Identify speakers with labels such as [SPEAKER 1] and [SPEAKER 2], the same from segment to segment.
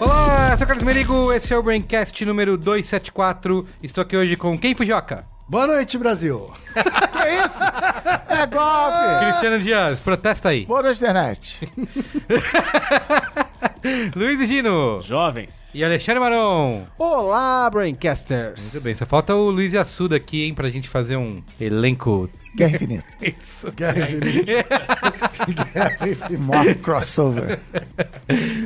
[SPEAKER 1] Olá, eu sou o Carlos Merigo, esse é o Braincast número 274. Estou aqui hoje com quem Fujioka?
[SPEAKER 2] Boa noite, Brasil.
[SPEAKER 3] Que isso? É golpe!
[SPEAKER 1] Cristiano Dias, protesta aí.
[SPEAKER 3] Boa noite, internet.
[SPEAKER 1] Luiz e Gino.
[SPEAKER 4] Jovem.
[SPEAKER 1] E Alexandre Maron.
[SPEAKER 5] Olá, Braincasters.
[SPEAKER 1] Muito bem, só falta o Luiz e Assuda aqui, hein, pra gente fazer um elenco.
[SPEAKER 3] Guerra Infinita.
[SPEAKER 1] Isso.
[SPEAKER 2] Guerra Infinita.
[SPEAKER 3] E maior crossover.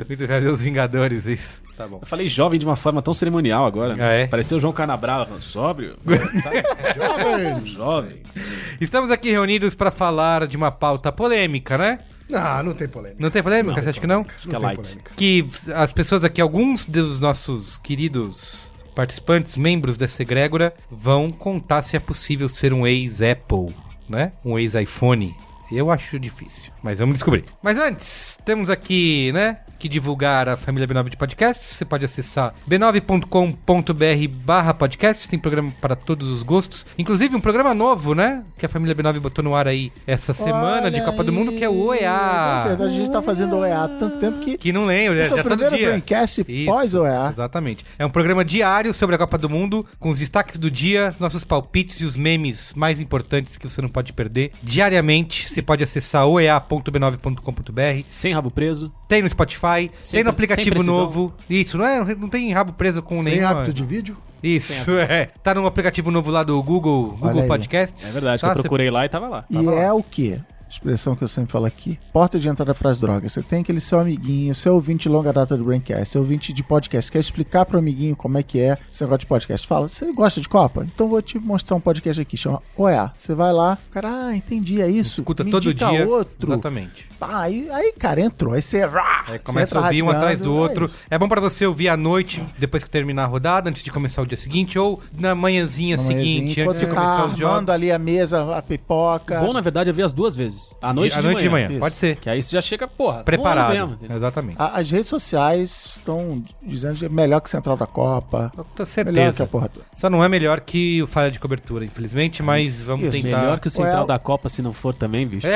[SPEAKER 1] Muito fazer os Vingadores, isso. Tá bom.
[SPEAKER 4] Eu falei jovem de uma forma tão cerimonial agora.
[SPEAKER 1] Ah, é?
[SPEAKER 4] Pareceu o João Canabrava falando, sóbrio. jovem.
[SPEAKER 1] Estamos aqui reunidos para falar de uma pauta polêmica, né?
[SPEAKER 2] Não, não tem polêmica.
[SPEAKER 1] Não tem polêmica? Você acha que não?
[SPEAKER 4] Acho que é
[SPEAKER 2] tem
[SPEAKER 4] light.
[SPEAKER 2] polêmica.
[SPEAKER 1] que as pessoas aqui, alguns dos nossos queridos participantes, membros dessa egrégora, vão contar se é possível ser um ex-Apple, né? Um ex-iPhone. Eu acho difícil, mas vamos descobrir. Mas antes, temos aqui, né, que divulgar a família B9 de podcasts. Você pode acessar b9.com.br barra podcasts. Tem programa para todos os gostos. Inclusive um programa novo, né, que a família B9 botou no ar aí essa semana de
[SPEAKER 3] Olha
[SPEAKER 1] Copa do
[SPEAKER 3] aí.
[SPEAKER 1] Mundo, que é o
[SPEAKER 3] Na
[SPEAKER 1] OEA.
[SPEAKER 3] verdade, a gente tá fazendo OEA há tanto tempo que.
[SPEAKER 1] Que não lembro, né?
[SPEAKER 3] esse é
[SPEAKER 1] já
[SPEAKER 3] o
[SPEAKER 1] todo
[SPEAKER 3] primeiro
[SPEAKER 1] dia.
[SPEAKER 3] Braincast
[SPEAKER 1] Isso,
[SPEAKER 3] pós-OEA.
[SPEAKER 1] Exatamente. É um programa diário sobre a Copa do Mundo, com os destaques do dia, nossos palpites e os memes mais importantes que você não pode perder. Diariamente, você pode acessar oea.b9.com.br.
[SPEAKER 4] Sem rabo preso.
[SPEAKER 1] Tem no Spotify, tem no
[SPEAKER 4] sem
[SPEAKER 1] aplicativo
[SPEAKER 4] precisão.
[SPEAKER 1] novo. Isso, não, é, não tem rabo preso com
[SPEAKER 2] Sem
[SPEAKER 1] nenhuma...
[SPEAKER 2] hábito de vídeo?
[SPEAKER 1] Isso, é. Tá no aplicativo novo lá do Google, Google
[SPEAKER 3] aí.
[SPEAKER 1] Podcasts.
[SPEAKER 4] É verdade,
[SPEAKER 1] tá?
[SPEAKER 4] que eu procurei lá e tava lá.
[SPEAKER 3] Ah, E é o quê? Expressão que eu sempre falo aqui. Porta de entrada pras drogas. Você tem aquele seu amiguinho, seu ouvinte de longa data do Braincast, seu ouvinte de podcast. Quer explicar pro amiguinho como é que é esse negócio de podcast? Fala, você gosta de Copa? Então vou te mostrar um podcast aqui, chama OEA. Você vai lá, o cara, ah, entendi, é isso.
[SPEAKER 1] Escuta
[SPEAKER 3] Me
[SPEAKER 1] todo
[SPEAKER 3] indica
[SPEAKER 1] dia.
[SPEAKER 3] outro.
[SPEAKER 1] Exatamente.
[SPEAKER 3] Pá, aí, aí, cara, entrou. Aí você. tá
[SPEAKER 1] Aí começa a ouvir um atrás do outro. É bom pra você ouvir à noite, depois que terminar a rodada, antes de começar o dia seguinte, ou na manhãzinha seguinte, antes de
[SPEAKER 3] enquanto tá
[SPEAKER 1] começar os jogos. né?
[SPEAKER 3] armando ali a mesa, a pipoca.
[SPEAKER 4] Bom, na verdade, é ver as duas vezes. À noite,
[SPEAKER 1] noite,
[SPEAKER 4] e
[SPEAKER 1] à noite de manhã,
[SPEAKER 3] Isso.
[SPEAKER 1] pode ser.
[SPEAKER 4] Que aí você já chega, porra,
[SPEAKER 1] Preparado.
[SPEAKER 4] voando Um mesmo.
[SPEAKER 1] Exatamente.
[SPEAKER 3] A- As redes sociais estão dizendo que é melhor que Central da Copa.
[SPEAKER 1] Eu tô
[SPEAKER 3] Melhor que a
[SPEAKER 1] certeza.
[SPEAKER 3] porra toda.
[SPEAKER 1] Só não é melhor que o falha de cobertura, infelizmente, mas vamos
[SPEAKER 3] Isso,
[SPEAKER 1] tentar.
[SPEAKER 4] Melhor que o Central
[SPEAKER 3] Well-
[SPEAKER 4] da Copa, se não for também, bicho.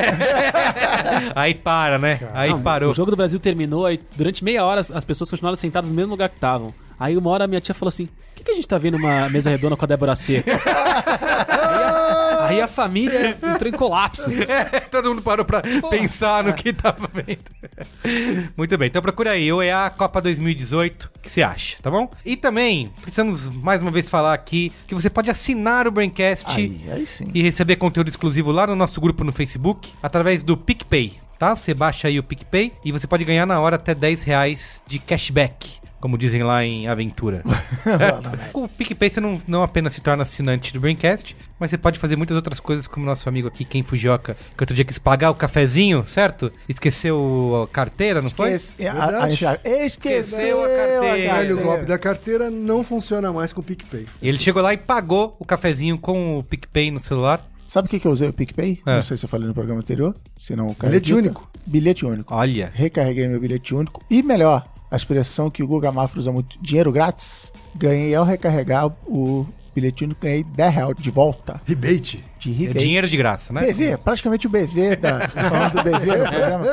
[SPEAKER 1] Aí para, né? É, Aí
[SPEAKER 4] Não,
[SPEAKER 1] parou.
[SPEAKER 4] O jogo do Brasil terminou, aí durante meia hora as as pessoas continuaram sentadas no mesmo lugar que estavam. Aí uma hora a minha tia falou assim: Por que, que a gente tá vendo uma mesa redonda com a Débora Seco? aí, a, aí a família entrou em colapso.
[SPEAKER 1] Todo mundo parou pra pensar no que tava vendo. Muito bem, então procura aí, OEA Copa 2018, o que você acha, tá bom? E também, precisamos mais uma vez falar aqui que você pode assinar o Braincast
[SPEAKER 3] Aí, aí sim.
[SPEAKER 1] e receber conteúdo exclusivo lá no nosso grupo no Facebook, através do PicPay, tá? Você baixa aí o PicPay e você pode ganhar na hora até 10 reais de cashback. Como dizem lá em Aventura. Certo? Com o PicPay você não, não apenas se torna assinante do Braincast, mas você pode fazer muitas outras coisas, como nosso amigo aqui, Ken Fujioka, que outro dia quis pagar o cafezinho, certo? Esqueceu a carteira, não foi?
[SPEAKER 3] Esquece- a- a-
[SPEAKER 2] Verdade.
[SPEAKER 3] a- esqueceu a
[SPEAKER 1] carteira.
[SPEAKER 3] carteira.
[SPEAKER 2] Velho, o golpe da carteira não funciona mais com o PicPay.
[SPEAKER 1] E ele chegou lá e pagou o cafezinho com o PicPay no celular.
[SPEAKER 3] Sabe o que, que eu usei o PicPay?
[SPEAKER 1] É.
[SPEAKER 3] Não sei se eu falei no programa anterior. Se não, o cara
[SPEAKER 2] Bilhete
[SPEAKER 3] edita.
[SPEAKER 2] único.
[SPEAKER 3] Bilhete único.
[SPEAKER 1] Olha.
[SPEAKER 3] Recarreguei meu bilhete único. E melhor, a expressão que o Guga Mafra usa muito, dinheiro grátis. Ganhei ao recarregar o bilhete único, ganhei 10 reais de volta.
[SPEAKER 2] Rebate.
[SPEAKER 3] De
[SPEAKER 1] É
[SPEAKER 3] rebate.
[SPEAKER 1] dinheiro de graça, né?
[SPEAKER 3] BV, praticamente o BV da. falando do BV do programa.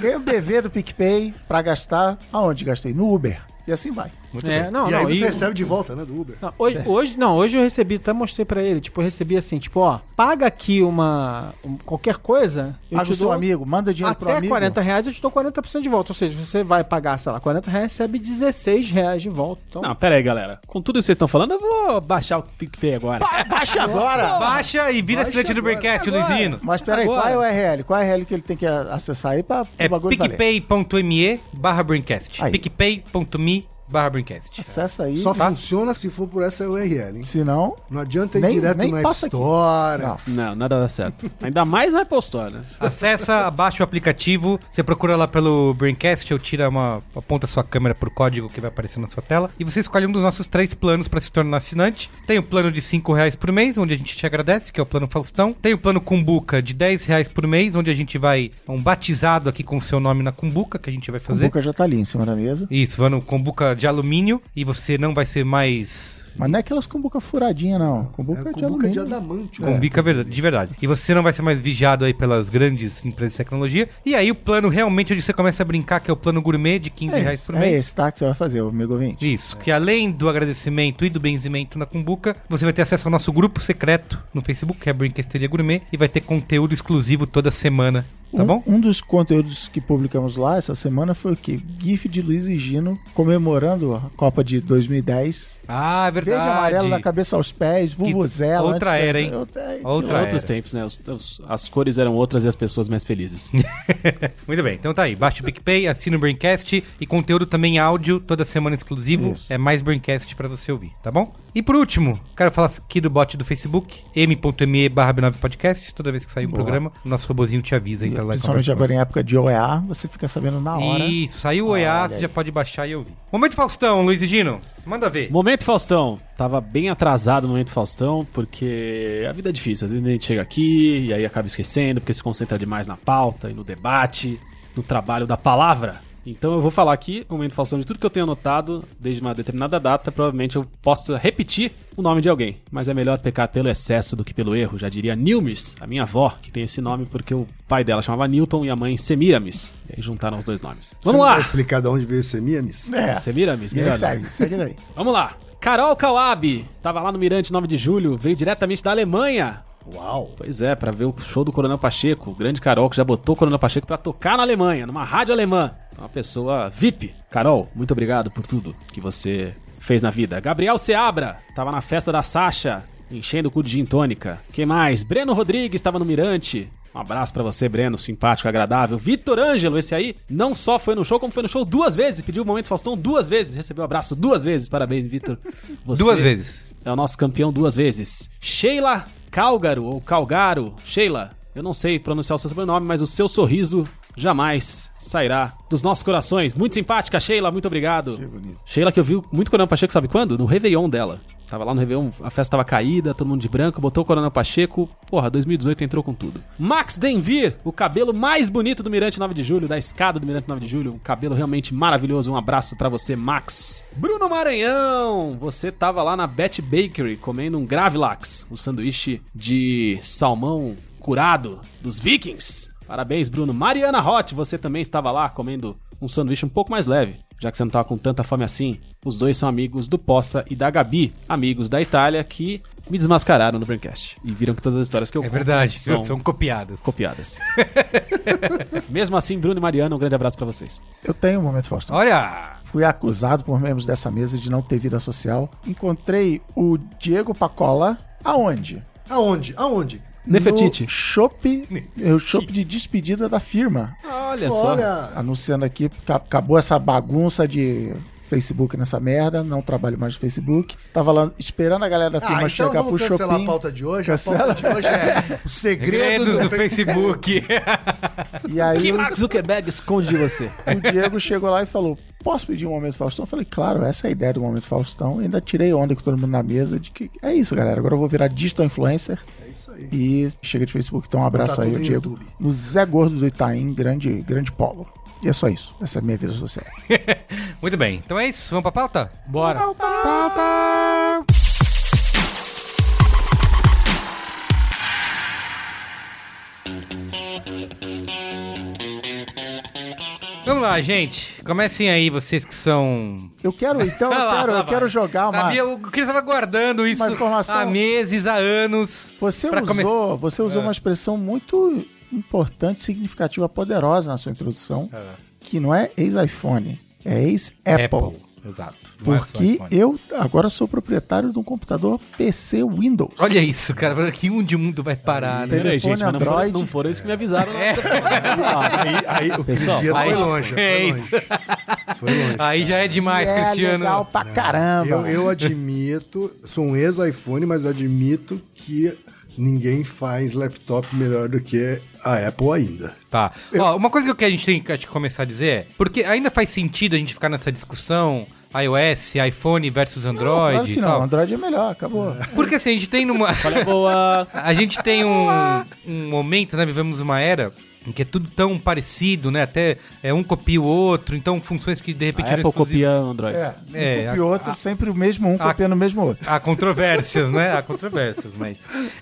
[SPEAKER 3] Ganhei o BV do PicPay pra gastar. Aonde gastei? No Uber. E assim vai.
[SPEAKER 1] Muito
[SPEAKER 5] É, não,
[SPEAKER 2] e
[SPEAKER 5] não,
[SPEAKER 2] aí você
[SPEAKER 5] e-
[SPEAKER 2] recebe de volta, né, do Uber.
[SPEAKER 5] não, hoje, hoje- não, hoje eu recebi, até mostrei pra ele, tipo, eu recebi assim, tipo, ó, paga aqui uma, um- qualquer coisa, eu
[SPEAKER 3] Paga o
[SPEAKER 5] te
[SPEAKER 3] seu
[SPEAKER 5] dou
[SPEAKER 3] amigo, manda dinheiro pro
[SPEAKER 5] até
[SPEAKER 3] amigo.
[SPEAKER 5] 40 reais, eu te dou 40% de volta, ou seja, você vai pagar, sei lá, 40 reais, recebe 16 reais de volta, então...
[SPEAKER 4] Não, pera aí, galera. Com tudo isso que vocês estão falando, eu vou baixar o PicPay agora.
[SPEAKER 3] Baixa agora!
[SPEAKER 1] Baixa e vira assinante do Braincast, Luizino.
[SPEAKER 3] Mas peraí,
[SPEAKER 5] Agora.
[SPEAKER 3] qual é o URL? Qual é o URL que ele tem que a- acessar aí pra pro
[SPEAKER 1] É
[SPEAKER 3] bagulho valer?
[SPEAKER 1] picpay.me barra Braincast.
[SPEAKER 3] Aí.
[SPEAKER 1] picpay.me barra Braincast.
[SPEAKER 3] Acessa aí.
[SPEAKER 2] Só funciona se for por essa URL, hein?
[SPEAKER 3] Se não,
[SPEAKER 2] Não adianta ir
[SPEAKER 3] Nem-
[SPEAKER 2] direto
[SPEAKER 3] nem
[SPEAKER 2] no App
[SPEAKER 3] passa aqui.
[SPEAKER 2] Store. é,
[SPEAKER 3] não.
[SPEAKER 4] Não, nada dá certo. Ainda mais no Apple Store, né?
[SPEAKER 1] Acessa, abaixa o aplicativo, você procura lá pelo Braincast, ou tira uma, aponta sua câmera pro código que vai aparecer na sua tela, e você escolhe um dos nossos três planos para se tornar assinante. Tem o plano de R$ 5 reais por mês, onde a gente te agradece, que é o plano Faustão. Tem o plano Cumbuca de R$ 10 reais por mês, onde a gente vai um batizado aqui com o seu nome na Cumbuca, que a gente vai
[SPEAKER 3] O
[SPEAKER 1] fazer.
[SPEAKER 3] Boca já tá ali em cima da mesa.
[SPEAKER 1] Isso, vai no Cumbuca de alumínio, e você não vai ser mais
[SPEAKER 3] Mas não é aquelas cumbuca furadinha, não. Cumbuca
[SPEAKER 2] É,
[SPEAKER 3] de
[SPEAKER 2] cumbuca de
[SPEAKER 3] alumínio.
[SPEAKER 2] adamante.
[SPEAKER 3] É.
[SPEAKER 1] Com
[SPEAKER 2] né?
[SPEAKER 1] bica verda- de verdade. E você não vai ser mais vigiado aí pelas grandes empresas de tecnologia. E aí o plano realmente onde você começa a brincar, que é o plano gourmet de 15
[SPEAKER 3] é,
[SPEAKER 1] reais por
[SPEAKER 3] é
[SPEAKER 1] mês.
[SPEAKER 3] esse, tá? Que você vai fazer, amigo ouvinte.
[SPEAKER 1] Isso, que além do agradecimento e do benzimento na Cumbuca, você vai ter acesso ao nosso grupo secreto no Facebook, que é Brinquesteria Gourmet, e vai ter conteúdo exclusivo toda semana, tá
[SPEAKER 3] Um-
[SPEAKER 1] bom?
[SPEAKER 3] Um, dos conteúdos que publicamos lá essa semana foi o quê? GIF de Luiz e Gino comemorando a Copa de 2010.
[SPEAKER 1] Ah, é
[SPEAKER 3] Verde e amarelo da cabeça aos pés, vuvuzela.
[SPEAKER 1] outra
[SPEAKER 3] antes da-
[SPEAKER 1] era, hein?
[SPEAKER 3] Outra,
[SPEAKER 1] Outra
[SPEAKER 3] aquilo-
[SPEAKER 1] era.
[SPEAKER 4] Outros tempos, né? Os- os- as cores eram outras e as pessoas mais felizes.
[SPEAKER 1] Muito bem, então tá aí. Baixa o PicPay, assina o Braincast e conteúdo também em áudio, toda semana exclusivo.
[SPEAKER 3] Isso.
[SPEAKER 1] É mais Braincast pra você ouvir, tá bom? E por último, quero falar aqui do bot do Facebook, m.me barra B9podcast. Toda vez que sair um
[SPEAKER 3] Boa.
[SPEAKER 1] programa, o nosso robozinho te avisa. Entra lá e
[SPEAKER 3] Principalmente
[SPEAKER 1] compartilha.
[SPEAKER 3] agora em época de OEA, você fica sabendo na hora.
[SPEAKER 1] Isso, saiu o OEA,
[SPEAKER 3] Olha
[SPEAKER 1] você
[SPEAKER 3] aí.
[SPEAKER 1] já pode baixar e ouvir. Momento Faustão, Luiz e Gino, manda ver.
[SPEAKER 4] Momento Faustão. Tava bem atrasado no Momento Faustão, porque a vida é difícil. Às vezes a gente chega aqui e aí acaba esquecendo, porque se concentra demais na pauta e no debate, no trabalho da palavra. Então eu vou falar aqui o Momento Faustão de tudo que eu tenho anotado desde uma determinada data. Provavelmente eu possa repetir o nome de alguém. Mas é melhor pecar pelo excesso do que pelo erro. Já diria Nilmes, a minha avó, que tem esse nome porque o pai dela chamava Newton e a mãe Semiramis. E aí juntaram os dois nomes.
[SPEAKER 2] Você
[SPEAKER 4] Vamos
[SPEAKER 2] não
[SPEAKER 4] lá!
[SPEAKER 2] Vai explicar de onde veio esse memes?
[SPEAKER 3] É.
[SPEAKER 4] Semiramis,
[SPEAKER 3] E aí
[SPEAKER 4] melhor nome.
[SPEAKER 3] segue, segue daí.
[SPEAKER 4] Vamos lá. Carol Kawab, tava lá no Mirante 9 de julho, veio diretamente da Alemanha.
[SPEAKER 2] Uau.
[SPEAKER 4] Pois é, pra ver o show do Coronel Pacheco, o grande Carol que já botou o Coronel Pacheco pra tocar na Alemanha, numa rádio alemã. Uma pessoa VIP. Carol, muito obrigado por tudo que você fez na vida. Gabriel Seabra, tava na festa da Sasha, enchendo o cu de gin tônica. Quem mais? Breno Rodrigues tava no Mirante. Um abraço pra você, Breno, simpático, agradável. Vitor Ângelo, esse aí, não só foi no show, como foi no show duas vezes. Pediu o Momento Faustão duas vezes, recebeu abraço duas vezes. Parabéns, Vitor. Você-
[SPEAKER 1] Duas vezes.
[SPEAKER 4] é o nosso campeão duas vezes. Sheila Calgaro, ou Calgaro. Sheila, eu não sei pronunciar o seu sobrenome, mas o seu sorriso jamais sairá dos nossos corações. Muito simpática, Sheila, muito obrigado. Que bonito. Sheila que eu vi muito Coronel Pacheco, sabe quando? No Réveillon dela. Tava lá no Réveillon, a festa tava caída, todo mundo de branco, botou o Coronel Pacheco. Porra, 2018 entrou com tudo. Max Denvir, o cabelo mais bonito do Mirante 9 de Julho, da escada do Mirante 9 de Julho. Um cabelo realmente maravilhoso. Um abraço pra você, Max. Bruno Maranhão, você tava lá na Bet Bakery comendo um Gravlax, um sanduíche de salmão curado dos vikings. Parabéns, Bruno. Mariana Hot, você também estava lá comendo um sanduíche um pouco mais leve, já que você não estava com tanta fome assim. Os dois são amigos do Poça e da Gabi, amigos da Itália que me desmascararam no Braincast e viram que todas as histórias que eu
[SPEAKER 1] É
[SPEAKER 4] conto
[SPEAKER 1] verdade,
[SPEAKER 4] são,
[SPEAKER 1] são, copiadas.
[SPEAKER 4] copiadas. Mesmo assim, Bruno e Mariana, um grande abraço pra vocês.
[SPEAKER 3] Eu tenho um momento, Faustão.
[SPEAKER 1] Olha!
[SPEAKER 3] Fui acusado por membros dessa mesa de não ter vida social. Encontrei o Diego Pacola. Aonde?
[SPEAKER 2] Aonde? Aonde?
[SPEAKER 4] Nefertiti.
[SPEAKER 3] No shopping, é o shopping de despedida da firma.
[SPEAKER 4] Olha
[SPEAKER 2] Olha.
[SPEAKER 3] Anunciando aqui, ca- acabou essa bagunça de Facebook nessa merda, não trabalho mais no Facebook. Tava lá esperando a galera da
[SPEAKER 2] Ah,
[SPEAKER 3] firma
[SPEAKER 2] então
[SPEAKER 3] chegar pro
[SPEAKER 2] vamos cancelar
[SPEAKER 3] shopping.
[SPEAKER 2] a pauta de hoje.
[SPEAKER 3] Cancela.
[SPEAKER 2] A pauta de hoje é os segredos,
[SPEAKER 1] Segredos do Facebook.
[SPEAKER 3] E aí
[SPEAKER 4] Que
[SPEAKER 3] o,
[SPEAKER 4] Mark Zuckerberg esconde de você.
[SPEAKER 3] o Diego chegou lá e falou: Posso pedir um momento Faustão? Eu falei, claro, essa é a ideia do momento Faustão. E ainda tirei onda com todo mundo na mesa de que é isso, galera. Agora eu vou virar digital influencer.
[SPEAKER 2] É isso aí.
[SPEAKER 3] E chega de Facebook, então um abraço
[SPEAKER 2] Tá
[SPEAKER 3] aí,
[SPEAKER 2] tudo
[SPEAKER 3] o
[SPEAKER 2] no
[SPEAKER 3] Diego.
[SPEAKER 2] YouTube.
[SPEAKER 3] No Zé Gordo do Itaim, grande, grande polo. E é só isso. Essa é a minha vida social.
[SPEAKER 1] Muito bem, então é isso, vamos pra pauta?
[SPEAKER 3] Bora!
[SPEAKER 1] Vamos lá, gente. Comecem aí, vocês que são.
[SPEAKER 3] Eu quero, então,
[SPEAKER 1] Vai Tá lá,
[SPEAKER 3] eu quero,
[SPEAKER 1] lá
[SPEAKER 3] eu quero
[SPEAKER 1] vai.
[SPEAKER 3] jogar uma.
[SPEAKER 1] Sabia, o Cris estava guardando isso
[SPEAKER 3] Uma informação-
[SPEAKER 1] há meses, há anos.
[SPEAKER 3] Você
[SPEAKER 1] pra
[SPEAKER 3] usou,
[SPEAKER 1] começar. É.
[SPEAKER 3] você usou uma expressão muito importante, significativa, poderosa na sua introdução, que não é ex-iPhone, é ex-Apple.
[SPEAKER 1] Exato. Não é só
[SPEAKER 3] Porque
[SPEAKER 1] iPhone.
[SPEAKER 3] eu agora sou proprietário de um computador PC Windows.
[SPEAKER 1] Olha isso, cara. Que onde o mundo vai parar, né?
[SPEAKER 4] Peraí, gente, mas não foram,
[SPEAKER 3] Android.
[SPEAKER 4] não foram É. isso que me avisaram.
[SPEAKER 2] Aí, aí o Cris
[SPEAKER 4] Pessoal,
[SPEAKER 2] Dias foi
[SPEAKER 4] aí-
[SPEAKER 2] longe. Foi
[SPEAKER 1] É
[SPEAKER 2] longe. foi longe.
[SPEAKER 1] Aí já é demais,
[SPEAKER 3] é
[SPEAKER 1] Cristiano.
[SPEAKER 3] legal pra caramba.
[SPEAKER 2] Eu, eu admito, sou um ex-iPhone, mas admito que ninguém faz laptop melhor do que a Apple ainda.
[SPEAKER 1] Tá. Ó, uma coisa que eu quero- a gente tem que acho que começar a dizer é, porque ainda faz sentido a gente ficar nessa discussão iOS, iPhone versus Android
[SPEAKER 3] claro que
[SPEAKER 1] e
[SPEAKER 3] não.
[SPEAKER 1] tal.
[SPEAKER 3] Android é melhor, acabou.
[SPEAKER 1] Porque assim, a gente tem numa.
[SPEAKER 4] Qual é boa?
[SPEAKER 1] A gente tem um, um momento, né? Vivemos uma era em que é tudo tão parecido, né? Até é, um copia o outro, então funções que de repente
[SPEAKER 4] A Apple
[SPEAKER 1] exclusiva-
[SPEAKER 4] copia Android.
[SPEAKER 3] É,
[SPEAKER 1] É,
[SPEAKER 3] um copia o outro, sempre o mesmo um copiando o mesmo outro.
[SPEAKER 1] Há controvérsias, né? Há controvérsias, mas.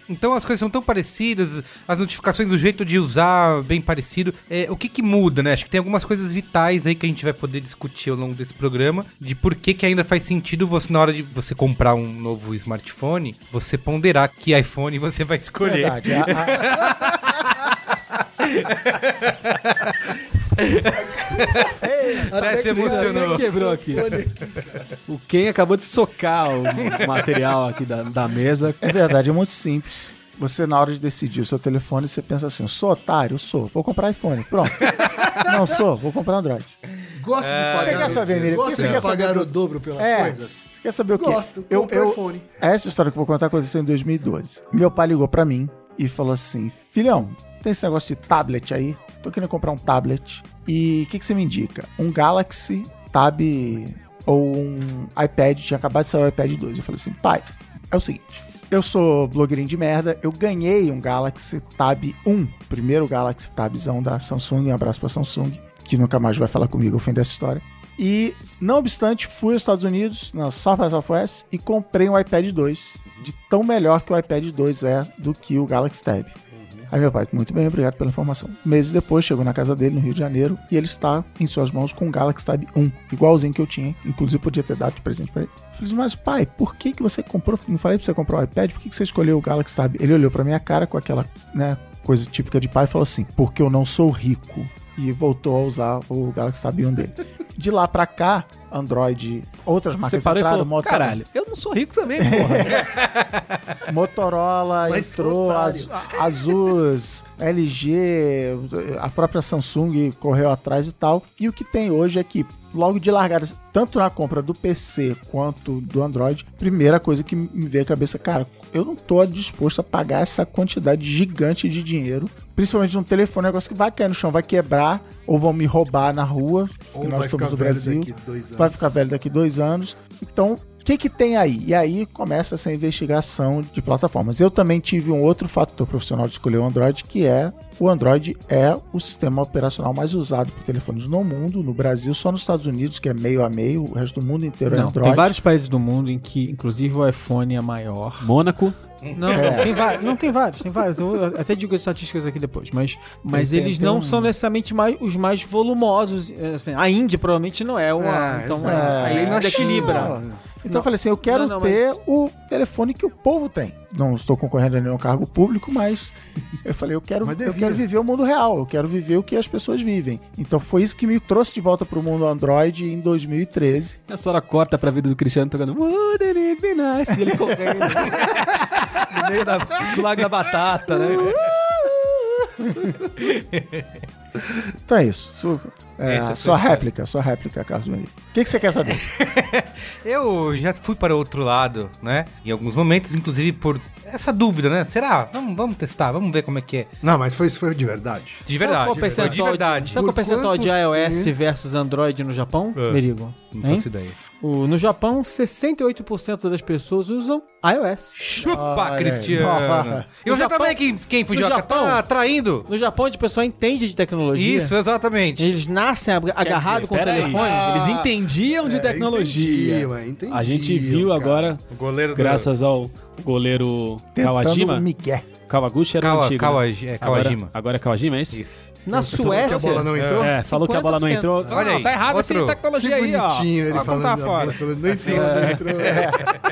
[SPEAKER 1] Então as coisas são tão parecidas, as notificações, o jeito de usar, bem parecido. É, o que que muda, né? Acho que tem algumas coisas vitais aí que a gente vai poder discutir ao longo desse programa, de por que que ainda faz sentido você, na hora de você comprar um novo smartphone, você ponderar que iPhone você vai escolher.
[SPEAKER 3] Verdade. é, A- a-
[SPEAKER 1] Até se emocionou.
[SPEAKER 4] quebrou aqui. O Ken acabou de socar o material aqui da, da mesa.
[SPEAKER 3] é verdade, é muito simples. Você, na hora de decidir o seu telefone, você pensa assim: sou otário? Sou. Vou comprar iPhone. Pronto. não sou, vou comprar Android.
[SPEAKER 2] Gosto de pagar.
[SPEAKER 3] É, Você quer saber, Miriam, o que
[SPEAKER 2] Gosto
[SPEAKER 3] você
[SPEAKER 2] de
[SPEAKER 3] quer
[SPEAKER 2] pagar
[SPEAKER 3] saber
[SPEAKER 2] o dobro pelas
[SPEAKER 3] É.
[SPEAKER 2] coisas.
[SPEAKER 3] Você quer saber o quê?
[SPEAKER 2] Gosto,
[SPEAKER 3] eu,
[SPEAKER 2] compra
[SPEAKER 3] eu,
[SPEAKER 2] iPhone.
[SPEAKER 3] Essa é história que eu vou contar aconteceu em 2012. Meu pai ligou pra mim e falou assim: Filhão, tem esse negócio de tablet aí? Tô querendo comprar um tablet. E o que, que você me indica? Um Galaxy Tab ou um iPad? Tinha acabado de sair o iPad 2. Eu falei assim: pai, é o seguinte. Eu sou blogueirinho de merda, eu ganhei um Galaxy Tab 1, primeiro Galaxy Tabzão da Samsung, um abraço pra Samsung, que nunca mais vai falar comigo ao fim dessa história. E, não obstante, fui aos Estados Unidos, na South by Southwest, e comprei um iPad 2, de tão melhor que o iPad 2 é do que o Galaxy Tab. Aí meu pai, muito bem, obrigado pela informação. Meses depois, chegou na casa dele, no Rio de Janeiro, e ele está em suas mãos com o Galaxy Tab 1, igualzinho que eu tinha, inclusive podia ter dado de presente pra ele. Eu falei assim, mas pai, por que que você comprou, não falei pra você comprar o iPad, por que que você escolheu o Galaxy Tab? Ele olhou pra minha cara com aquela, né, coisa típica de pai e falou assim, porque eu não sou rico. E voltou a usar o Galaxy Tab 1 dele. De lá pra cá, Android, outras
[SPEAKER 4] Você
[SPEAKER 3] marcas
[SPEAKER 4] parou e
[SPEAKER 3] entraram,
[SPEAKER 4] falou,
[SPEAKER 3] Motorola-
[SPEAKER 4] caralho, eu não sou rico também, porra.
[SPEAKER 3] Motorola
[SPEAKER 2] Mas
[SPEAKER 3] entrou,
[SPEAKER 2] otário.
[SPEAKER 3] a- Asus, LG, a própria Samsung correu atrás e tal. E o que tem hoje é que, logo de largada, tanto na compra do PC quanto do Android, primeira coisa que me veio à cabeça, cara, eu não tô disposto a pagar essa quantidade gigante de dinheiro, principalmente num telefone, um negócio que vai cair no chão, vai quebrar, ou vão me roubar na rua,
[SPEAKER 2] Ou
[SPEAKER 3] que
[SPEAKER 2] vai
[SPEAKER 3] nós estamos
[SPEAKER 2] ficar
[SPEAKER 3] no
[SPEAKER 2] velho
[SPEAKER 3] Brasil
[SPEAKER 2] daqui dois anos.
[SPEAKER 3] vai ficar velho daqui dois anos. Então, o que, que tem aí? E aí começa essa investigação de plataformas. Eu também tive um outro fator profissional de escolher o Android, que é o Android é o sistema operacional mais usado por telefones no mundo, no Brasil, só nos Estados Unidos, que é meio a meio, o resto do mundo inteiro é
[SPEAKER 6] Não,
[SPEAKER 3] Android.
[SPEAKER 6] tem vários países do mundo em que, inclusive, o iPhone é maior.
[SPEAKER 4] Mônaco,
[SPEAKER 6] Não, não, tem vários, não tem vários, tem vários. Eu até digo as estatísticas aqui depois, mas, mas
[SPEAKER 3] Tem-
[SPEAKER 6] eles
[SPEAKER 3] tem-
[SPEAKER 6] não
[SPEAKER 3] tem um-
[SPEAKER 6] são necessariamente mais, os mais volumosos. é, assim, a Índia provavelmente não é uma,
[SPEAKER 2] É,
[SPEAKER 6] então
[SPEAKER 2] exato.
[SPEAKER 6] é,
[SPEAKER 3] Aí
[SPEAKER 6] aí
[SPEAKER 3] na
[SPEAKER 6] desequilibra.
[SPEAKER 3] China, Então
[SPEAKER 6] Não.
[SPEAKER 3] eu falei assim, eu quero
[SPEAKER 6] Não, não,
[SPEAKER 3] ter o telefone que o povo tem. Não estou concorrendo a nenhum cargo público, mas eu falei, eu quero,
[SPEAKER 2] Mas
[SPEAKER 3] eu
[SPEAKER 2] devia.
[SPEAKER 3] quero viver o mundo real, eu quero viver o que as pessoas vivem. Então foi isso que me trouxe de volta para o mundo Android em 2013.
[SPEAKER 4] a senhora corta pra vida do Cristiano tocando Wouldn't it be nice? E ele correndo. no meio da, do Lago da Batata, né?
[SPEAKER 3] Então é isso. Su- é,
[SPEAKER 1] Essa é a sua
[SPEAKER 3] sua
[SPEAKER 1] história. É
[SPEAKER 3] réplica, sua réplica, Carlos Merigo. O que, que você quer saber?
[SPEAKER 1] Eu já fui para o outro lado, né? Em alguns momentos, inclusive por essa dúvida, né? Será? Vamos, vamos testar, vamos ver como é que é.
[SPEAKER 2] Não, mas foi isso foi de verdade.
[SPEAKER 6] é
[SPEAKER 1] De verdade, de verdade. De verdade.
[SPEAKER 6] Sabe qual
[SPEAKER 2] Por
[SPEAKER 6] é o percentual
[SPEAKER 2] quanto
[SPEAKER 6] de iOS versus Android no Japão,
[SPEAKER 1] É.
[SPEAKER 6] Merigo?
[SPEAKER 1] Não
[SPEAKER 6] Hein?
[SPEAKER 1] faço ideia.
[SPEAKER 6] O- no Japão, 68% das pessoas usam iOS.
[SPEAKER 1] Chupa,
[SPEAKER 3] Olha aí.
[SPEAKER 1] Cristiano! E
[SPEAKER 6] No
[SPEAKER 1] você
[SPEAKER 6] Japão-
[SPEAKER 1] também, quem, quem fugiu?
[SPEAKER 6] No
[SPEAKER 1] Tá
[SPEAKER 6] Japão-
[SPEAKER 1] traindo?
[SPEAKER 6] No Japão, onde o pessoal entende de tecnologia.
[SPEAKER 1] Isso, exatamente.
[SPEAKER 6] Eles nascem ab- agarrado com o
[SPEAKER 4] Pera aí.
[SPEAKER 6] telefone.
[SPEAKER 4] Eles entendiam de É, tecnologia.
[SPEAKER 2] É, entendi, ué, entendi,
[SPEAKER 4] a gente viu
[SPEAKER 2] cara.
[SPEAKER 4] agora,
[SPEAKER 1] O goleiro
[SPEAKER 4] graças ao goleiro Kawajima.
[SPEAKER 3] me quer.
[SPEAKER 4] Kawaguchi era
[SPEAKER 1] Kawa-
[SPEAKER 4] o antigo. né?
[SPEAKER 1] Kawaji- é, Kawajima.
[SPEAKER 4] Agora, agora é Kawajima, é isso?
[SPEAKER 1] Isso.
[SPEAKER 6] Na
[SPEAKER 2] Que a bola
[SPEAKER 6] Suécia,
[SPEAKER 2] não entrou?
[SPEAKER 4] É, falou que a bola não
[SPEAKER 6] 50%.
[SPEAKER 4] entrou.
[SPEAKER 1] Olha
[SPEAKER 4] Ah,
[SPEAKER 1] aí,
[SPEAKER 4] tá errado esse
[SPEAKER 1] outro.
[SPEAKER 2] Que
[SPEAKER 4] tecnologia aí, ó.
[SPEAKER 2] bonitinho ele
[SPEAKER 1] Ó,
[SPEAKER 2] falando.
[SPEAKER 1] tá
[SPEAKER 2] da
[SPEAKER 1] fora.
[SPEAKER 2] bola, falando, Não entrou,
[SPEAKER 4] É.
[SPEAKER 2] não entrou.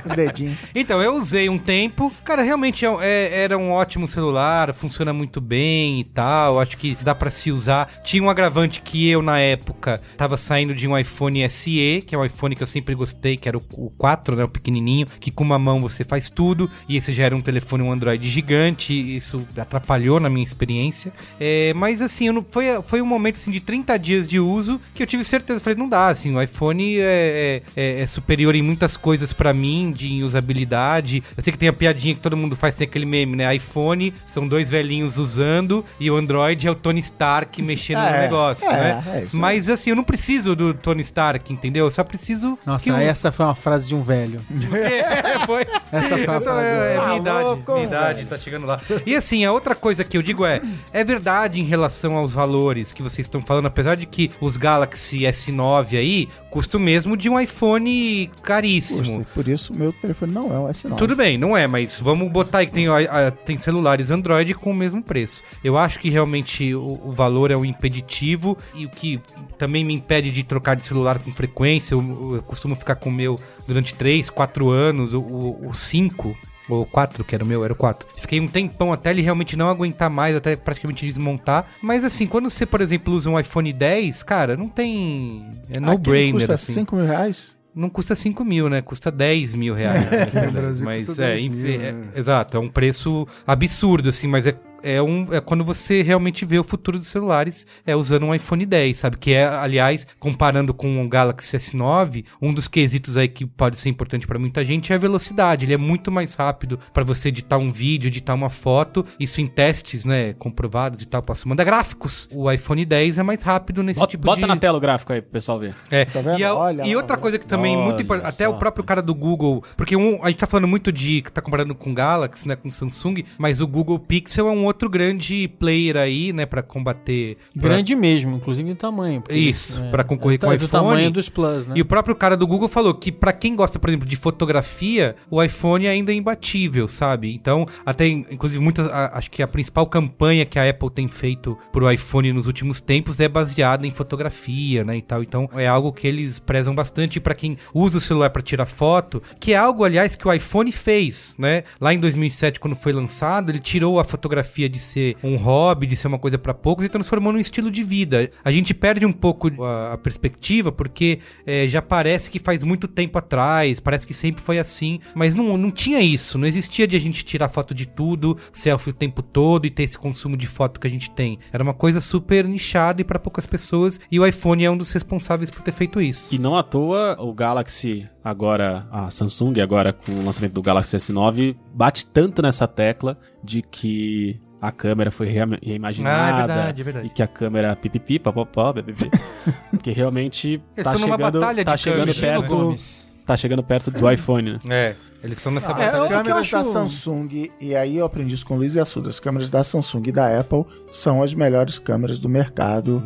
[SPEAKER 3] Um dedinho.
[SPEAKER 1] Então, eu usei um tempo. Cara, realmente é um- é- era um ótimo celular, funciona muito bem e tal. Acho que dá pra se usar. Tinha um agravante que eu, na época, tava saindo de um iPhone SE, que é um iPhone que eu sempre gostei, que era o, o 4, né? O pequenininho, que com uma mão você faz tudo. E esse já era um telefone, um Android gigante. realmente isso atrapalhou na minha experiência. É, mas assim, eu não- foi, foi um momento assim, de 30 dias de uso que eu tive certeza. Falei, não dá, assim, o iPhone é, é- é superior em muitas coisas pra mim, de usabilidade. Eu sei que tem a piadinha que todo mundo faz, tem aquele meme, né? iPhone são dois velhinhos usando e o Android é o Tony Stark mexendo no
[SPEAKER 3] É,
[SPEAKER 1] negócio,
[SPEAKER 3] é,
[SPEAKER 1] né?
[SPEAKER 3] é isso aí.
[SPEAKER 1] mas assim, eu não preciso do Tony Stark, entendeu? Eu só preciso.
[SPEAKER 6] Nossa,
[SPEAKER 1] que o-
[SPEAKER 6] essa foi uma frase de um velho.
[SPEAKER 3] é
[SPEAKER 1] foi.
[SPEAKER 6] Essa foi uma
[SPEAKER 1] Então,
[SPEAKER 6] frase.
[SPEAKER 1] é, é,
[SPEAKER 6] de um velho.
[SPEAKER 1] minha idade, minha idade tá chegando lá. E assim, a outra coisa que eu digo é, é verdade em relação aos valores que vocês estão falando, apesar de que os Galaxy S9 aí custam o mesmo de um iPhone caríssimo.
[SPEAKER 3] Custa. Por isso, meu telefone não é um S9.
[SPEAKER 1] Tudo bem, não é, mas vamos botar aí que tem, ó, a- tem celulares Android com o mesmo preço. Eu acho que realmente o, o valor é um impeditivo e o que também me impede de trocar de celular com frequência. Eu, eu costumo ficar com o meu durante 3, 4 anos, o- o 5. Ou 4, que era o meu, era o 4. Fiquei um tempão até ele realmente não aguentar mais, até praticamente desmontar. Mas assim, quando você, por exemplo, usa um iPhone 10, cara, não tem. É
[SPEAKER 3] Aquele
[SPEAKER 1] no-brainer.
[SPEAKER 3] Custa
[SPEAKER 1] Assim.
[SPEAKER 3] 5 mil reais?
[SPEAKER 1] Não custa 5 mil, né? Custa 10 mil reais. né?
[SPEAKER 2] É, no Brasil
[SPEAKER 1] mas
[SPEAKER 2] custa
[SPEAKER 1] é,
[SPEAKER 2] 10
[SPEAKER 1] enfim,
[SPEAKER 2] mil,
[SPEAKER 1] é-
[SPEAKER 2] né?
[SPEAKER 1] exato, é um preço absurdo, assim, mas é, é, um, é quando você realmente vê o futuro dos celulares é usando um iPhone 10, sabe? Que é, aliás, comparando com o Galaxy S9, um dos quesitos aí que pode ser importante pra muita gente é a velocidade. Ele é muito mais rápido pra você editar um vídeo, editar uma foto, isso em testes, né, comprovados e tal, posso mandar gráficos. O iPhone 10 é mais rápido nesse
[SPEAKER 4] Bota,
[SPEAKER 1] tipo
[SPEAKER 4] bota
[SPEAKER 1] de...
[SPEAKER 4] na tela o gráfico aí pro pessoal ver.
[SPEAKER 1] É,
[SPEAKER 3] Tá vendo?
[SPEAKER 1] E, a-
[SPEAKER 3] Olha
[SPEAKER 1] e
[SPEAKER 3] lá.
[SPEAKER 1] outra coisa que também é muito
[SPEAKER 4] Olha
[SPEAKER 1] importante, até
[SPEAKER 4] só.
[SPEAKER 1] o próprio cara do Google, porque um, a gente tá falando muito de que tá comparando com Galaxy, né, com Samsung, mas o Google Pixel é um outro grande player aí, né, Pra combater pra-
[SPEAKER 6] Grande mesmo, inclusive em tamanho. porque-
[SPEAKER 1] Isso, pra concorrer
[SPEAKER 6] tá-
[SPEAKER 1] com o
[SPEAKER 6] do
[SPEAKER 1] iPhone.
[SPEAKER 6] tamanho dos Plus, né?
[SPEAKER 1] E o próprio cara do Google falou que pra quem gosta, por exemplo, de fotografia, o iPhone ainda é imbatível, sabe? Então, até in- inclusive muitas, a- acho que a principal campanha que a Apple tem feito pro iPhone nos últimos tempos é baseada em fotografia, né, e tal. Então, é algo que eles prezam bastante pra quem usa o celular pra tirar foto, que é algo, aliás, que o iPhone fez, né? Lá em 2007, quando foi lançado, ele tirou a fotografia de ser um hobby, de ser uma coisa pra poucos e transformou num estilo de vida. A gente perde um pouco a, a perspectiva porque é, já parece que faz muito tempo atrás, parece que sempre foi assim, mas não, não tinha isso, não existia de a gente tirar foto de tudo, selfie o tempo todo e ter esse consumo de foto que a gente tem. Era uma coisa super nichada e pra poucas pessoas e o iPhone é um dos responsáveis por ter feito isso.
[SPEAKER 4] E não à toa, o Galaxy, agora, a Samsung, agora com o lançamento do Galaxy S9, bate tanto nessa tecla de que a câmera foi rea- reimaginada.
[SPEAKER 1] Ah, é verdade, é verdade.
[SPEAKER 4] E que a câmera pipipi, papapá, pipipi. Porque realmente
[SPEAKER 1] Eles estão
[SPEAKER 4] tá
[SPEAKER 1] numa
[SPEAKER 4] chegando,
[SPEAKER 1] batalha
[SPEAKER 4] tá
[SPEAKER 1] de
[SPEAKER 4] chegando
[SPEAKER 1] câmera, né?
[SPEAKER 4] perto, tá chegando perto do iPhone, né?
[SPEAKER 1] É, eles estão nessa
[SPEAKER 3] Ah, As
[SPEAKER 1] batalha.
[SPEAKER 6] o que eu
[SPEAKER 3] câmeras da
[SPEAKER 6] acho-
[SPEAKER 3] Samsung, e aí eu aprendi isso com o Luiz e Assuda, as câmeras da Samsung e da Apple são as melhores câmeras do mercado,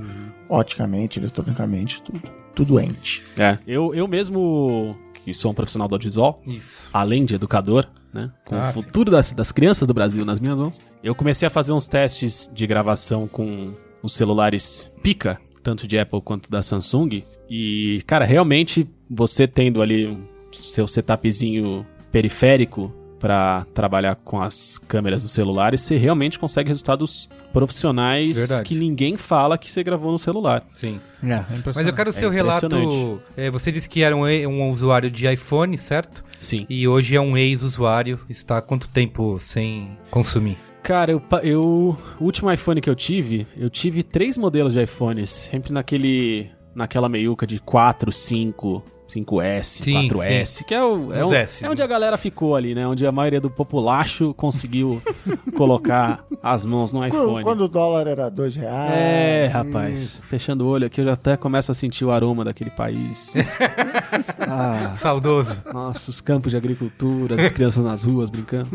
[SPEAKER 3] oticamente, eletronicamente, tudo, tudo ente.
[SPEAKER 4] É. Eu, eu mesmo, que sou um profissional do audiovisual,
[SPEAKER 1] Isso.
[SPEAKER 4] além de educador, né? Com
[SPEAKER 1] Ah,
[SPEAKER 4] o futuro das, das crianças do Brasil nas minhas mãos. Eu comecei a fazer uns testes de gravação com os celulares pica, tanto de Apple quanto da Samsung. E, cara, realmente, você tendo ali um seu setupzinho periférico pra trabalhar com as câmeras dos celulares, você realmente consegue resultados profissionais
[SPEAKER 1] Verdade.
[SPEAKER 4] que ninguém fala que você gravou no celular.
[SPEAKER 1] Sim.
[SPEAKER 6] É,
[SPEAKER 1] Mas eu quero o seu relato.
[SPEAKER 4] impressionante.
[SPEAKER 1] é, você disse que era um, e- um usuário de iPhone, certo?
[SPEAKER 4] Sim.
[SPEAKER 1] E hoje é um ex-usuário. Está há quanto tempo sem consumir?
[SPEAKER 4] Cara, eu, pa- eu. O último iPhone que eu tive, eu tive três modelos de iPhones, sempre naquele. naquela meiuca de 4, 5, 5S,
[SPEAKER 1] Sim,
[SPEAKER 4] 4S, que é, o, é,
[SPEAKER 1] Os
[SPEAKER 4] o-
[SPEAKER 1] Ss,
[SPEAKER 4] é onde a galera ficou ali, né? Onde a maioria do populacho conseguiu colocar as mãos no
[SPEAKER 3] Quando,
[SPEAKER 4] iPhone.
[SPEAKER 3] quando o dólar era dois reais.
[SPEAKER 4] É, rapaz, fechando o olho aqui, eu já até começo a sentir o aroma daquele país. ah,
[SPEAKER 1] Saudoso.
[SPEAKER 4] nossa, os campos de agricultura, as crianças nas ruas brincando.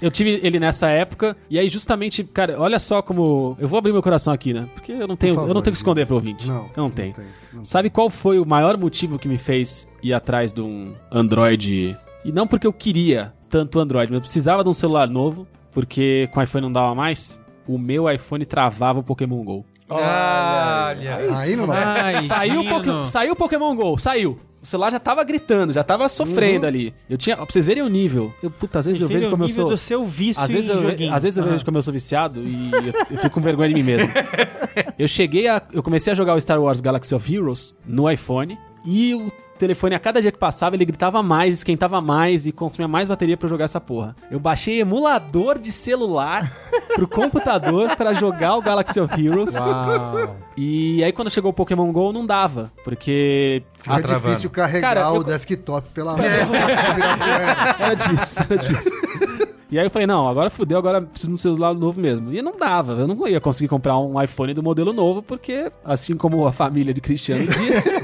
[SPEAKER 4] Eu tive ele nessa época, e aí justamente, cara, olha só como. Eu vou abrir meu coração aqui, né? Porque eu não tenho,
[SPEAKER 2] favor,
[SPEAKER 4] eu não tenho que
[SPEAKER 2] né?
[SPEAKER 4] esconder pro ouvinte.
[SPEAKER 2] Não,
[SPEAKER 4] Eu não tenho.
[SPEAKER 2] tem, não
[SPEAKER 4] Sabe qual foi o maior motivo que me fez ir atrás de um Android? E não porque eu queria tanto Android, mas eu precisava de um celular novo, porque com o iPhone não dava mais. O meu iPhone travava o Pokémon GO.
[SPEAKER 1] Olha. Ah,
[SPEAKER 2] Aí não dá.
[SPEAKER 4] Saiu o, Poké- saiu o Pokémon GO, saiu. O celular já tava gritando, já tava sofrendo ali. Eu tinha. Pra vocês verem o nível. Eu, puta, às vezes eu vejo como eu sou.
[SPEAKER 6] do seu vício
[SPEAKER 4] Às vezes,
[SPEAKER 6] em
[SPEAKER 4] eu, ve-
[SPEAKER 6] joguinho.
[SPEAKER 4] às vezes eu vejo como eu sou viciado e eu, eu fico com vergonha de mim mesmo. Eu cheguei a. Eu comecei a jogar o Star Wars Galaxy of Heroes no iPhone e o telefone, a cada dia que passava, ele gritava mais, esquentava mais e consumia mais bateria pra eu jogar essa porra. Eu baixei emulador de celular pro computador pra jogar o Galaxy of Heroes. E aí quando chegou o Pokémon GO, não dava, porque...
[SPEAKER 1] Fica
[SPEAKER 2] É
[SPEAKER 1] travando.
[SPEAKER 2] difícil carregar
[SPEAKER 4] Cara, eu-
[SPEAKER 2] o desktop pela mão. pra virar poeira.
[SPEAKER 4] Era difícil, era difícil. E aí eu falei, não, agora fudeu, agora preciso de um celular novo mesmo. E não dava, eu não ia conseguir comprar um iPhone do modelo novo, porque, assim como a família de Cristiano Dias...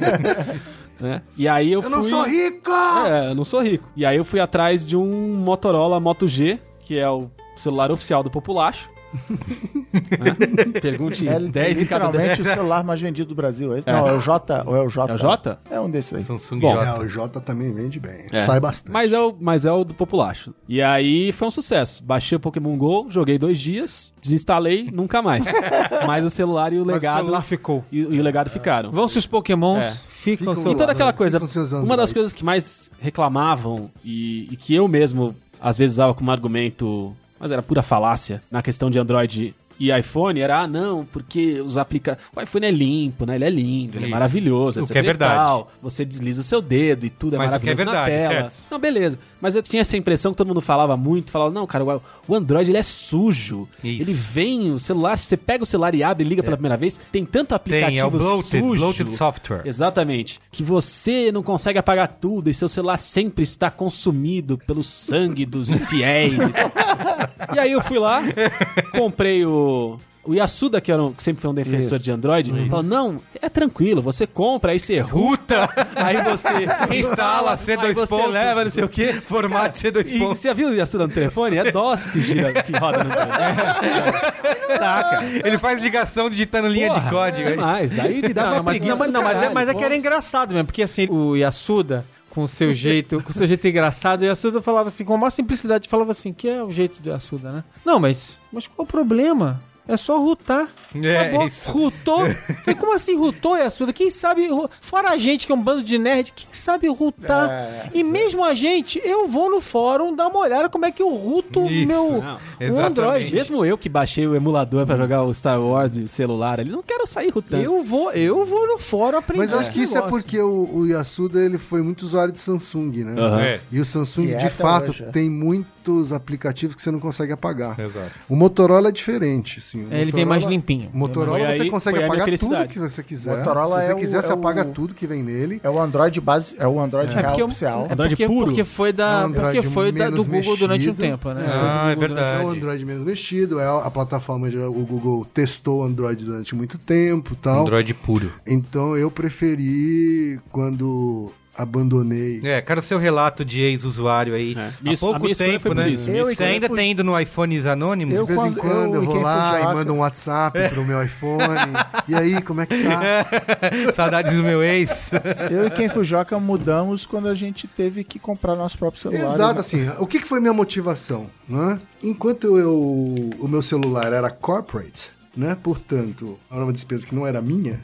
[SPEAKER 4] né? E aí eu,
[SPEAKER 2] Eu
[SPEAKER 4] fui...
[SPEAKER 2] não sou rico!
[SPEAKER 4] É, eu não sou rico. E aí eu fui atrás de um Motorola Moto G, que é o celular oficial do Populacho. Né? Pergunte
[SPEAKER 3] É
[SPEAKER 4] 10 em cada 10.
[SPEAKER 3] literalmente o celular mais vendido do Brasil. É esse? Não, é o J ou é o J?
[SPEAKER 4] É o J?
[SPEAKER 3] É um desses aí.
[SPEAKER 1] Samsung
[SPEAKER 4] Bom,
[SPEAKER 1] J.
[SPEAKER 2] É, o Jota também vende bem.
[SPEAKER 4] É.
[SPEAKER 2] Sai bastante.
[SPEAKER 4] Mas é, o, mas é o do Populacho. E aí foi um sucesso. Baixei o Pokémon GO, joguei dois dias, desinstalei, nunca mais. mas o celular e o legado.
[SPEAKER 5] celular ficou.
[SPEAKER 4] E, e o legado ficaram.
[SPEAKER 5] Vão se os pokémons,
[SPEAKER 4] É.
[SPEAKER 5] ficam
[SPEAKER 2] Ficam
[SPEAKER 5] seu
[SPEAKER 4] E toda
[SPEAKER 2] lá.
[SPEAKER 4] aquela coisa,
[SPEAKER 2] Ficam É, seus
[SPEAKER 4] uma das
[SPEAKER 2] androides.
[SPEAKER 4] coisas que mais reclamavam e, e que eu mesmo às vezes usava como argumento, mas era pura falácia, na questão de Android e iPhone, era, ah, não, porque os aplica... O iPhone é limpo, né? Ele é lindo, ele é
[SPEAKER 1] Isso.
[SPEAKER 4] maravilhoso,
[SPEAKER 1] O
[SPEAKER 4] etc
[SPEAKER 1] que é
[SPEAKER 4] e
[SPEAKER 1] verdade.
[SPEAKER 4] tal. Você desliza o seu dedo e tudo é
[SPEAKER 1] Mas o que é
[SPEAKER 4] maravilhoso
[SPEAKER 1] verdade,
[SPEAKER 4] na tela.
[SPEAKER 1] certo?
[SPEAKER 4] Não, beleza. Mas eu tinha essa impressão que todo mundo falava muito, falava, não, cara, o- o Android ele é sujo.
[SPEAKER 1] Isso. É.
[SPEAKER 4] Ele vem, o celular, você pega o celular e abre e liga pela primeira vez, tem tanto aplicativo
[SPEAKER 1] Tem, é o bloated,
[SPEAKER 4] sujo.
[SPEAKER 1] bloated software.
[SPEAKER 4] Exatamente. Que você não consegue apagar tudo e seu celular sempre está consumido pelo sangue dos infiéis. e, tal. E aí eu fui lá, comprei o. O Yasuda, que, era um- que sempre foi um defensor de Android, falou: não, é tranquilo, você compra, aí você ruta,
[SPEAKER 1] Puta!
[SPEAKER 4] aí você
[SPEAKER 1] Instala
[SPEAKER 4] aí
[SPEAKER 1] C2
[SPEAKER 4] você
[SPEAKER 1] pontos.
[SPEAKER 4] leva, não sei o quê.
[SPEAKER 1] Formato C2
[SPEAKER 4] E
[SPEAKER 1] pontos.
[SPEAKER 4] você viu o Yasuda no telefone? É DOS que gira, que roda no telefone.
[SPEAKER 1] Ele faz ligação digitando linha de
[SPEAKER 4] Porra, é
[SPEAKER 1] código. aí.
[SPEAKER 4] Demais. Aí me dava
[SPEAKER 5] Não,
[SPEAKER 4] uma
[SPEAKER 5] mas,
[SPEAKER 4] preguiça
[SPEAKER 5] não, mas, não, mas é,
[SPEAKER 4] caralho.
[SPEAKER 5] mas é que era
[SPEAKER 4] Nossa.
[SPEAKER 5] engraçado mesmo, porque assim, o Yasuda, com o seu jeito, com o seu jeito engraçado, o Yasuda falava assim, com a maior simplicidade, falava assim, que é o jeito do Yasuda, né? Não, mas, mas qual o problema? É só rutar.
[SPEAKER 1] É,
[SPEAKER 5] Acabou.
[SPEAKER 1] isso.
[SPEAKER 5] Rutou? Falei, Como assim rutou, Yasuda? Quem sabe. ru- Fora a gente, que é um bando de nerd, quem sabe rutar?
[SPEAKER 2] É,
[SPEAKER 5] e mesmo a gente, eu vou no fórum dar uma olhada como é que eu ruto o
[SPEAKER 1] Isso.
[SPEAKER 5] meu um
[SPEAKER 4] Não,
[SPEAKER 5] o Android.
[SPEAKER 1] exatamente.
[SPEAKER 4] Um Mesmo eu que baixei o emulador pra jogar o Star Wars e o celular ali, não quero sair rutando.
[SPEAKER 5] Eu vou, eu vou no fórum aprender.
[SPEAKER 2] Mas eu acho
[SPEAKER 5] esse
[SPEAKER 2] que isso é
[SPEAKER 5] negócio.
[SPEAKER 2] porque o, o Yasuda ele foi muito usuário de Samsung, né?
[SPEAKER 4] Aham.
[SPEAKER 1] É.
[SPEAKER 2] E o Samsung,
[SPEAKER 3] E é
[SPEAKER 2] de
[SPEAKER 3] até
[SPEAKER 2] fato,
[SPEAKER 3] hoje, é.
[SPEAKER 2] tem muitos aplicativos que você não consegue apagar.
[SPEAKER 1] Exato.
[SPEAKER 2] O Motorola é diferente, sim.
[SPEAKER 5] É, ele vem mais limpinho.
[SPEAKER 2] O Motorola
[SPEAKER 4] Foi aí-
[SPEAKER 2] você consegue
[SPEAKER 4] foi aí a minha
[SPEAKER 2] apagar tudo
[SPEAKER 4] felicidade.
[SPEAKER 2] que você quiser.
[SPEAKER 3] Motorola
[SPEAKER 2] Se você
[SPEAKER 3] é o-
[SPEAKER 2] quiser, você
[SPEAKER 3] é o-
[SPEAKER 2] apaga tudo que vem nele.
[SPEAKER 3] É o Android base, é o Android real
[SPEAKER 5] porque eu-
[SPEAKER 3] oficial.
[SPEAKER 5] É
[SPEAKER 4] Android
[SPEAKER 5] porque,
[SPEAKER 4] puro?
[SPEAKER 5] porque foi, da,
[SPEAKER 2] É um Ah, Android
[SPEAKER 5] Ah, porque foi da-
[SPEAKER 2] menos
[SPEAKER 5] do Google durante um
[SPEAKER 2] mexido.
[SPEAKER 5] tempo, né?
[SPEAKER 2] É.
[SPEAKER 5] Foi do
[SPEAKER 1] Ah, é
[SPEAKER 5] Google durante-
[SPEAKER 1] verdade.
[SPEAKER 2] É o Android menos mexido, é a a plataforma de, o Google testou o Android durante muito tempo, e tal.
[SPEAKER 1] Android puro.
[SPEAKER 2] Então eu preferi quando abandonei.
[SPEAKER 1] É, quero seu relato de ex-usuário aí.
[SPEAKER 4] É.
[SPEAKER 1] Há
[SPEAKER 4] Minha es- a
[SPEAKER 1] pouco
[SPEAKER 4] minha escolha
[SPEAKER 1] tempo,
[SPEAKER 4] foi por
[SPEAKER 1] né?
[SPEAKER 4] isso.
[SPEAKER 3] Minha
[SPEAKER 1] Você
[SPEAKER 3] escolha
[SPEAKER 1] ainda
[SPEAKER 3] foi-
[SPEAKER 1] tem indo no iPhones anônimos?
[SPEAKER 2] De
[SPEAKER 3] Eu-
[SPEAKER 2] vez em
[SPEAKER 3] quando-
[SPEAKER 2] quando eu,
[SPEAKER 3] eu-
[SPEAKER 2] vou
[SPEAKER 3] quem
[SPEAKER 2] lá
[SPEAKER 3] fujoca-
[SPEAKER 2] e mando um WhatsApp pro meu iPhone. E aí, como é que tá?
[SPEAKER 1] Saudades do meu ex.
[SPEAKER 3] Eu e quem Fujoca mudamos quando a gente teve que comprar nosso próprio celular. Né?
[SPEAKER 2] Exato, assim, o que, que foi minha motivação? Né? Enquanto eu, o meu celular era corporate, né? Portanto, era uma despesa que não era minha,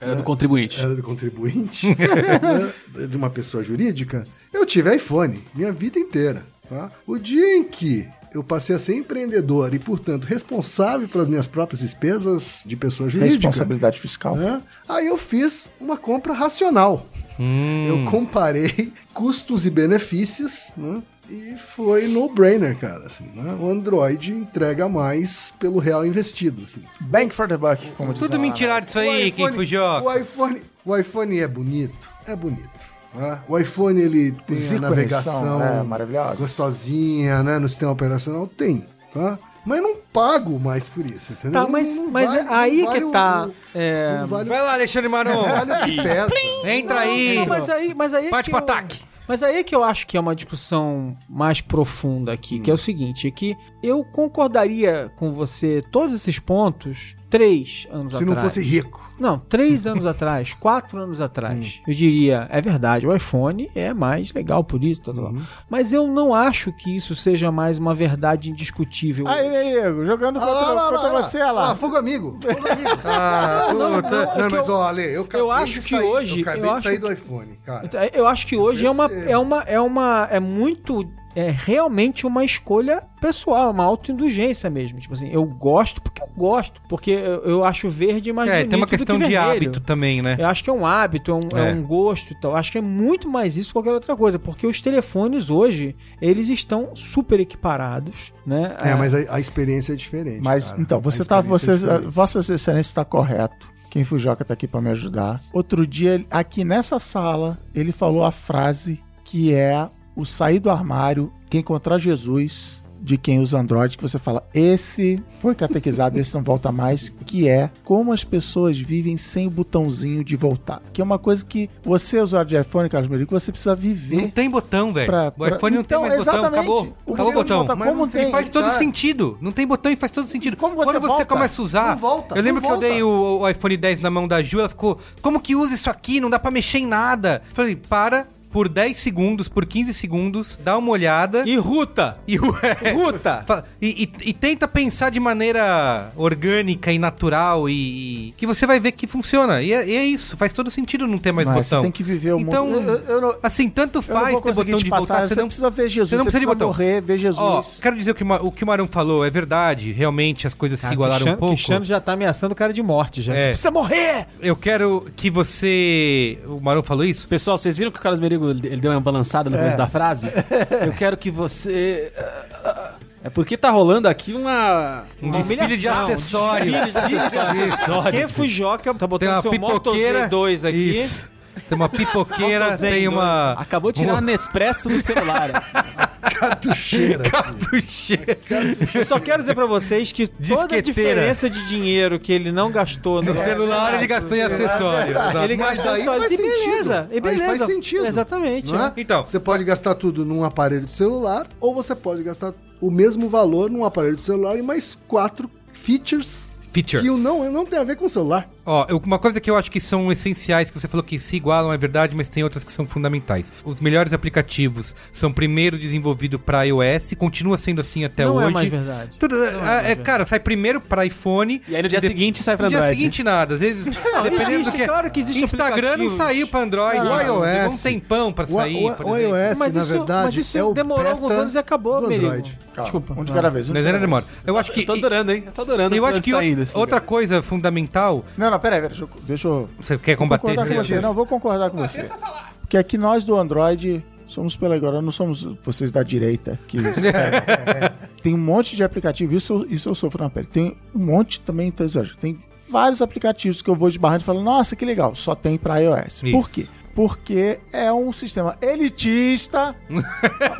[SPEAKER 4] Era do contribuinte.
[SPEAKER 2] era do contribuinte, né, de uma pessoa jurídica, eu tive iPhone minha vida inteira. tá? O dia em que eu passei a ser empreendedor e, portanto, responsável pelas minhas próprias despesas de pessoa jurídica,
[SPEAKER 3] Responsabilidade fiscal.
[SPEAKER 2] né, aí eu fiz uma compra racional.
[SPEAKER 5] Hum.
[SPEAKER 2] Eu comparei custos e benefícios né, e foi no-brainer, cara. assim, né? O Android entrega mais pelo real investido. assim.
[SPEAKER 3] Bank for the buck, como diz
[SPEAKER 1] Tudo
[SPEAKER 3] lá.
[SPEAKER 1] mentirado isso aí, quem fujoca.
[SPEAKER 2] O iPhone, o iPhone é bonito, é bonito. né? O iPhone ele tem
[SPEAKER 3] Os
[SPEAKER 2] a
[SPEAKER 3] ícones
[SPEAKER 2] navegação
[SPEAKER 3] são, é, maravilhosos.
[SPEAKER 2] gostosinha, né, no sistema operacional tem, tá? Mas eu não pago mais por isso, entendeu?
[SPEAKER 5] Tá,
[SPEAKER 2] Não-
[SPEAKER 5] mas,
[SPEAKER 2] não
[SPEAKER 5] mas
[SPEAKER 2] vale- não
[SPEAKER 5] aí
[SPEAKER 2] vale
[SPEAKER 5] que
[SPEAKER 2] o-
[SPEAKER 5] tá.
[SPEAKER 2] o-
[SPEAKER 5] é,
[SPEAKER 2] não vale, o-
[SPEAKER 1] Vai lá, Alexandre Maron.
[SPEAKER 2] vale o que pesa.
[SPEAKER 1] Entra aí.
[SPEAKER 5] Não, mas aí, mas aí é
[SPEAKER 1] Parte
[SPEAKER 5] que
[SPEAKER 1] pro
[SPEAKER 5] eu-
[SPEAKER 1] ataque.
[SPEAKER 5] Mas aí é que eu acho que é uma discussão mais profunda aqui,
[SPEAKER 2] Hum.
[SPEAKER 5] que é o seguinte, é que eu concordaria com você todos esses pontos três anos
[SPEAKER 2] Se
[SPEAKER 5] atrás.
[SPEAKER 2] não fosse rico.
[SPEAKER 5] Não, três anos atrás, quatro anos
[SPEAKER 2] Hum.
[SPEAKER 5] atrás, eu diria, é verdade, o iPhone é mais legal por isso, tal,
[SPEAKER 2] Uhum.
[SPEAKER 5] tal, tal. mas eu não acho que isso seja mais uma verdade indiscutível.
[SPEAKER 3] Aí, aí, Diego, jogando contra, contra você, Tipo, olha lá.
[SPEAKER 2] Ah, fogo amigo. Fogo amigo.
[SPEAKER 1] Ah, puta.
[SPEAKER 2] não, mas olha, eu acabei
[SPEAKER 5] acho
[SPEAKER 2] de
[SPEAKER 5] que
[SPEAKER 2] sair,
[SPEAKER 5] hoje-
[SPEAKER 2] Eu acabei
[SPEAKER 5] eu
[SPEAKER 2] de
[SPEAKER 5] acho Então,
[SPEAKER 2] sair do iPhone, cara.
[SPEAKER 5] Eu acho que hoje é uma,
[SPEAKER 2] percebo.
[SPEAKER 5] é uma é uma é muito é realmente uma escolha pessoal, uma autoindulgência mesmo. Tipo assim, eu gosto porque eu gosto, porque eu, eu acho verde mais
[SPEAKER 1] É,
[SPEAKER 5] bonito
[SPEAKER 1] tem uma
[SPEAKER 5] do que
[SPEAKER 1] questão de
[SPEAKER 5] vermelho.
[SPEAKER 1] hábito também, né?
[SPEAKER 5] Eu acho que é um hábito, é um, é
[SPEAKER 1] É.
[SPEAKER 5] um gosto e tal. Acho que é muito mais isso que qualquer outra coisa, porque os telefones hoje, eles estão super equiparados, né?
[SPEAKER 2] É, mas a, a experiência é diferente.
[SPEAKER 3] Mas
[SPEAKER 2] cara.
[SPEAKER 3] então,
[SPEAKER 2] A
[SPEAKER 3] você tá.
[SPEAKER 2] experiência
[SPEAKER 3] Você,
[SPEAKER 2] é diferente.
[SPEAKER 3] Vossas Excelências está correto. Quem Fujoca tá aqui para me ajudar. Outro dia, ele- aqui nessa sala, ele falou a frase que é o sair do armário, quem encontrar Jesus, de quem usa Android, que você fala, esse foi catequizado, esse não volta mais, que é como as pessoas vivem sem o botãozinho de voltar. Que é uma coisa que você, usuário de iPhone, Carlos Merico, você precisa
[SPEAKER 1] Não
[SPEAKER 3] viver.
[SPEAKER 1] tem botão, velho.
[SPEAKER 3] Pra-
[SPEAKER 1] O
[SPEAKER 3] pra-
[SPEAKER 1] iPhone não
[SPEAKER 3] Então,
[SPEAKER 1] tem mais botão,
[SPEAKER 3] exatamente.
[SPEAKER 1] acabou. acabou
[SPEAKER 3] O
[SPEAKER 1] o
[SPEAKER 3] botão de
[SPEAKER 1] botão.
[SPEAKER 3] voltar,
[SPEAKER 2] Mas
[SPEAKER 3] como
[SPEAKER 2] não tem-
[SPEAKER 3] tem?
[SPEAKER 1] E faz todo
[SPEAKER 2] Tá.
[SPEAKER 1] sentido. Não tem botão e faz todo sentido.
[SPEAKER 3] Como você
[SPEAKER 1] Quando você
[SPEAKER 3] volta?
[SPEAKER 1] começa a usar.
[SPEAKER 2] Não volta,
[SPEAKER 1] eu lembro
[SPEAKER 2] não
[SPEAKER 1] que
[SPEAKER 2] volta.
[SPEAKER 1] eu dei o, o iPhone 10 na mão da Ju, ela ficou. Como que usa isso aqui? Não dá pra mexer em nada. Falei, para por 10 segundos, por 15 segundos, dá uma olhada.
[SPEAKER 5] E Ruta!
[SPEAKER 1] E,
[SPEAKER 5] É.
[SPEAKER 1] ué,
[SPEAKER 5] Ruta!
[SPEAKER 1] Fa- E, e- e tenta pensar de maneira orgânica e natural e, e- que você vai ver que funciona. E é, e é isso, faz todo sentido não ter mais
[SPEAKER 3] Mas você
[SPEAKER 1] botão.
[SPEAKER 3] tem que viver o mundo.
[SPEAKER 1] Então,
[SPEAKER 3] Eu- eu- eu não-
[SPEAKER 1] assim, tanto
[SPEAKER 3] Eu não
[SPEAKER 1] faz
[SPEAKER 3] vou
[SPEAKER 1] ter
[SPEAKER 3] conseguir
[SPEAKER 1] botão
[SPEAKER 3] te
[SPEAKER 1] de
[SPEAKER 3] passar,
[SPEAKER 1] voltar,
[SPEAKER 3] você não precisa ver Jesus,
[SPEAKER 1] você não precisa de botão.
[SPEAKER 3] morrer, ver Jesus.
[SPEAKER 1] Ó, quero dizer que o, Ma- o que o Marão falou é verdade, realmente as coisas se igualaram um pouco.
[SPEAKER 5] Cristiano já tá ameaçando o cara de morte já.
[SPEAKER 1] É.
[SPEAKER 5] Você precisa morrer!
[SPEAKER 1] Eu quero que você. O Marão falou isso?
[SPEAKER 4] Pessoal, vocês viram que o Carlos Merigo ele deu uma balançada
[SPEAKER 1] É.
[SPEAKER 4] no começo da frase? Eu quero que você. É porque tá rolando aqui uma.
[SPEAKER 1] Um
[SPEAKER 5] Uma
[SPEAKER 1] desfile de
[SPEAKER 5] humilhação, um
[SPEAKER 1] acessórios.
[SPEAKER 5] Que Fujoca tá
[SPEAKER 1] Tem
[SPEAKER 5] botando
[SPEAKER 1] uma
[SPEAKER 5] seu Moto
[SPEAKER 1] pipoqueira.
[SPEAKER 5] Z2 aqui.
[SPEAKER 1] Isso. Tem uma pipoqueira,
[SPEAKER 5] Moto Z2.
[SPEAKER 1] tem uma.
[SPEAKER 4] Acabou de tirar a Nespresso do celular.
[SPEAKER 2] Cartucheira.
[SPEAKER 1] Cartucheira.
[SPEAKER 5] Eu só quero dizer pra vocês que toda a
[SPEAKER 1] Disqueteira.
[SPEAKER 5] diferença de dinheiro que ele não gastou
[SPEAKER 1] No celular É. ele gastou em acessórios. exato.
[SPEAKER 5] Ele
[SPEAKER 2] Mas
[SPEAKER 5] gastou
[SPEAKER 2] aí
[SPEAKER 5] só-
[SPEAKER 2] faz
[SPEAKER 5] e beleza,
[SPEAKER 2] sentido.
[SPEAKER 5] e beleza.
[SPEAKER 2] Aí faz sentido.
[SPEAKER 5] Exatamente.
[SPEAKER 2] Não é?
[SPEAKER 5] né?
[SPEAKER 1] Então,
[SPEAKER 2] Você pode gastar tudo num aparelho de celular, ou você pode gastar o mesmo valor num aparelho de celular e mais quatro features
[SPEAKER 1] features.
[SPEAKER 2] que não, não tem a ver com o celular.
[SPEAKER 1] Ó, eu- uma coisa que eu acho que são essenciais, que você falou que se igualam, é verdade, mas tem outras que são fundamentais. Os melhores aplicativos são primeiro desenvolvidos para iOS, continua sendo assim até
[SPEAKER 5] Não
[SPEAKER 1] hoje.
[SPEAKER 5] é mais verdade.
[SPEAKER 1] Tudo, é, é, cara, sai primeiro para iPhone.
[SPEAKER 4] E aí no dia
[SPEAKER 1] de-
[SPEAKER 4] seguinte sai pra
[SPEAKER 1] No dia
[SPEAKER 4] Android.
[SPEAKER 1] seguinte nada, às vezes. dependendo
[SPEAKER 5] existe,
[SPEAKER 1] do que. é.
[SPEAKER 5] claro que existe um
[SPEAKER 1] Instagram não
[SPEAKER 5] aplicativos.
[SPEAKER 1] saiu para Android.
[SPEAKER 2] Ah,
[SPEAKER 1] mano.
[SPEAKER 2] o iOS.
[SPEAKER 1] Levou um tempão para
[SPEAKER 2] O,
[SPEAKER 1] sair.
[SPEAKER 2] o-
[SPEAKER 1] por
[SPEAKER 2] o
[SPEAKER 1] exemplo.
[SPEAKER 2] iOS,
[SPEAKER 5] Mas
[SPEAKER 2] na
[SPEAKER 5] isso-
[SPEAKER 2] verdade,
[SPEAKER 5] mas isso
[SPEAKER 2] é o
[SPEAKER 5] demorou
[SPEAKER 2] beta
[SPEAKER 5] alguns anos e acabou,
[SPEAKER 2] do
[SPEAKER 5] Merigo.
[SPEAKER 2] Android.
[SPEAKER 3] Desculpa.
[SPEAKER 5] Desculpa.
[SPEAKER 3] Um de cada vez. um de
[SPEAKER 1] Mas ainda
[SPEAKER 3] cada vez.
[SPEAKER 1] demora. Eu acho que.
[SPEAKER 4] Eu tô adorando, hein? Eu tô adorando. hein,
[SPEAKER 1] eu
[SPEAKER 4] pra
[SPEAKER 1] acho
[SPEAKER 4] onde
[SPEAKER 1] que
[SPEAKER 4] tá
[SPEAKER 1] outra-
[SPEAKER 4] indo esse
[SPEAKER 1] outra
[SPEAKER 4] negócio.
[SPEAKER 1] coisa fundamental.
[SPEAKER 3] Não, não, peraí, peraí. Deixa eu- Deixa eu
[SPEAKER 1] Você quer
[SPEAKER 3] Vou
[SPEAKER 1] combater
[SPEAKER 3] concordar
[SPEAKER 1] esse
[SPEAKER 3] com você. Não, vou concordar com você. Porque aqui nós do Android somos pela agora, não somos vocês da direita. Que tem um monte de aplicativo, isso, eu- isso eu sofro na pele. Tem um monte também, então, exagero. Tem vários aplicativos que eu vou esbarrando e falo, nossa, que legal, só tem pra iOS. Por
[SPEAKER 1] Isso.
[SPEAKER 3] quê? Porque é um sistema elitista,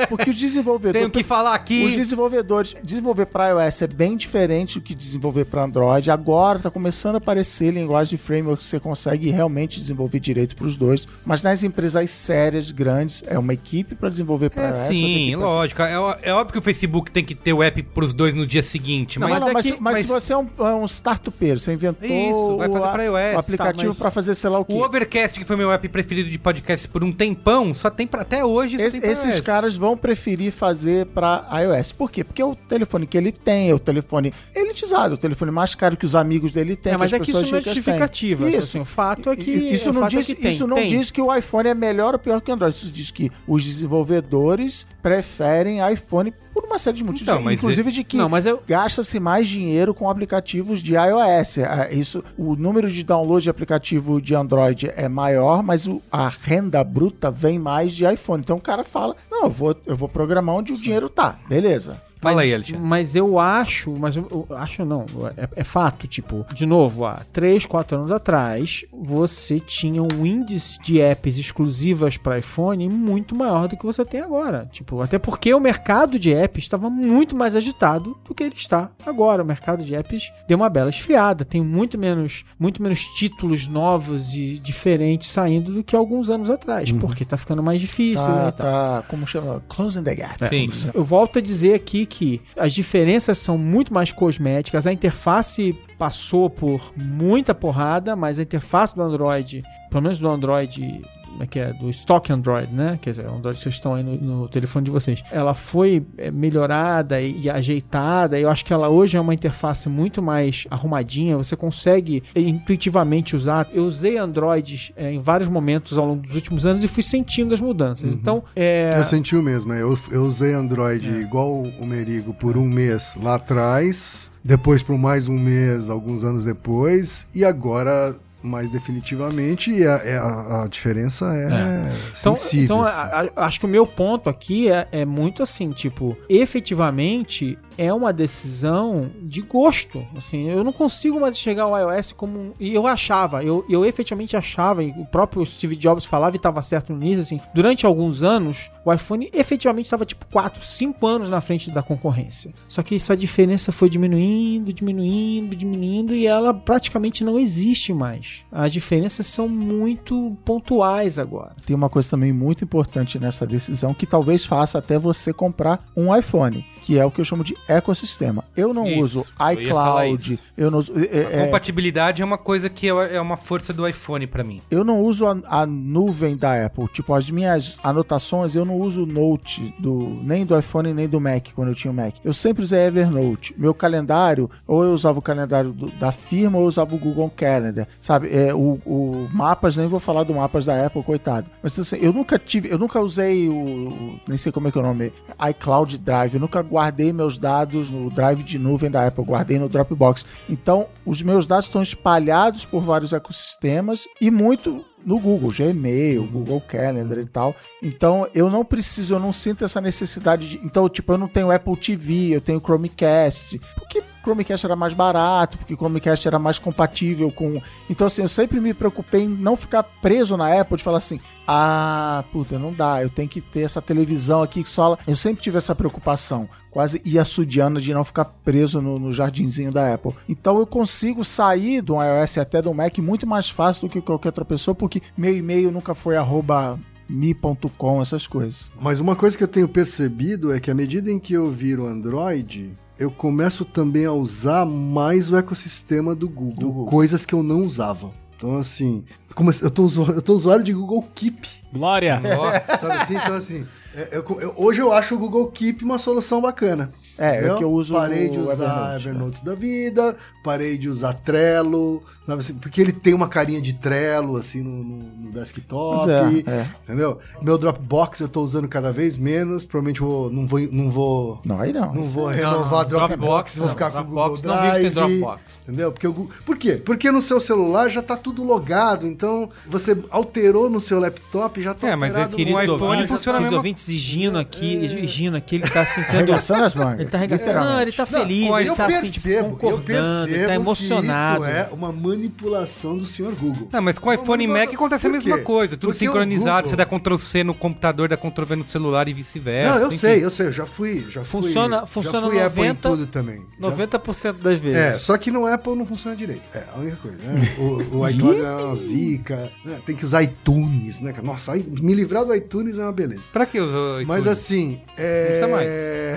[SPEAKER 3] porque o desenvolvedor...
[SPEAKER 1] Tenho que falar
[SPEAKER 3] Os
[SPEAKER 1] aqui.
[SPEAKER 3] desenvolvedores, desenvolver para iOS é bem diferente do que desenvolver para Android. Agora tá começando a aparecer linguagem de framework que você consegue realmente desenvolver direito para os dois. Mas nas empresas sérias, grandes, é uma equipe para desenvolver para
[SPEAKER 1] É,
[SPEAKER 3] iOS. outra
[SPEAKER 1] sim,
[SPEAKER 3] equipe pra-
[SPEAKER 1] lógico. É, ó- é óbvio que o Facebook tem que ter o app pros dois no dia seguinte,
[SPEAKER 3] Não,
[SPEAKER 1] mas.
[SPEAKER 3] mas, não,
[SPEAKER 5] é
[SPEAKER 3] mas,
[SPEAKER 5] que-
[SPEAKER 3] mas
[SPEAKER 1] mas- é
[SPEAKER 3] se você é um, é um startupeiro, você inventou
[SPEAKER 1] Isso, vai
[SPEAKER 3] o,
[SPEAKER 1] fazer
[SPEAKER 3] a-
[SPEAKER 1] pra iOS,
[SPEAKER 3] o aplicativo
[SPEAKER 1] tá, mas-
[SPEAKER 3] para fazer sei lá o quê.
[SPEAKER 1] O Overcast, que foi meu app preferido de podcast por um tempão, só tem pra, até hoje. só
[SPEAKER 3] Es-
[SPEAKER 1] tem pra
[SPEAKER 3] esses
[SPEAKER 1] iOS.
[SPEAKER 3] caras vão preferir fazer pra iOS. Por quê? Porque o telefone que ele tem é o telefone elitizado, é o telefone mais caro que os amigos dele têm.
[SPEAKER 5] É, mas
[SPEAKER 3] as
[SPEAKER 5] é que
[SPEAKER 3] pessoas
[SPEAKER 5] isso não é
[SPEAKER 3] ricas têm.
[SPEAKER 5] justificativa.
[SPEAKER 3] Isso.
[SPEAKER 5] Assim, o fato é que.
[SPEAKER 3] isso
[SPEAKER 5] o
[SPEAKER 3] não,
[SPEAKER 5] fato
[SPEAKER 3] diz,
[SPEAKER 5] é que tem,
[SPEAKER 3] isso não
[SPEAKER 5] tem.
[SPEAKER 3] diz que o iPhone é melhor ou pior que o Android. Isso diz que os desenvolvedores preferem iPhone por uma série de motivos,
[SPEAKER 1] Então, mas
[SPEAKER 3] inclusive de que
[SPEAKER 5] Não, mas eu.
[SPEAKER 3] gasta-se mais dinheiro com aplicativos de iOS. Ah, Isso, o número de download de aplicativo de Android é maior, mas o- a renda bruta vem mais de iPhone. Então o cara fala: não, eu vou, eu vou programar onde o dinheiro tá. Beleza.
[SPEAKER 1] Fala
[SPEAKER 5] mas,
[SPEAKER 1] aí, Alexandre.
[SPEAKER 5] Mas eu acho, mas eu, eu acho não, é, é fato, tipo, de novo, há 3, 4 anos atrás, você tinha um índice de apps exclusivas para iPhone muito maior do que você tem agora. Tipo, até porque o mercado de apps estava muito mais agitado do que ele está agora. O mercado de apps deu uma bela esfriada, tem muito menos, muito menos títulos novos e diferentes saindo do que alguns anos atrás,
[SPEAKER 1] Uhum.
[SPEAKER 5] porque tá ficando mais difícil, né,
[SPEAKER 3] Tá,
[SPEAKER 5] e tal.
[SPEAKER 3] tá, como chama? Closing the gap.
[SPEAKER 1] Sim.
[SPEAKER 5] Eu volto a dizer aqui que as diferenças são muito mais cosméticas. A interface passou por muita porrada, mas a interface do Android, pelo menos do Android
[SPEAKER 6] como é que é? Do stock Android, né? Quer dizer, o Android que vocês estão aí no, no telefone de vocês. Ela foi é, melhorada e, e ajeitada. Eu acho que ela hoje é uma interface muito mais arrumadinha. Você consegue é, intuitivamente usar. Eu usei Androids é, em vários momentos ao longo dos últimos anos e fui sentindo as mudanças. Então, é.
[SPEAKER 2] Eu senti o mesmo. Eu, eu usei Android igual o Merigo por um mês lá atrás, depois por mais um mês, alguns anos depois, e agora mais definitivamente e a, é a- a diferença é,
[SPEAKER 6] Então,
[SPEAKER 2] sensível.
[SPEAKER 6] então,
[SPEAKER 2] assim.
[SPEAKER 6] a- a- acho que o meu ponto aqui é, é muito assim, tipo, efetivamente é uma decisão de gosto. Assim, eu não consigo mais enxergar o iOS como um, e eu achava, eu, eu efetivamente achava, e o próprio Steve Jobs falava e estava certo nisso, assim, durante alguns anos, o iPhone efetivamente estava tipo 4, 5 anos na frente da concorrência. Só que essa diferença foi diminuindo, diminuindo, diminuindo e ela praticamente não existe mais. As diferenças são muito pontuais agora.
[SPEAKER 3] Tem uma coisa também muito importante nessa decisão que talvez faça até você comprar um iPhone, que é o que eu chamo de ecossistema. Eu não
[SPEAKER 1] Isso,
[SPEAKER 3] uso
[SPEAKER 1] eu ia falar
[SPEAKER 3] iCloud,
[SPEAKER 1] isso.
[SPEAKER 3] eu, não uso. é, é,
[SPEAKER 1] Compatibilidade é uma coisa que eu- é uma força do iPhone pra mim.
[SPEAKER 3] eu não uso a, a nuvem da Apple. Tipo, as minhas anotações, eu não uso o Note do, nem do iPhone nem do Mac, quando eu tinha o Mac. Eu sempre usei Evernote. Meu calendário, ou eu usava o calendário do- da firma, ou eu usava o Google Calendar. Sabe, é, o, o Mapas, nem vou falar do Mapas da Apple, coitado. Mas assim, eu nunca tive, eu nunca usei o, o- nem sei como é que é o nome, iCloud Drive. Eu nunca guardei meus dados no drive de nuvem da Apple, eu guardei no Dropbox. Então, os meus dados estão espalhados por vários ecossistemas e muito no Google, Gmail, Google Calendar e tal. Então, eu não preciso, eu não sinto essa necessidade de. Então, tipo, eu não tenho Apple TV, eu tenho Chromecast. Porque Chromecast era mais barato, porque Chromecast era mais compatível com. Então, assim, eu sempre me preocupei em não ficar preso na Apple de falar assim: ah, puta, não dá, eu tenho que ter essa televisão aqui que só. ela-" Eu sempre tive essa preocupação, quase iassudiana de não ficar preso no, no jardinzinho da Apple. Então eu consigo sair do iOS e até do Mac muito mais fácil do que qualquer outra pessoa, porque meu e-mail nunca foi arroba mi.com, essas coisas.
[SPEAKER 2] Mas uma coisa que eu tenho percebido é que à medida em que eu viro Android, eu começo também a usar mais o ecossistema do Google, coisas que eu não usava. Então, assim, como assim, eu, tô usu- eu tô usuário de Google Keep,
[SPEAKER 4] Glória!
[SPEAKER 2] sabe assim? Então, assim, é, eu co- eu- hoje eu acho o Google Keep uma solução bacana.
[SPEAKER 3] É, é
[SPEAKER 2] Entendeu?
[SPEAKER 3] o que eu uso
[SPEAKER 2] Parei
[SPEAKER 3] no
[SPEAKER 2] de usar
[SPEAKER 3] Evernote, né?
[SPEAKER 2] Evernotes da vida, parei de usar Trello, sabe assim? Porque ele tem uma carinha de Trello, assim, no, no- no desktop.
[SPEAKER 3] Mas é, é.
[SPEAKER 2] Entendeu? Meu Dropbox eu tô usando cada vez menos. Provavelmente eu vou, não vou. Não vou,
[SPEAKER 3] Não, aí não.
[SPEAKER 2] não vou renovar Dropbox, vou ficar com o Google
[SPEAKER 7] é Dropbox, não vivo sem
[SPEAKER 2] Drive.
[SPEAKER 7] Dropbox.
[SPEAKER 2] Entendeu? Porque o Gu- Por quê? Porque no seu celular já tá tudo logado, então você alterou no seu laptop, já tá
[SPEAKER 1] É, mas
[SPEAKER 2] alterado
[SPEAKER 1] esse querido
[SPEAKER 2] no
[SPEAKER 1] iPhone
[SPEAKER 2] iPhone. tá
[SPEAKER 1] funciona- a
[SPEAKER 5] Os
[SPEAKER 1] mesma-
[SPEAKER 5] ouvintes exigindo aqui, exigindo aqui, ele tá sentindo.
[SPEAKER 3] Arregaçando as mangas.
[SPEAKER 5] Ele tá arregaçando. Não, ele tá feliz,
[SPEAKER 2] eu,
[SPEAKER 5] ele tá assim, tipo,
[SPEAKER 2] percebo, eu
[SPEAKER 5] concordando,
[SPEAKER 2] percebo
[SPEAKER 5] ele
[SPEAKER 2] que
[SPEAKER 5] tá emocionado.
[SPEAKER 2] isso é uma manipulação do senhor Google.
[SPEAKER 1] Não, mas com iPhone e
[SPEAKER 2] mas-
[SPEAKER 1] Mac acontece a
[SPEAKER 2] por
[SPEAKER 1] mesma
[SPEAKER 2] quê?
[SPEAKER 1] coisa. Tudo
[SPEAKER 2] Porque o
[SPEAKER 1] sincronizado.
[SPEAKER 2] Google-
[SPEAKER 1] Você dá Ctrl C no computador, dá Ctrl V no celular e vice-versa.
[SPEAKER 2] não, eu
[SPEAKER 1] enfim.
[SPEAKER 2] sei, eu sei, eu já fui, já
[SPEAKER 5] Funciona-
[SPEAKER 2] fui,
[SPEAKER 5] funciona
[SPEAKER 2] já fui Apple em
[SPEAKER 5] 90,
[SPEAKER 2] tudo também. Já
[SPEAKER 5] 90% das vezes.
[SPEAKER 2] É, só que no Apple não funciona direito. É, a única coisa, né? O, o iCloud é uma zica, né? tem que usar iTunes, né? cara? Nossa, aí- me livrar do iTunes é uma beleza.
[SPEAKER 1] Pra que o iTunes?
[SPEAKER 2] Mas assim,
[SPEAKER 1] Não precisa
[SPEAKER 2] é...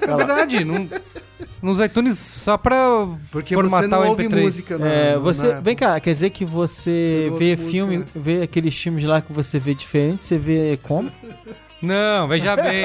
[SPEAKER 1] É verdade. não- nos iTunes só pra
[SPEAKER 2] Porque você
[SPEAKER 1] formatar
[SPEAKER 2] não
[SPEAKER 1] o
[SPEAKER 2] ouve
[SPEAKER 1] MP3.
[SPEAKER 2] música, não.
[SPEAKER 5] É, você, vem cá, quer dizer que você
[SPEAKER 2] Você não
[SPEAKER 5] vê
[SPEAKER 2] ouve
[SPEAKER 5] filme,
[SPEAKER 1] né?
[SPEAKER 2] música,
[SPEAKER 5] vê aqueles filmes lá que você vê diferente, você vê como?
[SPEAKER 1] Não, veja bem.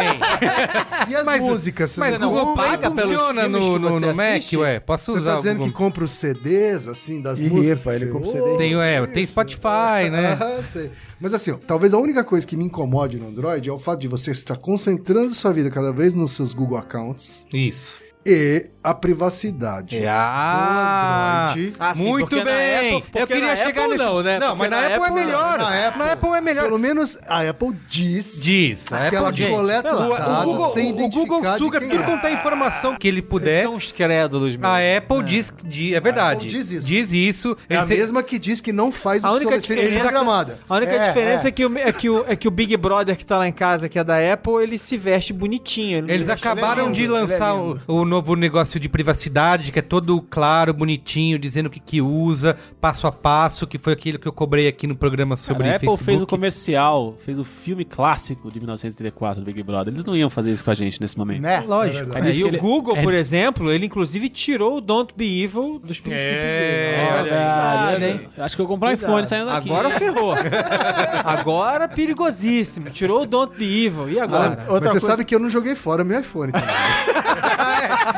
[SPEAKER 2] E as
[SPEAKER 1] Mas-
[SPEAKER 2] músicas? Você
[SPEAKER 1] mas
[SPEAKER 2] não
[SPEAKER 1] Google
[SPEAKER 2] compra?
[SPEAKER 1] Paga
[SPEAKER 5] pelos
[SPEAKER 1] funciona
[SPEAKER 5] filmes
[SPEAKER 1] no,
[SPEAKER 5] que
[SPEAKER 1] no,
[SPEAKER 5] você
[SPEAKER 1] no Mac,
[SPEAKER 5] assiste?
[SPEAKER 1] ué. Posso
[SPEAKER 2] Você
[SPEAKER 1] usar
[SPEAKER 2] tá
[SPEAKER 1] o
[SPEAKER 2] dizendo que
[SPEAKER 1] Google-
[SPEAKER 2] compra os CDs, assim, das
[SPEAKER 3] Ih,
[SPEAKER 2] músicas?
[SPEAKER 3] rapaz,
[SPEAKER 2] que
[SPEAKER 3] ele
[SPEAKER 2] você
[SPEAKER 3] compra o CD.
[SPEAKER 1] Tem, é, tem
[SPEAKER 2] Isso.
[SPEAKER 1] Spotify, né?
[SPEAKER 2] Ah, sei. Mas assim, ó, talvez a única coisa que me incomode no Android é o fato de você estar concentrando sua vida cada vez nos seus Google accounts
[SPEAKER 1] Isso.
[SPEAKER 2] e a privacidade.
[SPEAKER 1] Ah,
[SPEAKER 2] Android.
[SPEAKER 5] Ah, sim,
[SPEAKER 1] muito
[SPEAKER 5] porque na
[SPEAKER 1] bem.
[SPEAKER 5] Apple- porque
[SPEAKER 1] eu queria
[SPEAKER 5] na
[SPEAKER 1] chegar
[SPEAKER 5] Apple
[SPEAKER 1] nesse.
[SPEAKER 5] não, né?
[SPEAKER 1] Não,
[SPEAKER 5] Porque
[SPEAKER 1] mas na,
[SPEAKER 5] na
[SPEAKER 1] Apple, é
[SPEAKER 5] Apple não.
[SPEAKER 2] né?
[SPEAKER 1] melhor.
[SPEAKER 2] Na
[SPEAKER 1] Na Apple,
[SPEAKER 2] Apple.
[SPEAKER 1] é melhor.
[SPEAKER 2] Pelo menos a Apple diz,
[SPEAKER 1] Diz, a
[SPEAKER 2] que ela
[SPEAKER 1] Apple diz.
[SPEAKER 2] coleta os
[SPEAKER 1] O, o
[SPEAKER 2] dados
[SPEAKER 1] Google,
[SPEAKER 2] sem
[SPEAKER 1] o
[SPEAKER 2] identificar
[SPEAKER 1] Google
[SPEAKER 2] de
[SPEAKER 1] suga
[SPEAKER 2] quem
[SPEAKER 1] tudo
[SPEAKER 2] é.
[SPEAKER 1] quanto é informação que ele
[SPEAKER 5] Vocês
[SPEAKER 1] puder.
[SPEAKER 5] São os crédulos, meu.
[SPEAKER 1] A Apple diz que. di- É
[SPEAKER 2] Apple
[SPEAKER 1] verdade.
[SPEAKER 2] diz isso.
[SPEAKER 1] isso.
[SPEAKER 2] É a
[SPEAKER 1] Eles-
[SPEAKER 2] mesma que diz que não faz
[SPEAKER 5] A única
[SPEAKER 2] obsolescência
[SPEAKER 5] diferença,
[SPEAKER 2] programada.
[SPEAKER 5] a única
[SPEAKER 3] É,
[SPEAKER 5] diferença
[SPEAKER 3] é.
[SPEAKER 5] é. que o, é, que o, é que o Big Brother que tá lá em casa, que é da Apple, ele se veste bonitinho. ele não
[SPEAKER 1] Eles
[SPEAKER 5] se veste
[SPEAKER 1] acabaram
[SPEAKER 5] legal.
[SPEAKER 1] de lançar o, o novo negócio de privacidade, que é todo claro, bonitinho, dizendo o que, que usa, passo a passo, que foi aquilo que eu cobrei aqui no programa sobre
[SPEAKER 5] É,
[SPEAKER 4] a Apple
[SPEAKER 1] Facebook.
[SPEAKER 4] fez o comercial, fez o filme clássico de 1934 do Big Brother. Eles não iam fazer isso com a gente nesse momento.
[SPEAKER 3] Né?
[SPEAKER 5] Lógico.
[SPEAKER 4] É isso
[SPEAKER 5] e
[SPEAKER 4] que
[SPEAKER 5] o
[SPEAKER 4] ele-
[SPEAKER 5] Google,
[SPEAKER 4] é-
[SPEAKER 5] por exemplo, ele inclusive tirou o Don't Be Evil dos princípios
[SPEAKER 1] É,
[SPEAKER 5] dele.
[SPEAKER 1] olha aí.
[SPEAKER 5] Cuidado,
[SPEAKER 4] Cuidado,
[SPEAKER 5] hein?
[SPEAKER 4] hein? Acho que eu vou comprar um iPhone saindo daqui.
[SPEAKER 5] Agora
[SPEAKER 4] hein?
[SPEAKER 5] ferrou. Agora perigosíssimo. Tirou o Don't Be Evil. E
[SPEAKER 4] É,
[SPEAKER 5] agora?
[SPEAKER 2] Ah, mas você sabe que eu não joguei fora meu iPhone. Tá?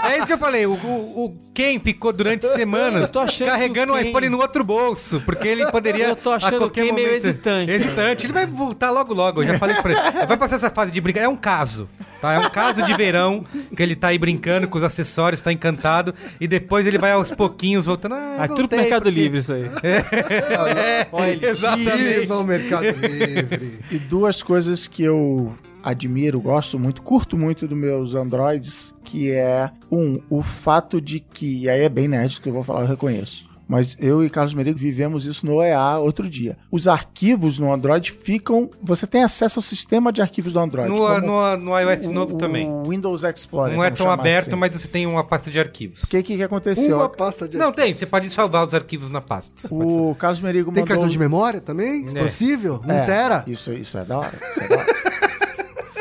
[SPEAKER 1] É isso que eu falei. O, o, o Ken ficou durante semanas
[SPEAKER 5] Eu tô achando
[SPEAKER 1] carregando
[SPEAKER 5] que
[SPEAKER 1] o
[SPEAKER 5] o Ken-
[SPEAKER 1] iPhone no outro bolso, porque ele poderia.
[SPEAKER 5] Eu tô achando
[SPEAKER 1] a qualquer
[SPEAKER 5] o Ken meio
[SPEAKER 1] momento-
[SPEAKER 5] hesitante.
[SPEAKER 1] Hesitante. Ele vai voltar logo, logo. Eu já falei pra ele. Vai passar essa fase de brincar. É um caso. Tá? É um caso de verão que ele tá aí brincando com os acessórios, tá encantado. E depois ele vai aos pouquinhos voltando. Ah,
[SPEAKER 5] Ah, tudo pro
[SPEAKER 1] voltei,
[SPEAKER 5] Mercado
[SPEAKER 1] porque-
[SPEAKER 5] Livre isso aí.
[SPEAKER 1] É,
[SPEAKER 5] OLX.
[SPEAKER 1] exatamente.
[SPEAKER 2] Viva o Mercado Livre.
[SPEAKER 3] E duas coisas que eu admiro, gosto muito, curto muito dos meus Androids, que é um, o fato de que, e aí é bem nerd o que eu vou falar, eu reconheço. Mas eu e Carlos Merigo vivemos isso no OEA outro dia. Os arquivos no Android ficam. Você tem acesso ao sistema de arquivos do Android.
[SPEAKER 1] No,
[SPEAKER 3] como
[SPEAKER 1] no, no iOS
[SPEAKER 3] o-
[SPEAKER 1] novo
[SPEAKER 3] o
[SPEAKER 1] também.
[SPEAKER 3] Windows Explorer.
[SPEAKER 1] Não é
[SPEAKER 3] vamos
[SPEAKER 1] tão
[SPEAKER 3] chamar
[SPEAKER 1] aberto,
[SPEAKER 3] assim.
[SPEAKER 1] mas você tem uma pasta de arquivos.
[SPEAKER 3] é O que, que, que aconteceu?
[SPEAKER 2] Uma pasta de
[SPEAKER 1] Não, tem. Você pode salvar os arquivos na pasta. Você pode
[SPEAKER 3] O Carlos Merigo
[SPEAKER 2] Tem
[SPEAKER 3] mandou. um-
[SPEAKER 2] cartão de memória também? Se
[SPEAKER 1] É.
[SPEAKER 2] possível? Um
[SPEAKER 3] É,
[SPEAKER 2] tera?
[SPEAKER 3] Isso, isso é da hora. Isso é da hora.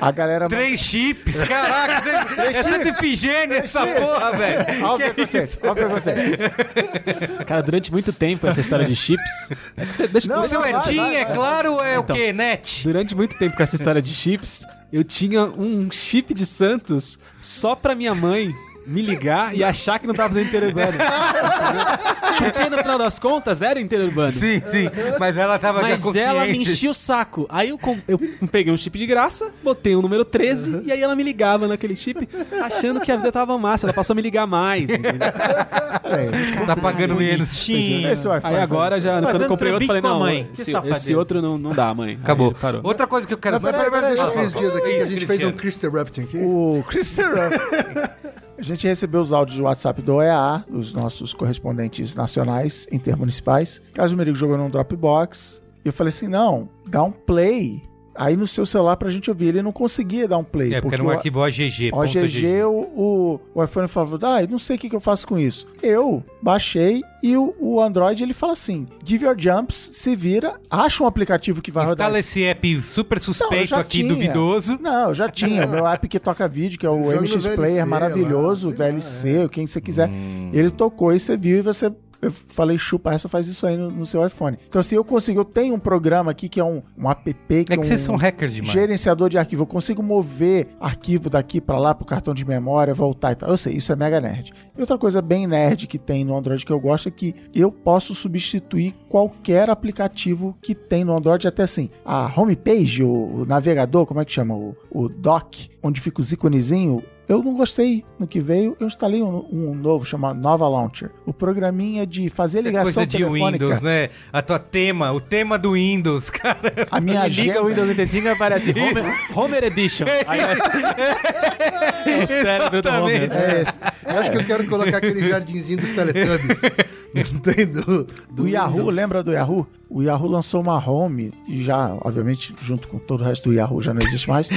[SPEAKER 3] A galera
[SPEAKER 1] Três chips? Caraca, é tanta efigênia essa porra, velho.
[SPEAKER 3] Olha o preconceito, olha o preconceito.
[SPEAKER 4] Cara, durante muito tempo essa história de chips. É que deixa-
[SPEAKER 1] O
[SPEAKER 3] Não,
[SPEAKER 1] seu é
[SPEAKER 3] vai,
[SPEAKER 1] TIM,
[SPEAKER 3] vai,
[SPEAKER 1] é claro, é
[SPEAKER 4] Então.
[SPEAKER 1] o quê? Net?
[SPEAKER 4] Durante muito tempo com essa história de chips, eu tinha um chip de Santos só pra minha mãe me ligar e achar que não tava fazendo interurbano. Porque no final das contas era interurbano.
[SPEAKER 1] Sim, sim. Mas ela tava
[SPEAKER 5] é
[SPEAKER 4] Mas ela me enchia o saco. Aí eu, com- eu peguei um chip de graça, botei o número 13 e aí ela me ligava naquele chip, achando que a vida tava massa. Ela passou a me ligar mais. entendeu?
[SPEAKER 1] Tá pagando menos.
[SPEAKER 3] Esse é Wi-Fi
[SPEAKER 4] Aí agora
[SPEAKER 3] faz
[SPEAKER 4] já, quando
[SPEAKER 5] Fazendo
[SPEAKER 4] eu comprei outro, falei,
[SPEAKER 5] trambique com a
[SPEAKER 4] não,
[SPEAKER 5] mãe. Que
[SPEAKER 4] Esse,
[SPEAKER 5] safadeza.
[SPEAKER 4] esse outro não, não dá, mãe. Aí
[SPEAKER 1] Acabou.
[SPEAKER 4] ele parou.
[SPEAKER 1] Outra coisa que eu quero...
[SPEAKER 2] Peraí, peraí, deixa o Cris Dias aqui, que a gente
[SPEAKER 1] Ah, Cristiano.
[SPEAKER 2] fez um Chris Interrupt aqui.
[SPEAKER 3] O Christopher. A gente recebeu os áudios do WhatsApp do OEA, dos nossos correspondentes nacionais, intermunicipais. Caso Merigo jogou num Dropbox. E eu falei assim: não, dá um play aí no seu celular pra gente ouvir. Ele não conseguia dar um play.
[SPEAKER 1] É, porque era
[SPEAKER 3] o-
[SPEAKER 1] um arquivo OGG. ponto
[SPEAKER 3] OGG, o, o, o iPhone falava, ah, eu não sei o que, que eu faço com isso. Eu baixei e o, o Android ele fala assim: give your jumps, se vira, acha um aplicativo que vai rodar.
[SPEAKER 1] Instala esse app super
[SPEAKER 3] Não, eu
[SPEAKER 1] suspeito
[SPEAKER 3] já
[SPEAKER 1] aqui,
[SPEAKER 3] tinha.
[SPEAKER 1] duvidoso.
[SPEAKER 3] Não, eu já tinha. Meu app que toca vídeo, que é o
[SPEAKER 2] Joga no
[SPEAKER 3] MX
[SPEAKER 2] VLC
[SPEAKER 3] Player
[SPEAKER 2] lá,
[SPEAKER 3] maravilhoso,
[SPEAKER 2] sei lá,
[SPEAKER 3] VLC, quem você quiser. Ele tocou e você viu e você. Eu falei, chupa essa, faz isso aí no, no seu iPhone. Então, assim, eu consigo. Eu tenho um programa aqui que é um, um app.
[SPEAKER 1] É que
[SPEAKER 3] um,
[SPEAKER 1] vocês são hackers demais.
[SPEAKER 3] gerenciador de arquivo. Eu consigo mover arquivo daqui pra lá pro cartão de memória, voltar e tal. Eu sei, isso é mega nerd. E outra coisa bem nerd que tem no Android que eu gosto é que eu posso substituir qualquer aplicativo que tem no Android, até assim, a homepage, o, o navegador, como é que chama? O, o dock, onde fica os iconezinhos. Eu não gostei no que veio, eu instalei um, um novo chamado Nova Launcher. O programinha de fazer
[SPEAKER 1] Isso é
[SPEAKER 3] ligação
[SPEAKER 1] coisa de
[SPEAKER 3] telefônica.
[SPEAKER 1] Windows, né? A tua tema, o tema do Windows, cara.
[SPEAKER 3] A minha agenda.
[SPEAKER 4] Liga o Windows 95 e aparece Homer, Homer Edition. Aí é o cérebro do Homer.
[SPEAKER 3] É esse.
[SPEAKER 2] Eu acho que eu quero colocar aquele
[SPEAKER 1] É.
[SPEAKER 2] jardinzinho dos Teletubbies. Entendo.
[SPEAKER 3] Do Yahoo, lembra do Yahoo? O Yahoo lançou uma home, e já, obviamente, junto com todo o resto do Yahoo, já não existe mais.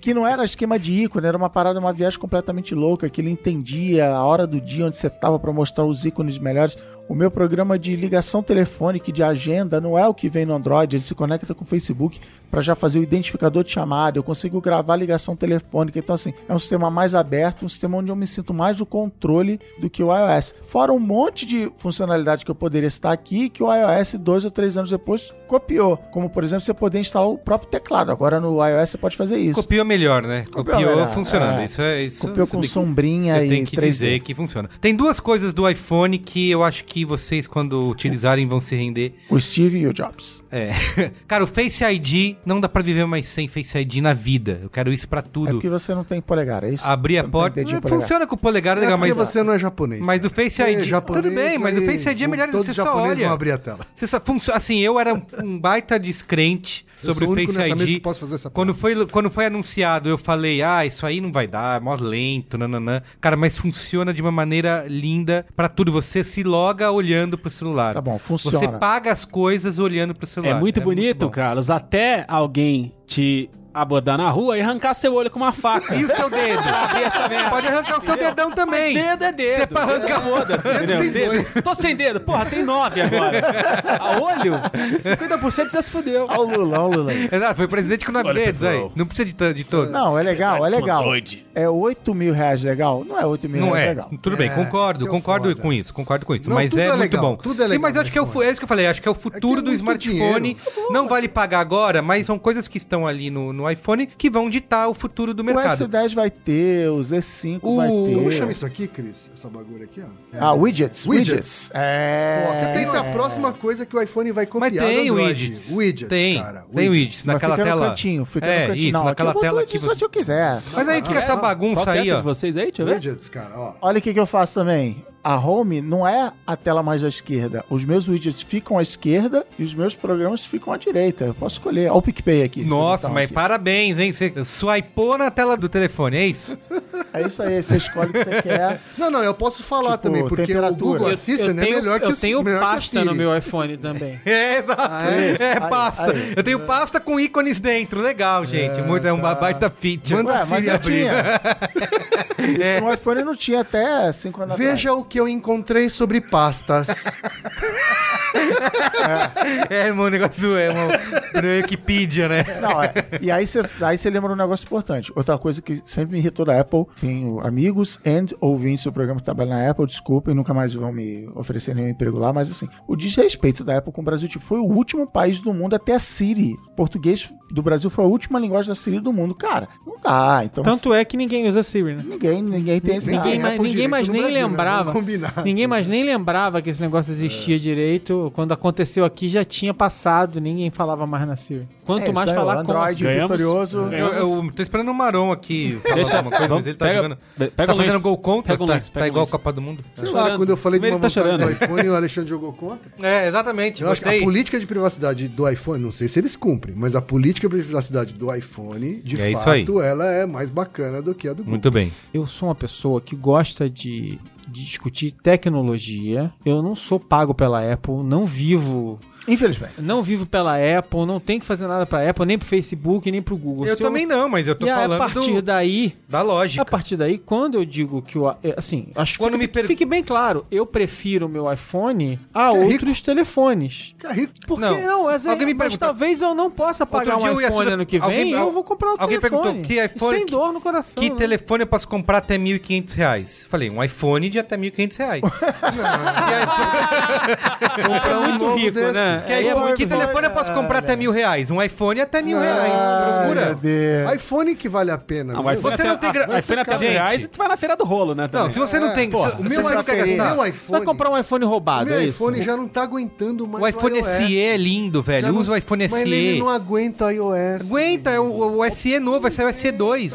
[SPEAKER 3] Que não era esquema de ícone, era uma parada, uma viagem completamente louca, que ele entendia a hora do dia onde você tava pra mostrar os ícones melhores. O meu programa de ligação telefônica e de agenda não é o que vem no Android, ele se conecta com o Facebook pra já fazer o identificador de chamada. Eu consigo gravar a ligação telefônica. Então, assim, é um sistema mais aberto, um sistema onde eu me sinto mais no controle do que o iOS. Fora um monte de funcionalidade que eu poderia estar aqui, que o iOS, dois ou três anos depois, copiou. Como, por exemplo, você poder instalar o próprio teclado. Agora no iOS você pode fazer isso.
[SPEAKER 1] Copiou melhor, né? Copiou,
[SPEAKER 3] melhor,
[SPEAKER 1] funcionando.
[SPEAKER 3] é.
[SPEAKER 1] Isso é isso.
[SPEAKER 3] Copiou
[SPEAKER 1] você
[SPEAKER 3] com
[SPEAKER 1] tem que-
[SPEAKER 3] sombrinha
[SPEAKER 1] Você
[SPEAKER 3] e
[SPEAKER 1] tem que
[SPEAKER 3] 3D.
[SPEAKER 1] dizer que funciona. Tem duas coisas do iPhone que eu acho que vocês, quando utilizarem, vão se render.
[SPEAKER 3] O Steve e o Jobs.
[SPEAKER 1] É. Cara, o Face ID, não dá pra viver mais sem Face ID na vida. Eu quero isso pra
[SPEAKER 3] É
[SPEAKER 1] tudo. Ah,
[SPEAKER 3] porque você não tem polegar, é isso?
[SPEAKER 1] Abrir
[SPEAKER 3] Você
[SPEAKER 1] a
[SPEAKER 3] não tem
[SPEAKER 1] porta.
[SPEAKER 3] dedinho polegar.
[SPEAKER 1] Funciona com o polegar,
[SPEAKER 2] É
[SPEAKER 1] é legal,
[SPEAKER 2] porque
[SPEAKER 1] mas.
[SPEAKER 2] você não é japonês.
[SPEAKER 1] Mas o Face
[SPEAKER 2] Você é
[SPEAKER 1] ID.
[SPEAKER 2] japonês,
[SPEAKER 1] tudo bem, mas o
[SPEAKER 2] aí
[SPEAKER 1] Face ID é melhor
[SPEAKER 2] todos
[SPEAKER 1] você
[SPEAKER 2] os
[SPEAKER 1] só
[SPEAKER 2] japoneses
[SPEAKER 1] olha.
[SPEAKER 2] vão abrir a tela.
[SPEAKER 1] Você só funcio- Assim, eu era um, um baita descrente
[SPEAKER 2] Eu
[SPEAKER 1] sobre
[SPEAKER 2] sou
[SPEAKER 1] o
[SPEAKER 2] único
[SPEAKER 1] Face
[SPEAKER 2] nessa mesa
[SPEAKER 1] ID.
[SPEAKER 2] que posso fazer essa
[SPEAKER 1] quando, foi, quando foi anunciado, eu falei, ah, isso aí não vai dar, é mó lento, nananã. Cara, mas funciona de uma maneira linda pra tudo. Você se loga olhando pro celular.
[SPEAKER 3] Tá bom,
[SPEAKER 1] Você
[SPEAKER 3] funciona.
[SPEAKER 1] paga as coisas olhando pro
[SPEAKER 4] É
[SPEAKER 1] celular.
[SPEAKER 4] muito bonito,
[SPEAKER 1] bom.
[SPEAKER 4] Carlos. Até alguém te abordar na rua e arrancar seu olho com uma faca.
[SPEAKER 1] E o seu dedo?
[SPEAKER 4] Abrir essa merda.
[SPEAKER 1] Pode arrancar o seu dedão também.
[SPEAKER 4] Mas dedo é dedo.
[SPEAKER 1] Se é pra arrancar-
[SPEAKER 4] foda-se, entendeu?
[SPEAKER 2] tem
[SPEAKER 4] Dedo-
[SPEAKER 2] dois.
[SPEAKER 4] Tô sem dedo. Porra, tem nove agora. A olho, 50% já se fudeu.
[SPEAKER 3] Olha o Lula, olha o Lula. aí.
[SPEAKER 1] Exato, foi presidente com nove
[SPEAKER 4] Olha,
[SPEAKER 1] dedos aí.
[SPEAKER 4] pessoal.
[SPEAKER 1] Não precisa de, to- de todos.
[SPEAKER 3] Não, é legal, é legal.
[SPEAKER 4] Doide.
[SPEAKER 3] É 8 mil reais legal? Não é 8 mil
[SPEAKER 1] Não
[SPEAKER 3] reais
[SPEAKER 1] é.
[SPEAKER 3] legal.
[SPEAKER 1] Tudo bem,
[SPEAKER 2] É, isso
[SPEAKER 1] concordo,
[SPEAKER 2] que é o
[SPEAKER 1] concordo
[SPEAKER 2] foda.
[SPEAKER 1] com isso, concordo com isso.
[SPEAKER 2] Não,
[SPEAKER 1] mas
[SPEAKER 2] tudo
[SPEAKER 1] é,
[SPEAKER 2] é
[SPEAKER 1] muito
[SPEAKER 2] legal,
[SPEAKER 1] bom.
[SPEAKER 2] tudo é
[SPEAKER 1] E- mas
[SPEAKER 2] legal
[SPEAKER 1] eu acho que é, o, fu- é isso que eu falei, acho que é o futuro
[SPEAKER 2] é
[SPEAKER 1] do
[SPEAKER 2] muito
[SPEAKER 1] smartphone. Não vale pagar agora, mas são coisas que estão ali no, no iPhone que vão ditar o futuro do mercado.
[SPEAKER 3] O S10 vai ter, o Z5 vai
[SPEAKER 1] O-
[SPEAKER 3] ter.
[SPEAKER 2] Como chama isso aqui, Cris? Essa bagulho aqui, ó.
[SPEAKER 3] Ah, widgets.
[SPEAKER 2] Widgets.
[SPEAKER 3] Widgets.
[SPEAKER 2] Pô,
[SPEAKER 3] É.
[SPEAKER 2] que tem essa próxima coisa que o iPhone vai copiar
[SPEAKER 1] Mas tem
[SPEAKER 2] do Android.
[SPEAKER 1] widgets.
[SPEAKER 2] Widgets,
[SPEAKER 1] tem,
[SPEAKER 2] cara.
[SPEAKER 1] Tem widgets
[SPEAKER 3] Mas
[SPEAKER 1] naquela
[SPEAKER 3] fica no
[SPEAKER 1] tela.
[SPEAKER 3] cantinho, fica
[SPEAKER 1] é,
[SPEAKER 3] no cantinho.
[SPEAKER 1] Isso,
[SPEAKER 3] Não, aqui eu
[SPEAKER 1] naquela
[SPEAKER 3] boto
[SPEAKER 1] tela
[SPEAKER 3] widgets
[SPEAKER 1] que
[SPEAKER 3] só
[SPEAKER 1] você...
[SPEAKER 3] se eu quiser.
[SPEAKER 1] Mas aí fica essa
[SPEAKER 4] Qual
[SPEAKER 1] bagunça
[SPEAKER 4] que é
[SPEAKER 1] aí,
[SPEAKER 4] essa
[SPEAKER 1] um ó.
[SPEAKER 4] de vocês aí, deixa eu ver.
[SPEAKER 2] Widgets, cara, ó.
[SPEAKER 3] Olha o que, que eu faço também. A home não é a tela mais à esquerda. Os meus widgets ficam à esquerda e os meus programas ficam à direita. Eu posso escolher. Olha o PicPay aqui.
[SPEAKER 1] Nossa,
[SPEAKER 3] Então,
[SPEAKER 1] mas
[SPEAKER 3] aqui.
[SPEAKER 1] parabéns, hein? Você swipou na tela do telefone, é isso?
[SPEAKER 3] É isso aí, você escolhe o que você quer.
[SPEAKER 2] Não, não, eu posso falar
[SPEAKER 3] Tipo,
[SPEAKER 2] também, porque o
[SPEAKER 3] temperatura.
[SPEAKER 2] Google
[SPEAKER 3] Eu-
[SPEAKER 2] Assistant
[SPEAKER 5] eu tenho,
[SPEAKER 2] é melhor que
[SPEAKER 5] eu
[SPEAKER 2] o
[SPEAKER 5] tenho
[SPEAKER 2] melhor que o
[SPEAKER 5] pasta
[SPEAKER 2] Siri.
[SPEAKER 5] no meu iPhone também.
[SPEAKER 1] É, exato.
[SPEAKER 2] é?
[SPEAKER 1] é,
[SPEAKER 3] Aí,
[SPEAKER 1] pasta.
[SPEAKER 3] aí.
[SPEAKER 1] Eu tenho pasta com ícones dentro. Legal, gente. Muito, é uma baita feature.
[SPEAKER 2] Manda
[SPEAKER 3] Ué,
[SPEAKER 2] a
[SPEAKER 3] mas
[SPEAKER 2] Siri
[SPEAKER 3] não
[SPEAKER 2] abrir. É.
[SPEAKER 3] tinha. Isso no iPhone não tinha até 5 anos
[SPEAKER 2] Veja o que eu encontrei sobre pastas.
[SPEAKER 1] É, irmão, o negócio é uma uma Wikipedia, né?
[SPEAKER 3] Não, é. E aí você aí você lembra um negócio importante. Outra coisa que sempre me irritou da Apple, tenho amigos and ouvintes do programa que trabalham na Apple, desculpem, nunca mais vão me oferecer nenhum emprego lá, mas assim, o desrespeito da Apple com o Brasil, tipo, foi o último país do mundo até a Siri. Português do Brasil foi a última linguagem da Siri do mundo. Cara, não dá. Então, assim,
[SPEAKER 5] Tanto é que ninguém usa Siri, né?
[SPEAKER 3] ninguém, ninguém tem esse
[SPEAKER 5] Ninguém
[SPEAKER 3] Ah,
[SPEAKER 5] mais-
[SPEAKER 2] Apple
[SPEAKER 5] ninguém
[SPEAKER 2] direito
[SPEAKER 5] mais
[SPEAKER 2] no
[SPEAKER 5] nem
[SPEAKER 2] Brasil, né?
[SPEAKER 5] lembrava.
[SPEAKER 2] Vamos combinar.
[SPEAKER 5] Ninguém mais nem lembrava que esse negócio existia direito. Quando aconteceu aqui, já tinha passado. Ninguém falava mais na Siri. Quanto
[SPEAKER 3] É,
[SPEAKER 5] mais
[SPEAKER 3] isso daí,
[SPEAKER 5] falar
[SPEAKER 3] o
[SPEAKER 5] com
[SPEAKER 3] Android
[SPEAKER 4] assim?
[SPEAKER 3] vitorioso.
[SPEAKER 1] Eu, eu tô esperando o Maron aqui falar
[SPEAKER 4] Deixa-
[SPEAKER 1] alguma coisa,
[SPEAKER 4] vamos-
[SPEAKER 1] mas ele tá
[SPEAKER 4] pega-
[SPEAKER 1] jogando.
[SPEAKER 4] be- pega
[SPEAKER 1] tá
[SPEAKER 4] o
[SPEAKER 1] fazendo
[SPEAKER 4] lance,
[SPEAKER 1] gol contra?
[SPEAKER 4] pega o
[SPEAKER 1] tá
[SPEAKER 4] lance, pega
[SPEAKER 1] tá
[SPEAKER 4] o
[SPEAKER 1] igual a
[SPEAKER 4] lance.
[SPEAKER 1] Copa do Mundo?
[SPEAKER 2] Sei
[SPEAKER 4] Tá
[SPEAKER 2] lá,
[SPEAKER 4] chorando.
[SPEAKER 2] quando eu falei de uma
[SPEAKER 4] Primeiro ele tá
[SPEAKER 2] vantagem do
[SPEAKER 4] chorando.
[SPEAKER 2] iPhone, o Alexandre jogou contra.
[SPEAKER 1] É, exatamente.
[SPEAKER 2] Eu acho que a
[SPEAKER 1] gostei.
[SPEAKER 2] política de privacidade do iPhone, não sei se eles cumprem, mas a política de privacidade do iPhone, de
[SPEAKER 1] É isso
[SPEAKER 2] fato, ela é mais bacana do que a do Google.
[SPEAKER 1] Muito bem.
[SPEAKER 5] Eu sou uma pessoa que gosta de, de discutir tecnologia. Eu não sou pago pela Apple, não vivo.
[SPEAKER 3] Infelizmente.
[SPEAKER 5] Não vivo pela Apple, não tenho que fazer nada pra Apple, nem pro Facebook, nem pro Google.
[SPEAKER 1] Eu
[SPEAKER 5] Se
[SPEAKER 1] também não, mas eu tô
[SPEAKER 5] E aí, a
[SPEAKER 1] falando
[SPEAKER 5] partir
[SPEAKER 1] do-
[SPEAKER 5] daí,
[SPEAKER 1] da lógica.
[SPEAKER 5] A partir daí, quando eu digo que o. é, Assim, acho que
[SPEAKER 1] Quando
[SPEAKER 5] fica,
[SPEAKER 1] me per- É
[SPEAKER 5] fique bem claro, eu prefiro o meu iPhone a
[SPEAKER 2] Que rico.
[SPEAKER 5] outros telefones.
[SPEAKER 2] Cara, é rico.
[SPEAKER 5] Porque
[SPEAKER 1] Não.
[SPEAKER 5] não, não mas,
[SPEAKER 1] Alguém me
[SPEAKER 5] mas
[SPEAKER 1] perguntou-
[SPEAKER 5] talvez eu não possa
[SPEAKER 1] dia
[SPEAKER 5] pagar um
[SPEAKER 1] eu ia
[SPEAKER 5] iPhone
[SPEAKER 1] tirar-
[SPEAKER 5] ano que vem
[SPEAKER 1] alguém-
[SPEAKER 5] eu vou comprar outro
[SPEAKER 1] alguém
[SPEAKER 5] telefone.
[SPEAKER 1] perguntou que iPhone-
[SPEAKER 5] Sem
[SPEAKER 1] que-
[SPEAKER 5] dor no coração.
[SPEAKER 1] Que
[SPEAKER 5] né?
[SPEAKER 1] telefone eu posso comprar até 1.500 reais? Falei, um iPhone de até 1.500 reais.
[SPEAKER 2] Comprar um novo desse.
[SPEAKER 1] Que, iPhone- que telefone eu posso comprar até mil reais? Um iPhone até mil reais. Procura.
[SPEAKER 3] Deus.
[SPEAKER 2] iPhone que vale a pena.
[SPEAKER 4] Ah,
[SPEAKER 2] viu?
[SPEAKER 4] o iPhone
[SPEAKER 1] Você
[SPEAKER 4] até-
[SPEAKER 1] não tem gra-
[SPEAKER 4] a- o iPhone até
[SPEAKER 1] Gente.
[SPEAKER 4] reais e tu vai na feira do rolo, né?
[SPEAKER 1] Não,
[SPEAKER 4] também.
[SPEAKER 1] se você não tem.
[SPEAKER 4] Porra,
[SPEAKER 1] se,
[SPEAKER 2] o meu
[SPEAKER 1] É, você tá não quer
[SPEAKER 2] iPhone,
[SPEAKER 1] é gastar.
[SPEAKER 2] meu
[SPEAKER 5] Você vai
[SPEAKER 2] iPhone,
[SPEAKER 5] comprar um iPhone roubado,
[SPEAKER 2] meu
[SPEAKER 5] é isso?
[SPEAKER 2] iPhone já não tá aguentando mais
[SPEAKER 1] O iPhone
[SPEAKER 2] iOS.
[SPEAKER 1] SE é lindo, velho.
[SPEAKER 2] Já não-
[SPEAKER 1] Usa o iPhone
[SPEAKER 2] Mas ele
[SPEAKER 1] SE.
[SPEAKER 2] não é aguenta iOS.
[SPEAKER 1] Aguenta, é o, o SE novo, vai sair o SE2.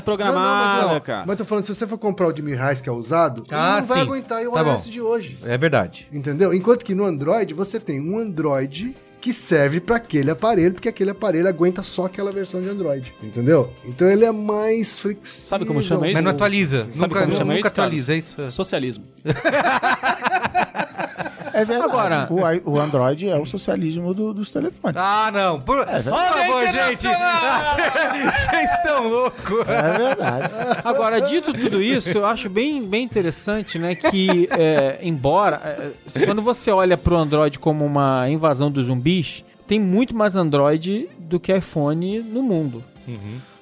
[SPEAKER 2] Não, não,
[SPEAKER 4] programada,
[SPEAKER 2] mas, não.
[SPEAKER 4] cara.
[SPEAKER 2] mas tô falando, se você for comprar o de mil reais que é usado,
[SPEAKER 1] Ah,
[SPEAKER 2] ele não vai
[SPEAKER 1] sim.
[SPEAKER 2] aguentar iOS
[SPEAKER 1] Tá bom.
[SPEAKER 2] de hoje.
[SPEAKER 1] É verdade.
[SPEAKER 2] Entendeu? Enquanto que no Android você tem um Android que serve para aquele aparelho, porque aquele aparelho aguenta só aquela versão de Android. Entendeu? Então ele é mais flexível.
[SPEAKER 4] Sabe como chama isso?
[SPEAKER 1] Mas não é atualiza.
[SPEAKER 4] Sabe
[SPEAKER 1] nunca
[SPEAKER 4] como chama
[SPEAKER 1] nunca
[SPEAKER 4] isso, Carlos?
[SPEAKER 1] atualiza é isso.
[SPEAKER 4] Socialismo.
[SPEAKER 3] É verdade.
[SPEAKER 5] Agora-
[SPEAKER 3] o, i- o Android é o socialismo do- dos telefones.
[SPEAKER 1] Ah, não. Por,
[SPEAKER 5] É,
[SPEAKER 1] por favor, gente. Vocês estão loucos.
[SPEAKER 3] É verdade.
[SPEAKER 5] Agora, dito tudo isso, eu acho bem, bem interessante, né? Que, é, embora. é, quando você olha pro Android como uma invasão dos zumbis, tem muito mais Android do que iPhone no mundo.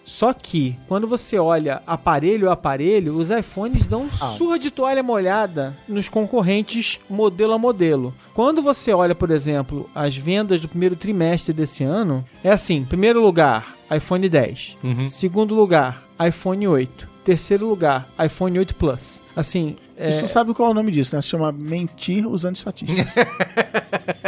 [SPEAKER 5] Só que, quando você olha aparelho a aparelho, os iPhones dão surra de toalha molhada nos concorrentes modelo a modelo. Quando você olha, por exemplo, as vendas do primeiro trimestre desse ano, é assim: primeiro lugar, iPhone 10. Segundo lugar, iPhone 8. Terceiro lugar, iPhone 8 Plus. Assim, é,
[SPEAKER 3] Isso sabe qual é o nome disso, né? Se chama mentir usando estatísticas.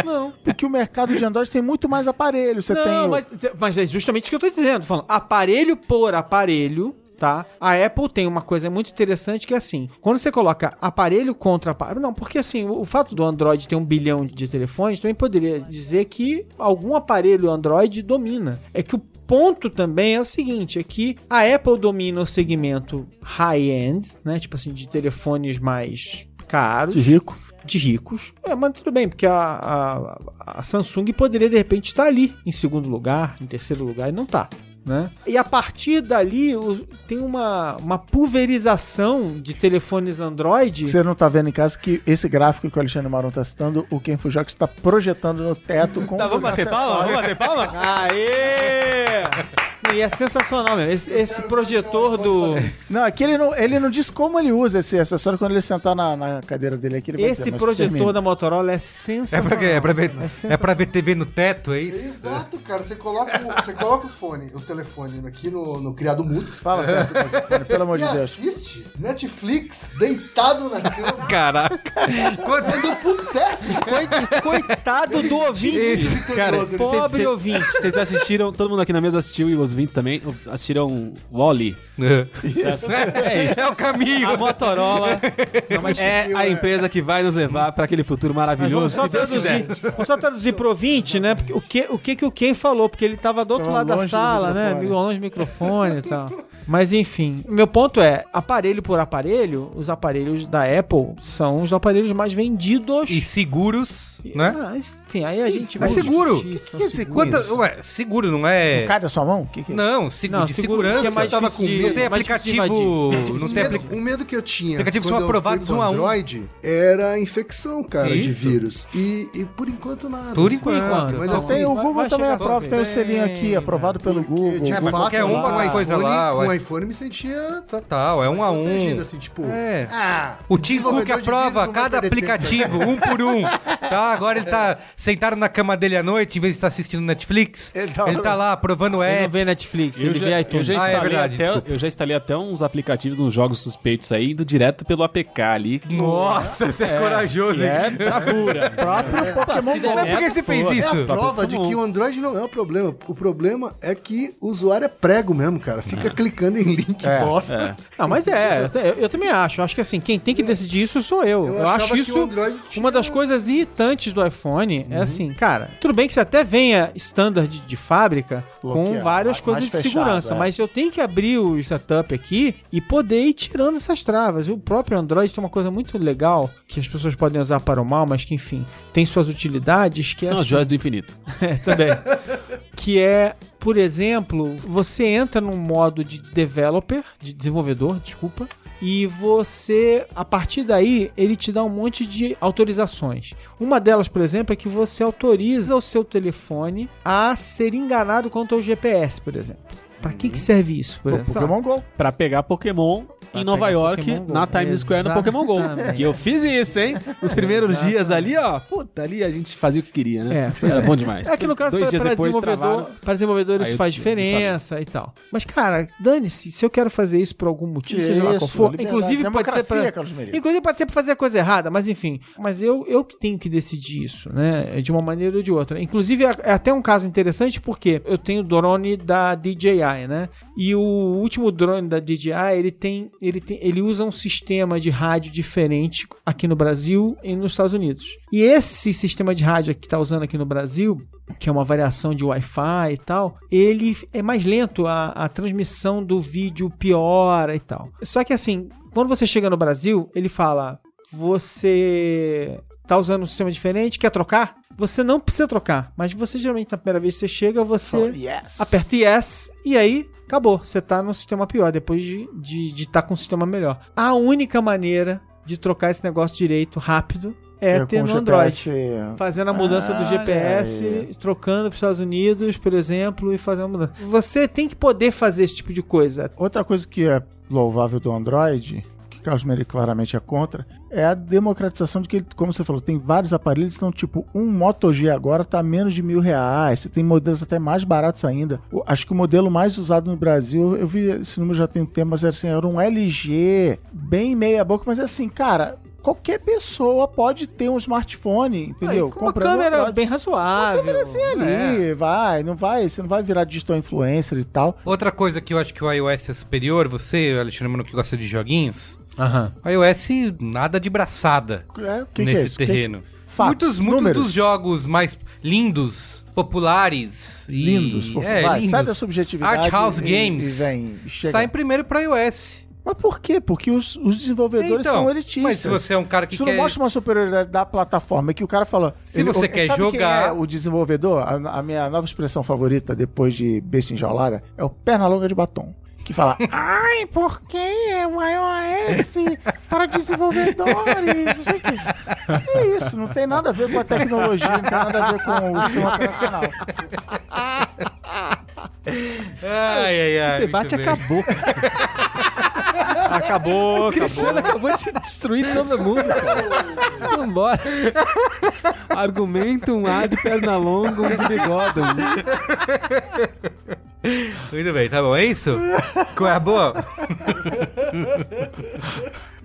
[SPEAKER 5] não.
[SPEAKER 3] Porque o mercado de Android tem muito mais aparelhos. Você tem.
[SPEAKER 5] não,
[SPEAKER 3] o-
[SPEAKER 5] mas, mas é justamente o que eu tô dizendo. Falando, aparelho por aparelho, tá? A Apple tem uma coisa muito interessante que é assim: quando você coloca aparelho contra aparelho. Não, porque assim, o, o fato do Android ter um bilhão de telefones também poderia dizer que algum aparelho Android domina. É que o ponto também é o seguinte: é que a Apple domina o segmento high-end, né? Tipo assim, de telefones mais caros
[SPEAKER 3] De rico.
[SPEAKER 5] de ricos. É, mas tudo bem, porque a, a, a Samsung poderia de repente estar ali em segundo lugar, em terceiro lugar, e não tá. né? E a partir dali o- tem uma, uma pulverização de telefones Android.
[SPEAKER 3] que Você não tá vendo em casa que esse gráfico que o Alexandre Maron tá citando, o Ken Fujox está projetando no teto com
[SPEAKER 5] Tá, vamos
[SPEAKER 3] os
[SPEAKER 5] bater palma?
[SPEAKER 3] acessórios.
[SPEAKER 5] Vamos bater palma? Aê! Não, E é sensacional mesmo. Esse, esse projetor do.
[SPEAKER 3] Não, aqui ele não, ele não diz como ele usa esse acessório quando ele sentar na, na cadeira dele aqui. Ele vai
[SPEAKER 5] Esse
[SPEAKER 3] dizer, mas
[SPEAKER 5] projetor
[SPEAKER 3] termina.
[SPEAKER 5] da Motorola é
[SPEAKER 1] É pra,
[SPEAKER 5] sensacional.
[SPEAKER 1] quê? é, pra ver,
[SPEAKER 5] sensacional.
[SPEAKER 1] é pra ver TV no teto, é isso?
[SPEAKER 2] Exato, cara. Você coloca, o- você coloca o fone, o telefone aqui no, no criado mudo.
[SPEAKER 3] Fala, perto do microfone, pelo amor
[SPEAKER 2] E
[SPEAKER 3] de Deus.
[SPEAKER 2] assiste Netflix deitado na cama.
[SPEAKER 1] Caraca.
[SPEAKER 5] é
[SPEAKER 1] Quando-
[SPEAKER 2] Indo pro teto.
[SPEAKER 5] Coi- Coitado do ouvinte.
[SPEAKER 4] Cara,
[SPEAKER 2] Vitorioso, ele-
[SPEAKER 5] Pobre
[SPEAKER 4] Cê- cê-
[SPEAKER 5] ouvinte.
[SPEAKER 4] Vocês assistiram, todo mundo aqui na mesa assistiu e os ouvintes também assistiram Wall-E.
[SPEAKER 1] É, isso. é o caminho.
[SPEAKER 4] A Motorola é
[SPEAKER 2] sutil,
[SPEAKER 4] a
[SPEAKER 1] né?
[SPEAKER 2] é.
[SPEAKER 4] empresa que vai nos levar pra aquele futuro
[SPEAKER 5] Vamos
[SPEAKER 4] maravilhoso,
[SPEAKER 5] só,
[SPEAKER 4] se Deus quiser.
[SPEAKER 5] traduzir, vamos só traduzir pro ouvinte, né? Porque o, que, o que, que o Ken falou, porque ele tava do outro
[SPEAKER 3] Tava
[SPEAKER 5] lado da
[SPEAKER 3] longe do
[SPEAKER 5] sala, né?
[SPEAKER 3] microfone.
[SPEAKER 5] Longe do microfone e tal. Mas enfim, meu ponto é, aparelho por aparelho, os aparelhos da Apple são os aparelhos mais vendidos.
[SPEAKER 1] E seguros, né?
[SPEAKER 5] Ah, enfim, aí a
[SPEAKER 1] Sim,
[SPEAKER 5] gente
[SPEAKER 1] é seguro.
[SPEAKER 5] Justiça,
[SPEAKER 3] Quer dizer,
[SPEAKER 1] Quanta-
[SPEAKER 3] quantas.
[SPEAKER 1] ué, seguro não é...
[SPEAKER 3] Cai da sua mão? O que, que é?
[SPEAKER 1] Não, seguro
[SPEAKER 5] Um Não,
[SPEAKER 1] de
[SPEAKER 5] seguro que é
[SPEAKER 1] segurança.
[SPEAKER 5] mais
[SPEAKER 1] Tava
[SPEAKER 5] difícil
[SPEAKER 1] com
[SPEAKER 5] de-
[SPEAKER 1] medo. Tem
[SPEAKER 5] mais difícil de
[SPEAKER 1] aplicativo...
[SPEAKER 2] O
[SPEAKER 1] Não tem
[SPEAKER 2] medo,
[SPEAKER 1] aplicativo...
[SPEAKER 2] o medo que eu tinha
[SPEAKER 1] Aplicativos
[SPEAKER 2] quando
[SPEAKER 1] são
[SPEAKER 2] eu fui
[SPEAKER 1] aprovados
[SPEAKER 2] pro
[SPEAKER 1] um a um.
[SPEAKER 2] Android era a infecção, cara, de
[SPEAKER 1] Isso.
[SPEAKER 2] vírus. E, e por enquanto nada.
[SPEAKER 1] Por
[SPEAKER 2] assim.
[SPEAKER 1] enquanto.
[SPEAKER 2] Mas
[SPEAKER 3] Não,
[SPEAKER 2] assim,
[SPEAKER 3] tem, o
[SPEAKER 5] vai-
[SPEAKER 3] Google
[SPEAKER 5] vai
[SPEAKER 3] também
[SPEAKER 5] chegar
[SPEAKER 3] aprova,
[SPEAKER 5] só
[SPEAKER 3] tem o
[SPEAKER 5] ver.
[SPEAKER 3] selinho aqui, aprovado pelo Google.
[SPEAKER 2] Porque, de
[SPEAKER 1] É, mas
[SPEAKER 2] fato,
[SPEAKER 1] qualquer um
[SPEAKER 2] lá,
[SPEAKER 1] bota uma coisa
[SPEAKER 2] iPhone,
[SPEAKER 1] lá,
[SPEAKER 2] Com
[SPEAKER 1] ué.
[SPEAKER 2] o iPhone me sentia
[SPEAKER 1] Total, é um a um.
[SPEAKER 2] protegido, assim, tipo...
[SPEAKER 1] É.
[SPEAKER 2] Ah,
[SPEAKER 1] O Tim
[SPEAKER 2] desenvolvedor
[SPEAKER 1] Cook
[SPEAKER 2] de vírus não
[SPEAKER 1] aprova
[SPEAKER 2] vai
[SPEAKER 1] cada
[SPEAKER 2] perder tempo.
[SPEAKER 1] aplicativo, um por um. Tá, agora ele tá sentado na cama dele à noite, em vez de estar assistindo Netflix. Ele
[SPEAKER 3] Ele
[SPEAKER 1] tá,
[SPEAKER 3] tá-
[SPEAKER 1] lá aprovando
[SPEAKER 5] Ele não
[SPEAKER 1] app.
[SPEAKER 5] vê Netflix,
[SPEAKER 4] Eu
[SPEAKER 5] ele
[SPEAKER 4] já,
[SPEAKER 5] vê
[SPEAKER 4] eu
[SPEAKER 5] iTunes.
[SPEAKER 4] já
[SPEAKER 1] Ah, é
[SPEAKER 4] instalei
[SPEAKER 1] verdade,
[SPEAKER 4] até,
[SPEAKER 1] desculpa.
[SPEAKER 4] eu já instalei até uns aplicativos, uns jogos suspeitos aí, indo direto pelo APK ali.
[SPEAKER 1] Nossa, você é, corajoso,
[SPEAKER 4] que
[SPEAKER 1] hein?
[SPEAKER 4] É bravura. É. próprio Pokémon
[SPEAKER 1] Mas por que você fez isso?
[SPEAKER 2] É a prova
[SPEAKER 4] todo
[SPEAKER 2] de
[SPEAKER 4] mundo.
[SPEAKER 2] que o Android não é o problema. O problema é que o usuário é prego mesmo, cara. Fica clicando em link
[SPEAKER 1] É,
[SPEAKER 2] bosta.
[SPEAKER 5] Não, mas é, eu, te- eu- eu também acho. Eu Acho que assim, quem tem que decidir isso sou eu. Eu,
[SPEAKER 2] Eu
[SPEAKER 5] acho
[SPEAKER 2] achava que o
[SPEAKER 5] isso
[SPEAKER 2] Android tinha-
[SPEAKER 5] uma das coisas irritantes do iPhone.
[SPEAKER 3] Uhum.
[SPEAKER 5] É assim, cara, tudo bem que você até venha standard de, de fábrica com
[SPEAKER 3] Bloqueado,
[SPEAKER 5] várias
[SPEAKER 3] mais
[SPEAKER 5] coisas de
[SPEAKER 3] fechado,
[SPEAKER 5] segurança,
[SPEAKER 3] é.
[SPEAKER 5] mas eu tenho que abrir o setup aqui e poder ir tirando essas travas. O próprio Android tem uma coisa muito legal que as pessoas podem usar para o mal, mas que enfim, tem suas utilidades que é
[SPEAKER 4] São as
[SPEAKER 5] assim,
[SPEAKER 4] joias do infinito.
[SPEAKER 5] é, também. que é, por exemplo, você entra num modo de developer, de desenvolvedor, desculpa, e você, a partir daí, ele te dá um monte de autorizações. Uma delas, por exemplo, é que você autoriza o seu telefone a ser enganado quanto ao GPS, por exemplo. Pra que, que
[SPEAKER 4] Uhum.
[SPEAKER 5] serve isso, por exemplo?
[SPEAKER 3] Pokémon Go.
[SPEAKER 4] Pra pegar Pokémon em Nova
[SPEAKER 5] pegar
[SPEAKER 4] York,
[SPEAKER 5] Pokémon Go.
[SPEAKER 4] na Times Square, no Pokémon GO.
[SPEAKER 5] Exatamente.
[SPEAKER 4] Que eu fiz isso, hein? Nos primeiros dias ali, ó. Puta, ali a gente fazia o que queria, né?
[SPEAKER 5] É, pois
[SPEAKER 4] Era bom demais.
[SPEAKER 5] É que no caso,
[SPEAKER 4] Dois
[SPEAKER 5] para,
[SPEAKER 4] dias
[SPEAKER 5] para
[SPEAKER 4] depois,
[SPEAKER 5] desenvolvedor,
[SPEAKER 4] travaram.
[SPEAKER 5] para desenvolvedores
[SPEAKER 4] Aí eu
[SPEAKER 5] faz
[SPEAKER 4] desinstalei.
[SPEAKER 5] diferença e tal. Mas, cara, dane-se, se eu quero fazer isso por algum motivo,
[SPEAKER 3] Que
[SPEAKER 5] seja lá qual
[SPEAKER 3] isso,
[SPEAKER 5] for.
[SPEAKER 3] liberdade,
[SPEAKER 5] Inclusive pode, ser
[SPEAKER 3] democracia,
[SPEAKER 5] pra,
[SPEAKER 3] Carlos Merigo.
[SPEAKER 5] inclusive pode ser pra fazer a coisa errada, mas enfim. Mas eu, eu que tenho que decidir isso, né? De uma maneira ou de outra. Inclusive, é é até um caso interessante porque eu tenho drone da DJI, né? E o último drone da DJI, ele tem. Ele, tem, ele usa um sistema de rádio diferente aqui no Brasil e nos Estados Unidos. E esse sistema de rádio que tá usando aqui no Brasil, que é uma variação de Wi-Fi e tal, ele é mais lento, a, a transmissão do vídeo piora e tal. Só que assim, quando você chega no Brasil, ele fala: você tá usando um sistema diferente, quer trocar? Você não precisa trocar, mas você geralmente na primeira vez que você chega, você
[SPEAKER 3] Yes.
[SPEAKER 5] aperta yes e aí acabou. Você tá num sistema pior, depois de estar de, de tá com um sistema melhor. A única maneira de trocar esse negócio direito rápido é,
[SPEAKER 3] com
[SPEAKER 5] ter
[SPEAKER 3] o
[SPEAKER 5] no Android.
[SPEAKER 3] GPS.
[SPEAKER 5] Fazendo a mudança do
[SPEAKER 3] Ah,
[SPEAKER 5] GPS,
[SPEAKER 3] olha
[SPEAKER 5] trocando para os Estados Unidos, por exemplo, e fazendo a mudança. Você tem que poder fazer esse tipo de coisa.
[SPEAKER 3] Outra coisa que é louvável do Android, que Carlos Meire claramente é contra, é a democratização de que, ele, como você falou, tem vários aparelhos, então, tipo, um Moto G agora tá menos de mil reais, você tem modelos até mais baratos ainda. O- acho que o modelo mais usado no Brasil, eu vi esse número já tem um tempo, mas era assim, era um LG, bem meia boca, mas assim, cara, qualquer pessoa pode ter um smartphone, entendeu?
[SPEAKER 5] Ah, e com uma
[SPEAKER 3] Comprando um
[SPEAKER 5] câmera É.
[SPEAKER 3] Android.
[SPEAKER 5] bem razoável.
[SPEAKER 4] assim,
[SPEAKER 3] Tem ali, vai, não vai, você não vai virar digital influencer e tal.
[SPEAKER 1] Outra coisa que eu acho que o iOS é superior, você, Alexandre Mano, que gosta de joguinhos,
[SPEAKER 5] Aham.
[SPEAKER 1] o iOS nada de braçada
[SPEAKER 3] É, o que que é
[SPEAKER 1] nesse
[SPEAKER 3] isso? Que-
[SPEAKER 1] terreno. muitos
[SPEAKER 3] Fatos,
[SPEAKER 1] muitos
[SPEAKER 3] números.
[SPEAKER 1] dos jogos mais lindos, populares. e-
[SPEAKER 3] Lindos, pô.
[SPEAKER 1] é,
[SPEAKER 3] Vai,
[SPEAKER 1] lindos.
[SPEAKER 3] sai da subjetividade.
[SPEAKER 1] Art House
[SPEAKER 3] e-
[SPEAKER 1] Games.
[SPEAKER 3] E vem, chega.
[SPEAKER 1] Sai primeiro pra iOS.
[SPEAKER 3] Mas por quê? Porque os, os desenvolvedores
[SPEAKER 1] Então,
[SPEAKER 3] são elitistas.
[SPEAKER 1] Mas se você é um cara que
[SPEAKER 3] Isso
[SPEAKER 1] quer...
[SPEAKER 3] não mostra uma superioridade da plataforma, é que o cara falou.
[SPEAKER 1] Se você quer
[SPEAKER 3] sabe quem
[SPEAKER 1] jogar-
[SPEAKER 3] é o desenvolvedor, a, a minha nova expressão favorita depois de besta enjaulada é o perna longa de batom. Que fala, ai, por que é o iOS para desenvolvedores? Não sei o quê. É isso, não tem nada a ver com a tecnologia, não tem nada a ver com o sistema operacional.
[SPEAKER 1] Ai, ai, ai.
[SPEAKER 4] O debate
[SPEAKER 1] muito bem.
[SPEAKER 4] acabou. acabou, O Cristiano acabou de destruir todo mundo, cara. Vambora. Argumento, um A de perna longa, um de bigode.
[SPEAKER 1] Muito bem, tá bom. É isso? Qual é a boa?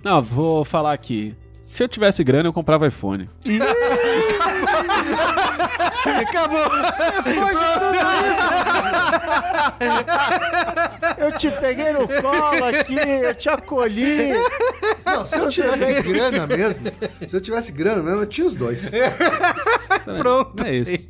[SPEAKER 4] Não, vou falar aqui. Se eu tivesse grana, eu comprava iPhone.
[SPEAKER 3] Eu te peguei no colo aqui, eu te acolhi.
[SPEAKER 1] é.
[SPEAKER 2] Não, se eu tivesse grana mesmo, se eu tivesse grana mesmo, eu tinha os dois.
[SPEAKER 1] É. Pronto.
[SPEAKER 4] É isso.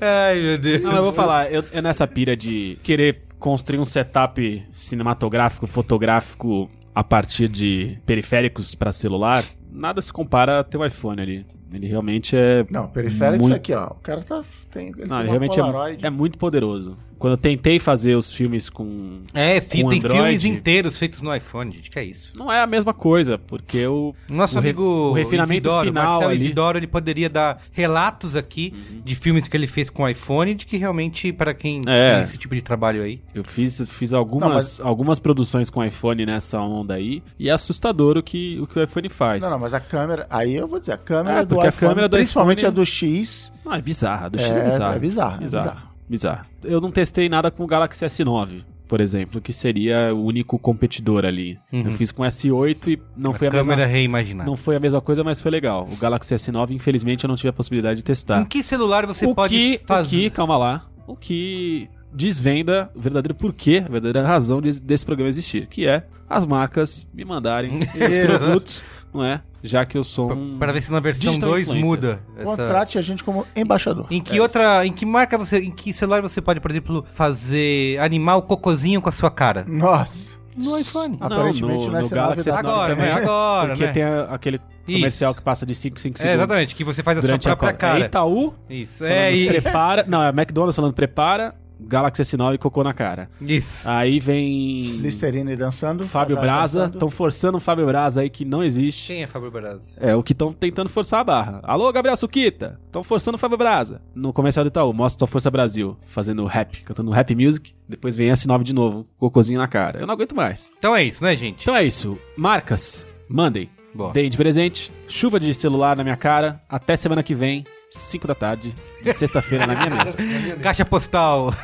[SPEAKER 1] Ai, meu Deus.
[SPEAKER 4] Não, eu vou falar, eu, eu nessa pira de querer construir um setup cinematográfico, fotográfico a partir de periféricos pra celular, nada se compara a ter um iPhone ali. Ele realmente é
[SPEAKER 3] Não, periférico
[SPEAKER 4] Muito.
[SPEAKER 3] isso aqui, ó. O cara tá. Tem, ele tem
[SPEAKER 4] Não, ele
[SPEAKER 3] uma
[SPEAKER 4] realmente
[SPEAKER 3] Polaroid.
[SPEAKER 4] é, é muito poderoso. Quando eu tentei fazer os filmes com.
[SPEAKER 1] É, fi,
[SPEAKER 4] Com
[SPEAKER 1] tem
[SPEAKER 4] Android.
[SPEAKER 1] filmes inteiros feitos no iPhone, gente. Que é isso?
[SPEAKER 4] Não é a mesma coisa, porque eu.
[SPEAKER 1] Nosso
[SPEAKER 4] o re-
[SPEAKER 1] amigo
[SPEAKER 4] o refinamento
[SPEAKER 1] Isidoro,
[SPEAKER 4] final
[SPEAKER 1] Marcelo
[SPEAKER 4] ali.
[SPEAKER 1] Isidoro, ele poderia dar relatos aqui
[SPEAKER 4] Uhum.
[SPEAKER 1] de filmes que ele fez com iPhone, de que realmente, para quem
[SPEAKER 4] É.
[SPEAKER 1] tem esse tipo de trabalho aí.
[SPEAKER 4] Eu fiz, fiz algumas,
[SPEAKER 3] Não, mas-
[SPEAKER 4] algumas produções com iPhone nessa onda aí. E é assustador o que o, que o iPhone faz.
[SPEAKER 3] Não, não, mas a câmera. Aí eu vou dizer, a câmera
[SPEAKER 4] É,
[SPEAKER 3] do
[SPEAKER 4] porque
[SPEAKER 3] iPhone,
[SPEAKER 4] a câmera do
[SPEAKER 3] principalmente
[SPEAKER 4] iPhone-
[SPEAKER 3] a do X,
[SPEAKER 4] Não, é bizarro. A do X
[SPEAKER 3] É,
[SPEAKER 4] é,
[SPEAKER 3] é
[SPEAKER 4] bizarro.
[SPEAKER 3] bizarro, é bizarro.
[SPEAKER 4] bizarro. Eu não testei nada com o Galaxy S9, por exemplo, que seria o único competidor ali. Eu fiz com o S8 e não foi a
[SPEAKER 1] Câmera é
[SPEAKER 4] mesma.
[SPEAKER 1] reimaginada.
[SPEAKER 4] Não foi a mesma coisa, mas foi legal. O Galaxy S9, infelizmente, eu não tive a possibilidade de testar.
[SPEAKER 1] Com que celular você
[SPEAKER 4] o
[SPEAKER 1] pode
[SPEAKER 4] que,
[SPEAKER 1] fazer?
[SPEAKER 4] O que, calma lá, o que desvenda o verdadeiro porquê, a verdadeira razão de- desse programa existir, que é as marcas me mandarem seus produtos, não é? Já que eu sou um...
[SPEAKER 1] Para ver se na versão
[SPEAKER 4] Digital
[SPEAKER 1] 2
[SPEAKER 4] influencer. É
[SPEAKER 1] muda. essa-
[SPEAKER 3] contrate a gente como embaixador.
[SPEAKER 1] Em que outra, em que marca você, em que celular você pode, por exemplo, fazer animar o cocôzinho com a sua cara?
[SPEAKER 3] Nossa.
[SPEAKER 1] No iPhone.
[SPEAKER 4] Não,
[SPEAKER 3] Aparentemente
[SPEAKER 4] no-
[SPEAKER 3] não é
[SPEAKER 4] no
[SPEAKER 3] sinal
[SPEAKER 4] Galaxy
[SPEAKER 3] novidade.
[SPEAKER 4] S9
[SPEAKER 1] Agora,
[SPEAKER 4] também,
[SPEAKER 1] né? Agora,
[SPEAKER 4] Porque
[SPEAKER 1] né?
[SPEAKER 4] tem a- aquele
[SPEAKER 1] Isso.
[SPEAKER 4] comercial que passa de 5, 5
[SPEAKER 1] É,
[SPEAKER 4] segundos.
[SPEAKER 1] exatamente, que você faz a sua
[SPEAKER 4] Durante a
[SPEAKER 1] própria
[SPEAKER 4] Copa.
[SPEAKER 1] cara.
[SPEAKER 4] É Itaú
[SPEAKER 1] Isso,
[SPEAKER 4] falando
[SPEAKER 1] é e-
[SPEAKER 4] prepara... Não, é McDonald's falando prepara, Galaxy S9 e cocô na cara.
[SPEAKER 1] isso.
[SPEAKER 4] Aí vem...
[SPEAKER 3] é. Listerine dançando.
[SPEAKER 4] Fábio
[SPEAKER 3] Casais
[SPEAKER 4] Braza,
[SPEAKER 3] dançando.
[SPEAKER 4] estão forçando o Fábio Braza aí que não existe.
[SPEAKER 1] Quem é Fábio Braza?
[SPEAKER 4] É, o que estão tentando forçar a barra. Alô, Gabriel Suquita! Estão forçando o Fábio Braza. No comercial do Itaú, mostra sua força Brasil, fazendo rap, cantando rap music. Depois vem S9 de novo, com cocôzinho na cara. Eu não aguento mais.
[SPEAKER 1] Então é isso, né, gente?
[SPEAKER 4] Então é isso. Marcas, mandem.
[SPEAKER 1] Boa.
[SPEAKER 4] Deem de presente. Chuva de celular na minha cara. Até semana que vem, 5 da tarde, de sexta-feira na minha mesa.
[SPEAKER 1] Caixa postal.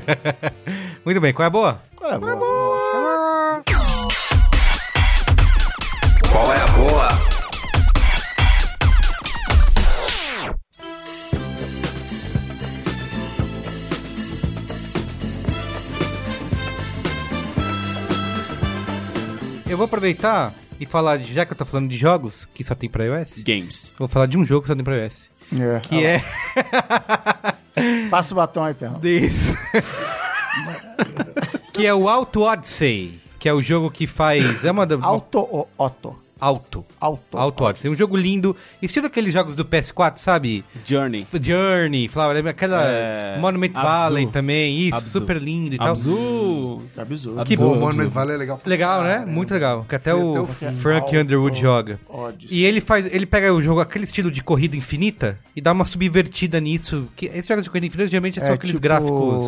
[SPEAKER 1] Muito bem, qual é a boa?
[SPEAKER 3] Qual é a boa?
[SPEAKER 7] Qual é a boa?
[SPEAKER 1] Eu vou aproveitar e falar, de- já que eu tô falando de jogos que só tem pra iOS,
[SPEAKER 4] Games.
[SPEAKER 1] eu vou falar de um jogo que só tem pra iOS.
[SPEAKER 3] É.
[SPEAKER 1] Que é
[SPEAKER 3] Passa o batom aí, perna.
[SPEAKER 1] Isso. que é o Auto Odyssey, que é o jogo que faz. É uma da.
[SPEAKER 3] Auto ou Otto?
[SPEAKER 1] Auto.
[SPEAKER 3] Auto.
[SPEAKER 1] Auto Odyssey. Um jogo lindo. Estilo aqueles jogos do PS4, sabe?
[SPEAKER 4] Journey.
[SPEAKER 1] Journey, Flower, aquela.
[SPEAKER 4] É,
[SPEAKER 1] Monument
[SPEAKER 4] Abzu.
[SPEAKER 1] Valley também. Isso,
[SPEAKER 4] Abzu.
[SPEAKER 1] super lindo e tal.
[SPEAKER 4] Abzu.
[SPEAKER 3] Absurdo.
[SPEAKER 4] Abzu.
[SPEAKER 2] Pô, o Monument Valley é legal.
[SPEAKER 1] Legal, né? Muito legal. Que até o
[SPEAKER 2] Até o
[SPEAKER 1] Frank
[SPEAKER 3] final.
[SPEAKER 1] Underwood joga.
[SPEAKER 3] Odyssey.
[SPEAKER 1] E ele faz, ele pega o jogo, aquele estilo de corrida infinita, e dá uma subvertida nisso. Que esses jogos de corrida infinita geralmente são aqueles
[SPEAKER 3] tipo,
[SPEAKER 1] gráficos.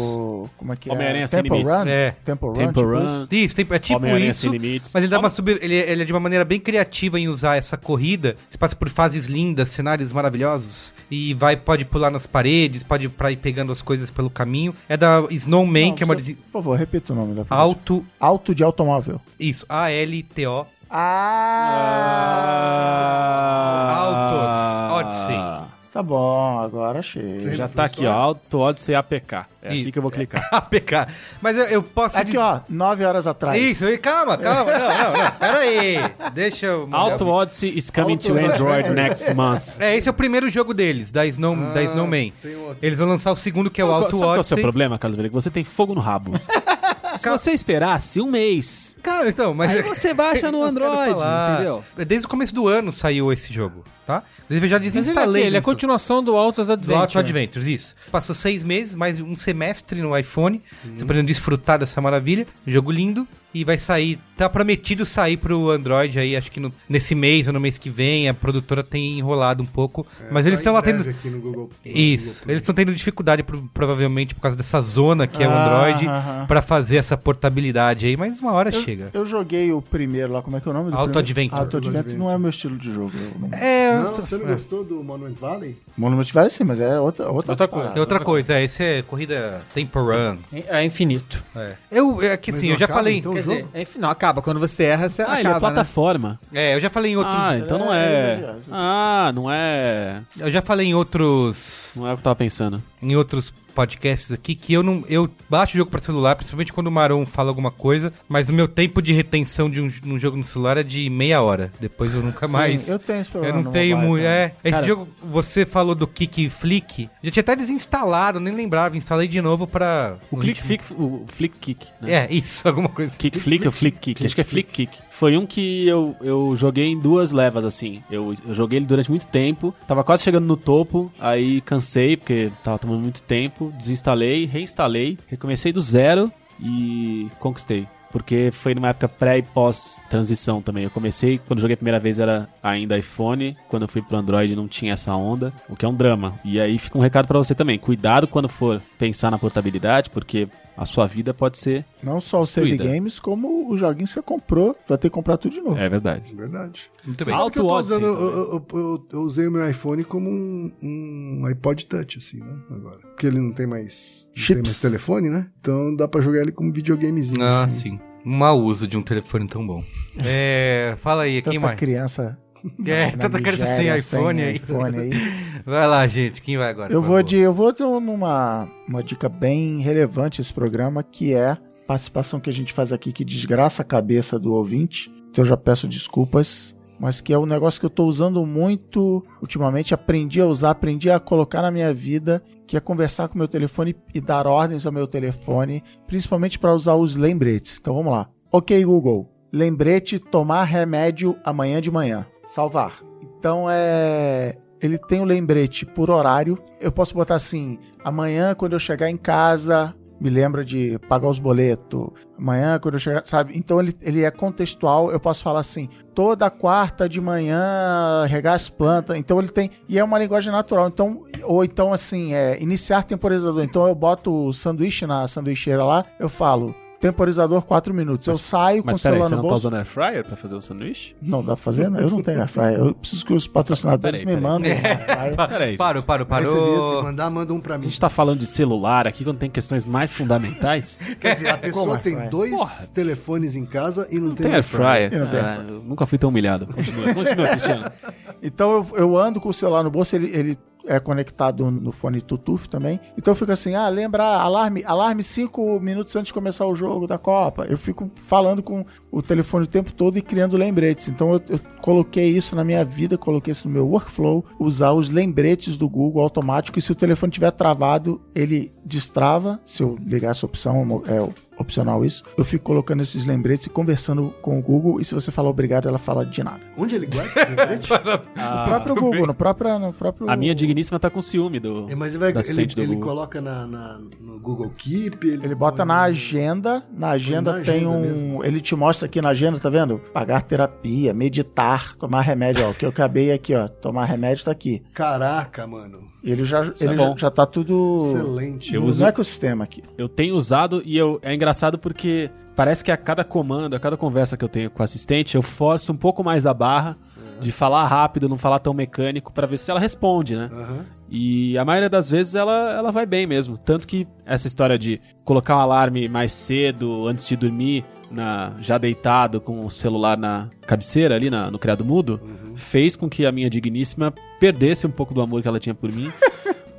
[SPEAKER 3] Como é que é?
[SPEAKER 4] Homem-Aranha Sem
[SPEAKER 3] Temple
[SPEAKER 4] Limites.
[SPEAKER 3] Run?
[SPEAKER 1] É.
[SPEAKER 3] Temple Run.
[SPEAKER 4] Temple
[SPEAKER 3] tipo
[SPEAKER 4] Run.
[SPEAKER 3] isso?
[SPEAKER 1] Isso, tem- é tipo
[SPEAKER 4] Homem-Aranha
[SPEAKER 1] isso.
[SPEAKER 4] Sem Limites.
[SPEAKER 1] Mas ele dá uma sub... ele, ele é de uma maneira bem criativa em usar essa corrida. Você passa por fases lindas, cenários maravilhosos e vai pode pular nas paredes, pode pra ir pegando as coisas pelo caminho. É da Snowman,
[SPEAKER 3] Não,
[SPEAKER 1] que é uma
[SPEAKER 3] você-
[SPEAKER 1] desi-
[SPEAKER 3] Por favor, repita o nome da pessoa.
[SPEAKER 1] Auto,
[SPEAKER 3] Auto de automóvel.
[SPEAKER 1] isso, A L T O.
[SPEAKER 4] Ah!
[SPEAKER 1] Ah. Autos Odyssey.
[SPEAKER 3] Tá bom, agora achei.
[SPEAKER 4] Já tá aqui, ó. Auto Odyssey APK. É
[SPEAKER 1] Ih.
[SPEAKER 4] aqui que eu vou clicar.
[SPEAKER 1] APK. Mas eu, eu posso
[SPEAKER 3] Aqui, ó, nove horas atrás.
[SPEAKER 1] Isso, e calma, calma, não, não, não. Pera aí. Deixa eu
[SPEAKER 4] Auto Odyssey is coming to Android next month.
[SPEAKER 1] É, esse é o primeiro jogo deles, da, Snow, da Snowman.
[SPEAKER 2] tem outro.
[SPEAKER 1] Eles vão lançar o segundo, que é o Auto
[SPEAKER 4] Sabe qual é o seu
[SPEAKER 1] Odyssey.
[SPEAKER 4] problema, Carlos Velho? Que Você tem fogo no rabo. Se você esperasse um mês,
[SPEAKER 1] Cara, então, mas.
[SPEAKER 4] aí você baixa no
[SPEAKER 1] Eu quero
[SPEAKER 4] Android,
[SPEAKER 1] falar.
[SPEAKER 4] entendeu?
[SPEAKER 1] Desde o começo do ano saiu esse jogo, tá? Eu já
[SPEAKER 5] Mas ele é,
[SPEAKER 1] desinstalei.
[SPEAKER 5] aquele, é a
[SPEAKER 1] isso.
[SPEAKER 5] continuação do Altos
[SPEAKER 1] Do Auto
[SPEAKER 5] Adventure.
[SPEAKER 1] Adventures, isso. Passou seis meses, mais um semestre no iPhone. Você tá podendo desfrutar dessa maravilha. Um jogo lindo. E vai sair. Tá prometido sair pro Android aí, acho que no- nesse mês ou no mês que vem. A produtora tem enrolado um pouco.
[SPEAKER 2] É,
[SPEAKER 1] mas
[SPEAKER 2] tá
[SPEAKER 1] eles estão lá tendo.
[SPEAKER 2] Aqui no Google, no
[SPEAKER 1] Isso.
[SPEAKER 2] Google
[SPEAKER 1] Eles estão tendo dificuldade, pro- provavelmente, por causa dessa zona que é o
[SPEAKER 3] Ah,
[SPEAKER 1] Android,
[SPEAKER 3] aham.
[SPEAKER 1] pra fazer essa portabilidade aí, mas uma hora chega.
[SPEAKER 3] Eu joguei o primeiro lá, como é que é o nome do
[SPEAKER 1] Auto
[SPEAKER 3] primeiro?
[SPEAKER 1] Adventure.
[SPEAKER 3] Auto Adventure não é o meu estilo de jogo. Eu não-
[SPEAKER 1] É,
[SPEAKER 2] Play. Não, você não gostou do Monument Valley?
[SPEAKER 3] Monument Valley sim, mas é outra, outra,
[SPEAKER 5] Outra coisa.
[SPEAKER 1] é outra coisa. É, esse é corrida Tempo Run.
[SPEAKER 5] É infinito.
[SPEAKER 1] É. Eu, é que
[SPEAKER 2] Mas
[SPEAKER 1] assim,
[SPEAKER 2] não
[SPEAKER 1] eu já
[SPEAKER 2] acaba,
[SPEAKER 1] falei.
[SPEAKER 2] então, o
[SPEAKER 5] Quer
[SPEAKER 2] jogo?
[SPEAKER 5] dizer, é infinito. Não, acaba. Quando você erra, você
[SPEAKER 4] Ah,
[SPEAKER 5] acaba,
[SPEAKER 4] ele é
[SPEAKER 5] né?
[SPEAKER 4] plataforma.
[SPEAKER 1] É, eu já falei em outros.
[SPEAKER 4] Ah, então não
[SPEAKER 3] É,
[SPEAKER 4] é.
[SPEAKER 3] é, é.
[SPEAKER 4] Ah, não é.
[SPEAKER 1] Eu já falei em outros
[SPEAKER 4] Não é o que eu tava pensando.
[SPEAKER 1] em outros podcasts aqui que eu não eu baixo o jogo para celular, principalmente quando o Maron fala alguma coisa, mas o meu tempo de retenção de um, num jogo no celular é de meia hora. Depois eu nunca mais
[SPEAKER 3] Sim, eu tenho esse
[SPEAKER 1] eu
[SPEAKER 3] problema.
[SPEAKER 1] não
[SPEAKER 3] no
[SPEAKER 1] tenho
[SPEAKER 3] mobile
[SPEAKER 1] muito.
[SPEAKER 3] também.
[SPEAKER 1] É, esse
[SPEAKER 4] Cara-
[SPEAKER 1] jogo, você falou do Kick Flick. Já tinha até desinstalado, nem lembrava. Instalei de novo pra.
[SPEAKER 4] O click flick, o flick kick. Né?
[SPEAKER 1] É, isso, alguma coisa.
[SPEAKER 4] Kick flick ou flick kick? Acho que é flick kick. Foi um que eu, eu joguei em duas levas, assim. Eu, eu joguei ele durante muito tempo. Tava quase chegando no topo. Aí cansei, porque tava tomando muito tempo. Desinstalei, reinstalei. Recomecei do zero e conquistei. Porque foi numa época pré e pós transição também. Eu comecei, quando joguei a primeira vez era ainda iPhone, quando eu fui pro Android não tinha essa onda, o que é um drama. E aí fica um recado pra você também, cuidado quando for pensar na portabilidade, porque a sua vida pode ser...
[SPEAKER 3] Não só o Save
[SPEAKER 4] Destruída.
[SPEAKER 3] Games, como os joguinhos que você comprou, vai ter que comprar tudo de novo.
[SPEAKER 4] É verdade.
[SPEAKER 2] Verdade.
[SPEAKER 1] Muito
[SPEAKER 2] Você
[SPEAKER 1] bem.
[SPEAKER 2] sabe que eu, tô
[SPEAKER 4] Auto-Odyssey
[SPEAKER 2] usando, eu, eu- eu- eu usei o meu iPhone como um, um iPod Touch, assim, né? Agora. Porque ele não tem mais. Não tem
[SPEAKER 3] Chips.
[SPEAKER 2] mais telefone, né? Então dá pra jogar ele como videogamezinho.
[SPEAKER 1] Ah,
[SPEAKER 2] assim.
[SPEAKER 1] sim. Um mau uso de um telefone tão bom. É, fala aí, quem
[SPEAKER 3] Tanta
[SPEAKER 1] mais?
[SPEAKER 3] criança.
[SPEAKER 1] É,
[SPEAKER 3] na
[SPEAKER 1] tanta criança sem
[SPEAKER 3] Nigéria,
[SPEAKER 1] iPhone aí.
[SPEAKER 3] iPhone aí.
[SPEAKER 1] Vai lá, gente, quem vai agora?
[SPEAKER 3] Eu
[SPEAKER 1] por
[SPEAKER 3] vou
[SPEAKER 1] favor?
[SPEAKER 3] de, eu vou de uma, uma dica bem relevante a esse programa, que é a participação que a gente faz aqui que desgraça a cabeça do ouvinte. Então eu já peço desculpas, mas que é um negócio que eu tô usando muito ultimamente, aprendi a usar, aprendi a colocar na minha vida, que é conversar com o meu telefone e dar ordens ao meu telefone, principalmente para usar os lembretes. Então vamos lá. OK Google, lembrete tomar remédio amanhã de manhã. Salvar. Então é ele tem o lembrete por horário. Eu posso botar assim: amanhã, quando eu chegar em casa, me lembra de pagar os boletos. Amanhã, quando eu chegar, sabe? Então ele, ele é contextual. Eu posso falar assim: toda quarta de manhã, regar as plantas. Então ele tem. E é uma linguagem natural. Então, ou então assim, é iniciar temporizador. Então eu boto o sanduíche na sanduicheira lá, eu falo. Temporizador 4 minutos. eu saio com o
[SPEAKER 4] Mas peraí,
[SPEAKER 3] celular no
[SPEAKER 4] você não tá
[SPEAKER 3] bolso.
[SPEAKER 4] usando air fryer pra fazer o sanduíche?
[SPEAKER 3] Não dá pra fazer? né? Eu não tenho air fryer. Eu preciso que os patrocinadores
[SPEAKER 4] Tá, Peraí,
[SPEAKER 3] me
[SPEAKER 4] peraí.
[SPEAKER 3] mandem air fryer.
[SPEAKER 4] Peraí.
[SPEAKER 1] Parou, parou,
[SPEAKER 2] Recebi, se
[SPEAKER 1] parou.
[SPEAKER 2] mandar, manda um pra
[SPEAKER 4] A
[SPEAKER 2] mim.
[SPEAKER 4] gente tá falando de celular aqui quando tem questões mais fundamentais.
[SPEAKER 2] Quer dizer, a
[SPEAKER 3] Como
[SPEAKER 2] pessoa
[SPEAKER 3] é,
[SPEAKER 2] tem
[SPEAKER 3] vai?
[SPEAKER 2] dois telefones em casa e não,
[SPEAKER 4] Não tem air fryer.
[SPEAKER 3] Eu não tenho air
[SPEAKER 4] Ah, eu nunca fui tão humilhado. Continua, continua, Cristiano.
[SPEAKER 3] Então eu, eu ando com o celular no bolso, ele, ele é conectado no fone Tutuf também. Então eu fico assim, ah, lembra, alarme, alarme cinco minutos antes de começar o jogo da Copa. Eu fico falando com o telefone o tempo todo e criando lembretes. Então eu, eu coloquei isso na minha vida, coloquei isso no meu workflow, usar os lembretes do Google automático e se o telefone tiver travado, ele destrava. Se eu ligar essa opção, é opcional isso. Eu fico colocando esses lembretes e conversando com o Google e se você falar obrigado, ela fala de nada.
[SPEAKER 2] Onde ele guarda esse lembrete? Ah,
[SPEAKER 3] No próprio
[SPEAKER 1] também.
[SPEAKER 3] Google, no próprio, no próprio.
[SPEAKER 4] A minha digníssima tá com ciúme do.
[SPEAKER 2] É, mas ele, vai-
[SPEAKER 4] Da
[SPEAKER 2] ele,
[SPEAKER 4] assistente do
[SPEAKER 2] ele
[SPEAKER 4] Google.
[SPEAKER 2] coloca na, na- no Google Keep.
[SPEAKER 3] Ele bota
[SPEAKER 2] põe
[SPEAKER 3] na
[SPEAKER 2] no-
[SPEAKER 3] agenda. Na agenda
[SPEAKER 2] na
[SPEAKER 3] tem
[SPEAKER 2] agenda
[SPEAKER 3] um.
[SPEAKER 2] mesmo.
[SPEAKER 3] Ele te mostra aqui na agenda, tá vendo? Pagar terapia, meditar, tomar remédio, ó. O que eu acabei aqui, ó. Tomar remédio tá aqui.
[SPEAKER 2] Caraca, mano.
[SPEAKER 3] Ele já,
[SPEAKER 4] é
[SPEAKER 3] ele já,
[SPEAKER 4] bom.
[SPEAKER 3] já tá tudo.
[SPEAKER 2] Excelente.
[SPEAKER 4] Eu
[SPEAKER 3] no
[SPEAKER 4] uso-
[SPEAKER 3] ecossistema aqui.
[SPEAKER 4] Eu tenho usado e eu, é engraçado porque parece que a cada comando, a cada conversa que eu tenho com o assistente, eu forço um pouco mais a barra de falar rápido, não falar tão mecânico, pra ver se ela responde, né?
[SPEAKER 2] Aham.
[SPEAKER 4] E a maioria das vezes ela, ela vai bem mesmo. Tanto que essa história de colocar um alarme mais cedo, antes de dormir, na, já deitado com o celular na cabeceira ali, na- no criado mudo,
[SPEAKER 2] Uhum.
[SPEAKER 4] fez com que a minha digníssima perdesse um pouco do amor que ela tinha por mim.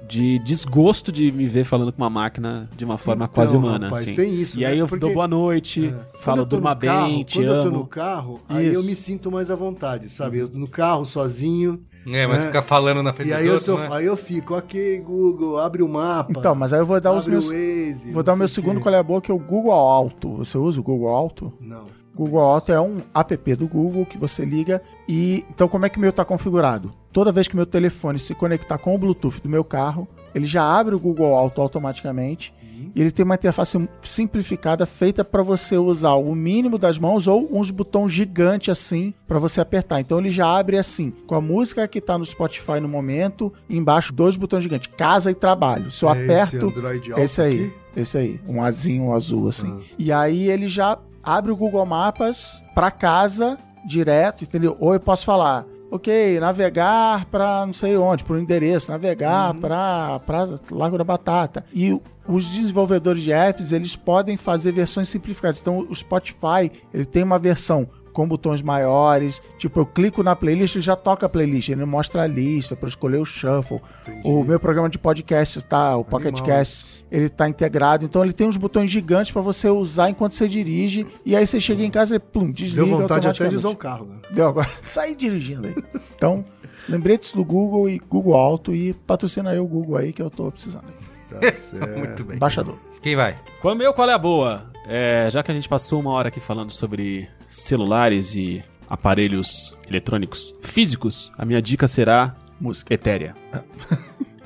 [SPEAKER 4] De desgosto de me ver falando com uma máquina de uma forma
[SPEAKER 2] Então,
[SPEAKER 4] quase humana.
[SPEAKER 2] rapaz,
[SPEAKER 4] assim.
[SPEAKER 2] tem isso,
[SPEAKER 4] e aí
[SPEAKER 2] né?
[SPEAKER 4] eu
[SPEAKER 2] Porque- É.
[SPEAKER 4] dou boa noite,
[SPEAKER 2] Quando
[SPEAKER 4] falo
[SPEAKER 2] eu tô no
[SPEAKER 4] durma
[SPEAKER 2] carro,
[SPEAKER 4] bem, te
[SPEAKER 2] Quando eu tô
[SPEAKER 4] amo.
[SPEAKER 2] no carro, aí eu me sinto mais à vontade, sabe? Eu, no carro, sozinho,
[SPEAKER 1] É, mas
[SPEAKER 2] É.
[SPEAKER 1] ficar falando na frente
[SPEAKER 2] E
[SPEAKER 1] dos
[SPEAKER 2] aí eu,
[SPEAKER 1] outros,
[SPEAKER 2] sou,
[SPEAKER 1] né?
[SPEAKER 2] aí eu fico, ok, Google, abre o mapa.
[SPEAKER 3] Então, mas aí eu vou dar os
[SPEAKER 2] abre
[SPEAKER 3] meus.
[SPEAKER 2] o Waze.
[SPEAKER 3] Vou dar o
[SPEAKER 2] não
[SPEAKER 3] meu
[SPEAKER 2] sei
[SPEAKER 3] segundo qual é a boa, que é o Google Alto. Você usa o Google Alto?
[SPEAKER 2] quê. Não.
[SPEAKER 3] Google Auto é um app do Google que você liga e então como é que o meu está configurado? Toda vez que meu telefone se conectar com o Bluetooth do meu carro, ele já abre o Google Auto automaticamente
[SPEAKER 2] Uhum.
[SPEAKER 3] e ele tem uma interface simplificada feita para você usar o mínimo das mãos ou uns botões gigantes assim para você apertar. Então ele já abre assim, com a música que tá no Spotify no momento, embaixo dois botões gigantes, casa e trabalho. Se eu
[SPEAKER 2] É
[SPEAKER 3] aperto
[SPEAKER 2] Esse Android alto
[SPEAKER 3] esse aí,
[SPEAKER 2] aqui? Ah.
[SPEAKER 3] esse aí, um azinho azul assim. E aí ele já abre o Google Mapas pra casa direto, entendeu? Ou eu posso falar, ok, navegar pra não sei onde, pro endereço, navegar
[SPEAKER 2] Uhum.
[SPEAKER 3] pra para Lago da Batata. E os desenvolvedores de apps eles podem fazer versões simplificadas. Então o Spotify ele tem uma versão com botões maiores, tipo eu clico na playlist e já toca a playlist, ele mostra a lista pra eu escolher o shuffle. O meu programa de podcast tá, o
[SPEAKER 2] né?
[SPEAKER 3] Pocketcast, ele tá integrado, então ele tem uns botões gigantes pra você usar enquanto você dirige e aí você chega em casa e plum, desliga
[SPEAKER 2] Deu vontade até de
[SPEAKER 3] automaticamente.
[SPEAKER 2] usar o carro, né?
[SPEAKER 3] Deu agora. Sai dirigindo aí. Então, lembretes do Google e Google Alto e patrocina aí o Google aí que eu tô precisando. aí.
[SPEAKER 2] Tá certo.
[SPEAKER 1] Muito bem.
[SPEAKER 3] Embaixador.
[SPEAKER 1] Quem vai?
[SPEAKER 4] Qual é o meu, qual é a boa? É, já que a gente passou uma hora aqui falando sobre celulares e aparelhos eletrônicos físicos, a minha dica será
[SPEAKER 3] Música.
[SPEAKER 4] etérea.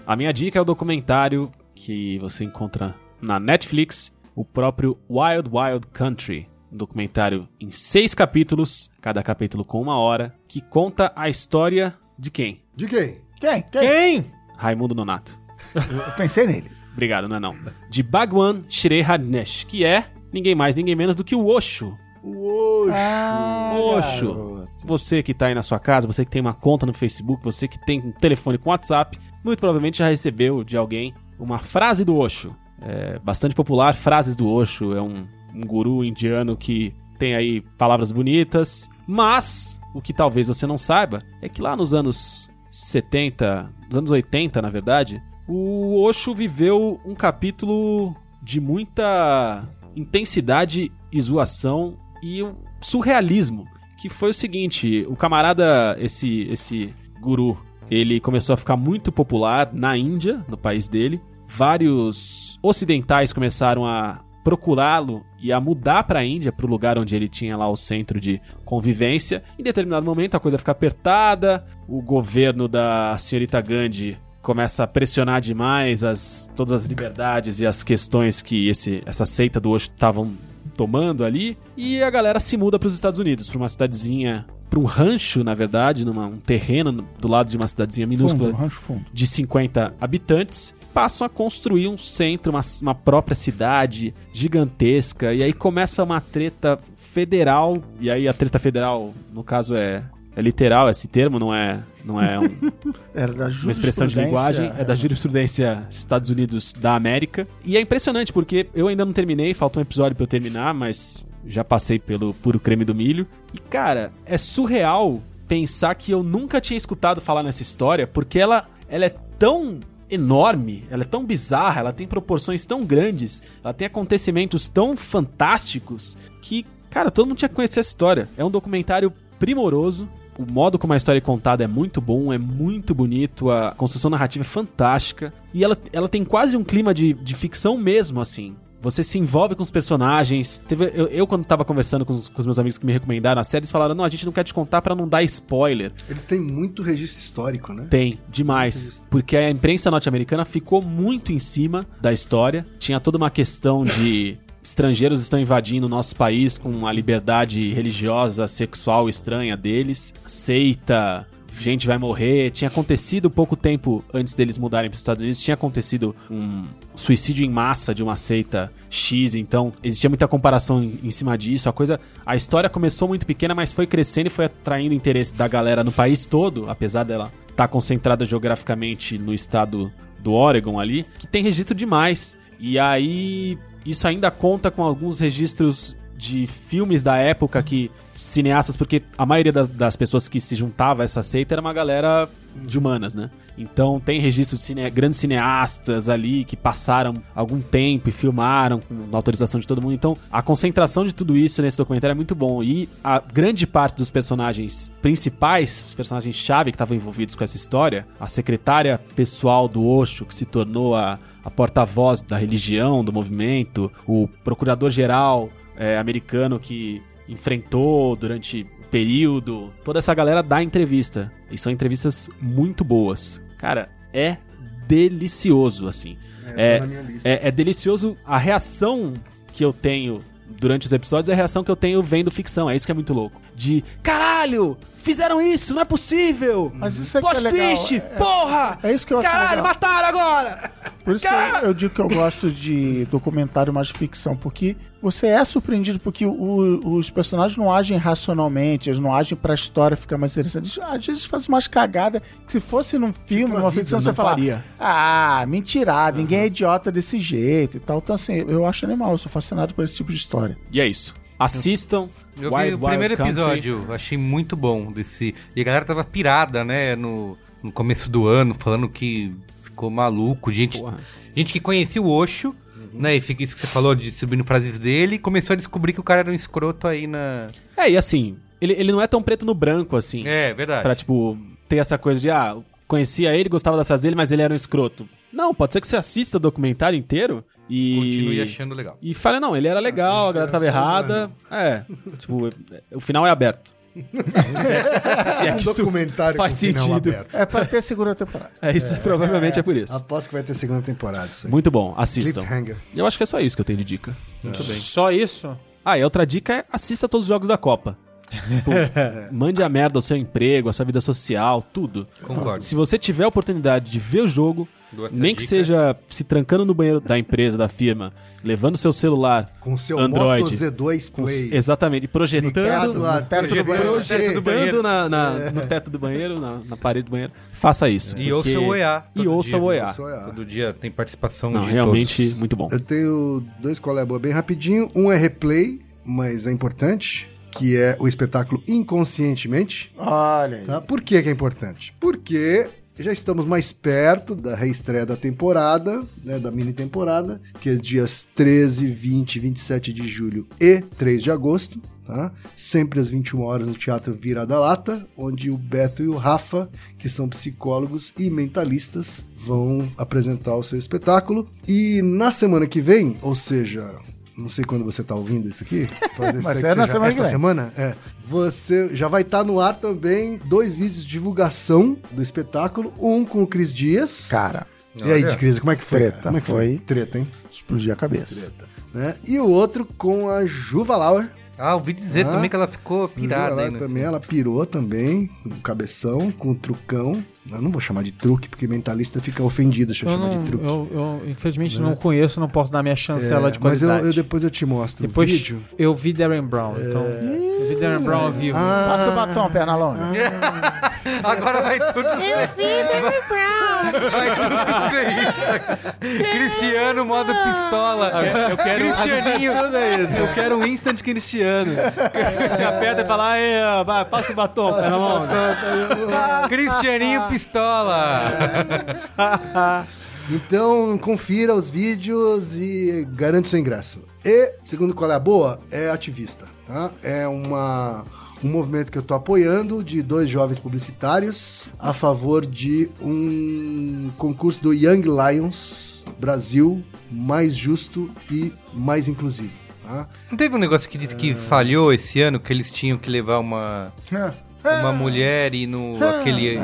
[SPEAKER 4] a minha dica é o documentário que você encontra na Netflix, o próprio Wild Wild Country. Um documentário em seis capítulos, cada capítulo com uma hora, que conta a história de quem?
[SPEAKER 2] De quem?
[SPEAKER 3] Quem? Quem?
[SPEAKER 5] Quem?
[SPEAKER 4] Raimundo Nonato.
[SPEAKER 3] Eu pensei nele.
[SPEAKER 4] Obrigado, não é não. De Bhagwan Shri Harnesh, que é ninguém mais, ninguém menos do que o Osho.
[SPEAKER 2] O Oxo.
[SPEAKER 4] Osho. Você que tá aí na sua casa, você que tem uma conta no Facebook, você que tem um telefone com WhatsApp, muito provavelmente já recebeu de alguém uma frase do Osho. É bastante popular, frases do Osho. É um, um guru indiano que tem aí palavras bonitas. Mas, o que talvez você não saiba, é que lá nos anos 70, nos anos 80, na verdade, o Osho viveu um capítulo de muita intensidade e zoação e um surrealismo, que foi o seguinte, o camarada, esse, esse guru, ele começou a ficar muito popular na Índia, no país dele. Vários ocidentais começaram a procurá-lo e a mudar para a Índia, para o lugar onde ele tinha lá o centro de convivência. Em determinado momento a coisa fica apertada, o governo da senhorita Gandhi começa a pressionar demais as, todas as liberdades e as questões que esse, essa seita do Osho estavam tomando ali e a galera se muda para os Estados Unidos, para uma cidadezinha, para um rancho, na verdade, numa um terreno no- do lado de uma cidadezinha minúscula
[SPEAKER 3] Fundo, rancho fundo.
[SPEAKER 4] de 50 habitantes, passam a construir um centro, uma, uma própria cidade gigantesca, e aí começa uma treta federal, e aí a treta federal, no caso é é literal esse termo, não é não é um-
[SPEAKER 3] Era da jurisprudência.
[SPEAKER 4] uma expressão de linguagem, é da jurisprudência Estados Unidos da América. E é impressionante, porque eu ainda não terminei, falta um episódio pra eu terminar, mas já passei pelo puro creme do milho. E, cara, é surreal pensar que eu nunca tinha escutado falar nessa história, porque ela, ela é tão enorme, ela é tão bizarra, ela tem proporções tão grandes, ela tem acontecimentos tão fantásticos que, cara, todo mundo tinha que conhecer essa história. É um documentário primoroso. O modo como a história é contada é muito bom, é muito bonito, a construção narrativa é fantástica. E ela, ela tem quase um clima de, de ficção mesmo, assim. Você se envolve com os personagens. Teve- eu, eu, quando tava conversando com os, com os meus amigos que me recomendaram a série, eles falaram: não, a gente não quer te contar pra não dar spoiler.
[SPEAKER 2] Ele tem muito registro histórico, né?
[SPEAKER 4] Tem, demais. Porque a imprensa norte-americana ficou muito em cima da história. Tinha toda uma questão de estrangeiros estão invadindo o nosso país com a liberdade religiosa, sexual estranha deles, seita, gente vai morrer. Tinha acontecido pouco tempo antes deles mudarem para os Estados Unidos, tinha acontecido um suicídio em massa de uma seita X, então existia muita comparação em, em cima disso. A coisa, a história começou muito pequena, mas foi crescendo e foi atraindo interesse da galera no país todo, apesar dela estar tá concentrada geograficamente no estado do Oregon ali, que tem registro demais. E aí isso ainda conta com alguns registros de filmes da época que cineastas, porque a maioria das, das pessoas que se juntava a essa seita era uma galera de humanas, né? Então tem registro de cine- grandes cineastas ali que passaram algum tempo e filmaram com a autorização de todo mundo. Então a concentração de tudo isso nesse documentário é muito bom. E a grande parte dos personagens principais, os personagens-chave que estavam envolvidos com essa história, a secretária pessoal do Osho, que se tornou a, a porta-voz da religião, do movimento, o procurador-geral é, americano que enfrentou durante o período. Toda essa galera dá entrevista. E são entrevistas muito boas. Cara, é delicioso, assim.
[SPEAKER 2] Tá
[SPEAKER 4] É, é, é delicioso a reação que eu tenho durante os episódios, é a reação que eu tenho vendo ficção. É isso que é muito louco. De caralho! Fizeram isso, não é possível!
[SPEAKER 3] Mas isso é que
[SPEAKER 4] Plot
[SPEAKER 3] é legal.
[SPEAKER 4] twist!
[SPEAKER 3] É-
[SPEAKER 4] porra!
[SPEAKER 3] é isso que eu acho
[SPEAKER 4] Caralho,
[SPEAKER 3] legal.
[SPEAKER 4] mataram agora!
[SPEAKER 3] Por isso que eu, eu digo que eu gosto de documentário mais ficção, porque você é surpreendido, porque o- os personagens não agem racionalmente, eles não agem pra história ficar mais interessante. Eles, às vezes fazem umas cagadas que se fosse num filme,
[SPEAKER 2] Tipo a
[SPEAKER 3] numa
[SPEAKER 2] vida,
[SPEAKER 3] ficção,
[SPEAKER 2] não
[SPEAKER 3] você fala,
[SPEAKER 5] faria.
[SPEAKER 3] ah, mentirada, ninguém é idiota desse jeito e tal. Então assim, eu acho animal, eu sou fascinado por esse tipo de história.
[SPEAKER 4] E é isso. Assistam.
[SPEAKER 1] Eu vi o primeiro episódio, achei muito bom desse. E a galera tava pirada, né, no, no começo do ano, falando que ficou maluco, gente,
[SPEAKER 4] Porra.
[SPEAKER 1] gente que conhecia o Osho,
[SPEAKER 2] Uhum.
[SPEAKER 1] né, e fica isso que você falou de subindo frases dele, e começou a descobrir que o cara era um escroto aí na
[SPEAKER 4] É, e assim, ele, ele não é tão preto no branco assim.
[SPEAKER 1] É, verdade.
[SPEAKER 4] Pra, tipo, ter essa coisa de, ah, conhecia ele, gostava das frases dele, mas ele era um escroto. Não, pode ser que você assista o documentário inteiro e.
[SPEAKER 1] Continue achando legal.
[SPEAKER 4] E fala, não, ele era legal, a galera tava errada. É, tipo, o final é aberto. se é, se é
[SPEAKER 2] Um
[SPEAKER 4] que isso
[SPEAKER 2] documentário
[SPEAKER 4] faz
[SPEAKER 2] com final
[SPEAKER 4] sentido.
[SPEAKER 2] aberto.
[SPEAKER 3] É pra ter a segunda temporada.
[SPEAKER 4] É isso, provavelmente é, por isso.
[SPEAKER 2] Aposto que vai ter segunda temporada isso aí.
[SPEAKER 4] Muito bom, assistam.
[SPEAKER 2] Cliffhanger.
[SPEAKER 4] Eu acho que é só isso que eu tenho de dica.
[SPEAKER 5] Só isso?
[SPEAKER 4] Ah, e outra dica é assista todos os jogos da Copa. Tipo, mande a merda ao seu emprego, à sua vida social, tudo.
[SPEAKER 1] Concordo.
[SPEAKER 4] Se você tiver a oportunidade de ver o jogo,
[SPEAKER 1] Dou essa
[SPEAKER 4] nem que
[SPEAKER 1] dica.
[SPEAKER 4] seja se trancando no banheiro da empresa, da firma, levando seu celular,
[SPEAKER 2] Com seu
[SPEAKER 4] Android.
[SPEAKER 2] Moto Z2 Play.
[SPEAKER 4] exatamente, e projetando,
[SPEAKER 2] Ligado lá,
[SPEAKER 3] teto do
[SPEAKER 2] projetando.
[SPEAKER 1] banheiro.
[SPEAKER 2] Projetando.
[SPEAKER 4] projetando na, na- no teto do banheiro, na, na parede do banheiro, faça isso.
[SPEAKER 1] E ouça o OEA.
[SPEAKER 4] E
[SPEAKER 1] todo
[SPEAKER 4] ouça
[SPEAKER 1] dia.
[SPEAKER 4] o OEA.
[SPEAKER 2] Só, ah,
[SPEAKER 1] Todo dia tem participação
[SPEAKER 4] Não,
[SPEAKER 1] de
[SPEAKER 4] realmente
[SPEAKER 1] todos.
[SPEAKER 4] muito bom.
[SPEAKER 2] Eu tenho dois collabos bem rapidinho. Um é replay, mas é importante, que é o espetáculo Inconscientemente.
[SPEAKER 3] Olha aí.
[SPEAKER 2] Tá? Por que, que é importante? Porque já estamos mais perto da reestreia da temporada, né, da mini temporada, que é dias 13, 20, 27 de julho e 3 de agosto. Tá? Sempre às 21 horas no Teatro Virada Lata, onde o Beto e o Rafa, que são psicólogos e mentalistas, vão apresentar o seu espetáculo. E na semana que vem, ou seja, não sei quando você está ouvindo isso aqui, talvez
[SPEAKER 3] Mas
[SPEAKER 2] seja
[SPEAKER 3] é na semana que
[SPEAKER 2] esta
[SPEAKER 3] vem.
[SPEAKER 2] semana, é. Você já vai estar no ar também dois vídeos de divulgação do espetáculo. Um com o Cris Dias.
[SPEAKER 3] Cara,
[SPEAKER 2] E aí, de Cris, como é que foi?
[SPEAKER 3] Treta,
[SPEAKER 2] cara? Como é que
[SPEAKER 3] foi.
[SPEAKER 2] Treta, hein?
[SPEAKER 3] explodir a cabeça.
[SPEAKER 2] Treta. Né? E o outro com a Juva Lauer.
[SPEAKER 1] Ah, ouvi dizer
[SPEAKER 2] Ah,
[SPEAKER 1] também que ela ficou
[SPEAKER 2] Juva
[SPEAKER 1] pirada aí
[SPEAKER 2] Lauer
[SPEAKER 1] nesse-
[SPEAKER 2] também, ela pirou também, com o cabeção, com o trucão. Eu não vou chamar de truque, porque mentalista fica ofendido se eu
[SPEAKER 5] Eu,
[SPEAKER 2] chamar
[SPEAKER 5] não,
[SPEAKER 2] de truque.
[SPEAKER 5] eu, eu, infelizmente não conheço, não posso dar minha chancela de
[SPEAKER 2] É, mas eu,
[SPEAKER 5] qualidade.
[SPEAKER 2] eu depois eu te mostro
[SPEAKER 5] Depois
[SPEAKER 2] o vídeo.
[SPEAKER 5] eu vi Darren Brown, então. Eu vi Darren Brown ao vivo.
[SPEAKER 3] Passa
[SPEAKER 2] Ah.
[SPEAKER 3] o batom, perna longa.
[SPEAKER 1] Agora vai tudo ser. Vai tudo ser isso. Cristiano modo pistola.
[SPEAKER 4] Eu quero
[SPEAKER 1] Cristianinho.
[SPEAKER 4] Eu quero um instant cristiano. Você aperta e fala, "Aê, vai, passa o batom, pera longa."
[SPEAKER 1] Cristianinho pistola.
[SPEAKER 2] Então, confira os vídeos e garante seu ingresso. E, segundo qual é a boa, é ativista, tá? É uma, um movimento que eu tô apoiando de dois jovens publicitários a favor de um concurso do Young Lions Brasil mais justo e mais inclusivo, tá?
[SPEAKER 1] Não teve um negócio que disse que falhou esse ano, que eles tinham que levar uma, uma mulher e no aquele.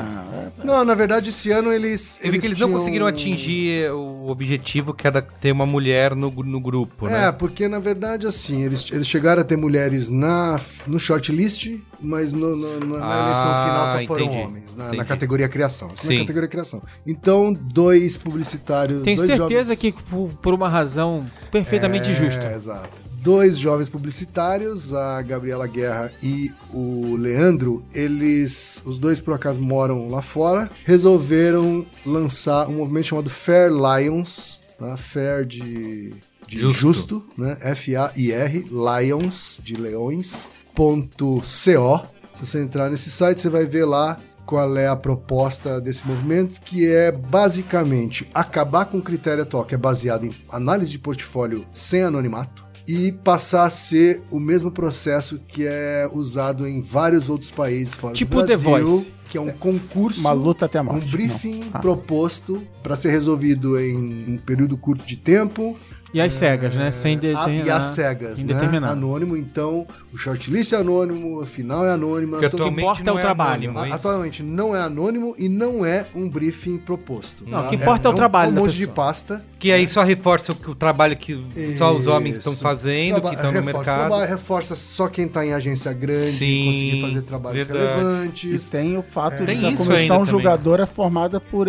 [SPEAKER 2] Não, na verdade, esse ano Ah. eles...
[SPEAKER 1] Eu vi que eles não
[SPEAKER 2] tinham-
[SPEAKER 1] conseguiram atingir o objetivo que era ter uma mulher no, gru- no grupo,
[SPEAKER 2] É,
[SPEAKER 1] né?
[SPEAKER 2] porque na verdade, assim, eles, eles chegaram a ter mulheres na, no shortlist, mas no- no- no- na
[SPEAKER 1] Ah,
[SPEAKER 2] eleição final só foram
[SPEAKER 1] entendi,
[SPEAKER 2] homens, né? na, na
[SPEAKER 1] entendi.
[SPEAKER 2] categoria criação. Isso Na
[SPEAKER 1] Sim.
[SPEAKER 2] categoria criação. Então, dois publicitários.
[SPEAKER 5] Tenho
[SPEAKER 2] dois
[SPEAKER 5] certeza
[SPEAKER 2] jovens-
[SPEAKER 5] que
[SPEAKER 1] é
[SPEAKER 5] por, por uma razão perfeitamente justa.
[SPEAKER 2] é, exato. Dois jovens publicitários, a Gabriela Guerra e o Leandro, eles, os dois por acaso moram lá fora, resolveram lançar um movimento chamado Fair Lions, tá? Fair né? de, de
[SPEAKER 1] Justo.
[SPEAKER 2] justo, né? F-A-I-R, Lions, de leões, ponto CO. Se você entrar nesse site, você vai ver lá qual é a proposta desse movimento, que é basicamente acabar com o critério atual, que é baseado em análise de portfólio sem anonimato, e passar a ser o mesmo processo que é usado em vários outros países fora
[SPEAKER 5] Tipo
[SPEAKER 2] do
[SPEAKER 5] The
[SPEAKER 2] Brasil,
[SPEAKER 5] Voice.
[SPEAKER 2] que é um concurso
[SPEAKER 3] Uma luta até a
[SPEAKER 2] um
[SPEAKER 3] morte.
[SPEAKER 2] briefing
[SPEAKER 3] Não. Ah.
[SPEAKER 2] proposto para ser resolvido em um período curto de tempo
[SPEAKER 5] E as cegas, né? Sem
[SPEAKER 2] a, Ah, e
[SPEAKER 5] determinar.
[SPEAKER 2] às cegas, né?
[SPEAKER 5] indeterminado.
[SPEAKER 2] Anônimo, então, o shortlist é anônimo, a final é anônima.
[SPEAKER 1] Porque
[SPEAKER 2] então,
[SPEAKER 1] atualmente
[SPEAKER 5] importa é o
[SPEAKER 1] não
[SPEAKER 5] trabalho.
[SPEAKER 1] anônimo, é
[SPEAKER 2] a-
[SPEAKER 1] isso?
[SPEAKER 2] atualmente não é anônimo e não é um briefing proposto.
[SPEAKER 5] Não, o
[SPEAKER 2] tá?
[SPEAKER 5] que importa é o
[SPEAKER 2] um-
[SPEAKER 5] trabalho
[SPEAKER 2] Um
[SPEAKER 5] da
[SPEAKER 2] monte de
[SPEAKER 5] pessoa.
[SPEAKER 2] pasta.
[SPEAKER 1] Que aí só reforça o, que- o trabalho que só os homens estão
[SPEAKER 2] Isso.
[SPEAKER 1] fazendo,
[SPEAKER 2] Traba-
[SPEAKER 1] que estão no
[SPEAKER 2] reforça o
[SPEAKER 1] mercado.
[SPEAKER 2] trabalho, reforça só quem está em agência grande,
[SPEAKER 1] Sim,
[SPEAKER 2] conseguir fazer trabalhos
[SPEAKER 1] verdade.
[SPEAKER 3] E
[SPEAKER 2] relevantes.
[SPEAKER 3] tem o
[SPEAKER 2] É.
[SPEAKER 3] fato
[SPEAKER 1] Tem
[SPEAKER 3] de que a
[SPEAKER 1] isso
[SPEAKER 3] comissão
[SPEAKER 1] ainda também.
[SPEAKER 3] julgadora é formada por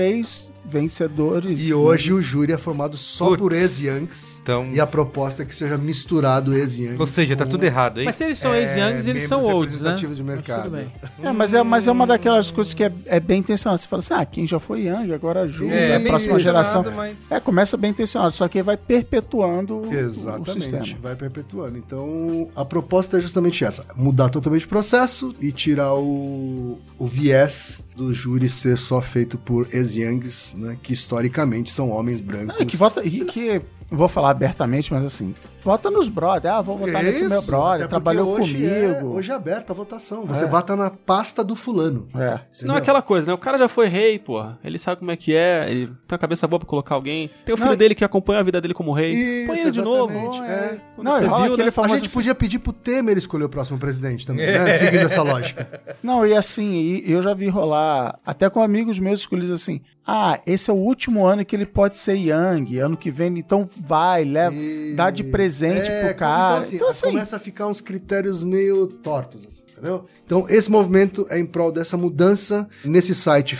[SPEAKER 3] ex-vencedores.
[SPEAKER 2] E hoje o júri é formado só
[SPEAKER 1] Putz.
[SPEAKER 2] por ex-Yanks.
[SPEAKER 1] Então-
[SPEAKER 2] E a proposta é que seja misturado ex-Yanks. é,
[SPEAKER 1] Ou seja, tá tudo errado, hein?
[SPEAKER 5] Mas se eles são ex-youngs, eles são olds, né?
[SPEAKER 2] de mercado.
[SPEAKER 5] Mas tudo
[SPEAKER 3] É, mas, é, mas é uma daquelas coisas que é, é bem intencionada. Você fala assim, ah, quem já foi Yang, agora julga,
[SPEAKER 2] É,
[SPEAKER 3] a
[SPEAKER 2] bem
[SPEAKER 3] próxima
[SPEAKER 2] pensado,
[SPEAKER 3] geração.
[SPEAKER 1] mas-
[SPEAKER 3] É, começa bem intencionado, só que vai perpetuando o- o
[SPEAKER 2] Exatamente,
[SPEAKER 3] sistema.
[SPEAKER 2] vai perpetuando. Então, a proposta é justamente essa: mudar totalmente o processo e tirar o, o viés do júri ser só feito por ex-yangs, né, que historicamente são homens brancos.
[SPEAKER 1] É
[SPEAKER 3] Não, e É, que vota, e que, vou falar abertamente, mas assim, vota nos brother. Ah, vou votar nesse meu
[SPEAKER 2] Isso, até
[SPEAKER 3] brother,
[SPEAKER 2] porque
[SPEAKER 3] trabalhou
[SPEAKER 2] hoje É,
[SPEAKER 3] comigo.
[SPEAKER 2] hoje é aberta a votação. Você bata na pasta do fulano.
[SPEAKER 3] É.
[SPEAKER 4] Senão é
[SPEAKER 2] Entendeu?
[SPEAKER 4] aquela coisa, né? O cara já foi rei, porra. Ele sabe como é que é, ele tem uma cabeça boa pra colocar alguém. Tem o filho
[SPEAKER 3] Não,
[SPEAKER 4] dele que acompanha a vida dele como rei.
[SPEAKER 2] Isso,
[SPEAKER 4] Põe ele de novo.
[SPEAKER 2] exatamente, é.
[SPEAKER 4] Quando
[SPEAKER 3] Não,
[SPEAKER 4] você
[SPEAKER 3] e rola
[SPEAKER 4] viu,
[SPEAKER 3] aquele
[SPEAKER 4] né?
[SPEAKER 3] famoso
[SPEAKER 2] a gente podia pedir pro Temer escolher o próximo presidente também,
[SPEAKER 3] É.
[SPEAKER 2] né? Seguindo essa lógica.
[SPEAKER 3] Não, e assim, e eu já vi rolar, até com amigos meus que eles assim, ah, esse é o último ano que ele pode ser Yang, ano que vem, então vai, leva, dá de presente
[SPEAKER 2] É,
[SPEAKER 3] pro cara.
[SPEAKER 2] Então, assim, começa a ficar uns critérios meio tortos, assim, entendeu? Então, esse movimento é em prol dessa mudança. Nesse site,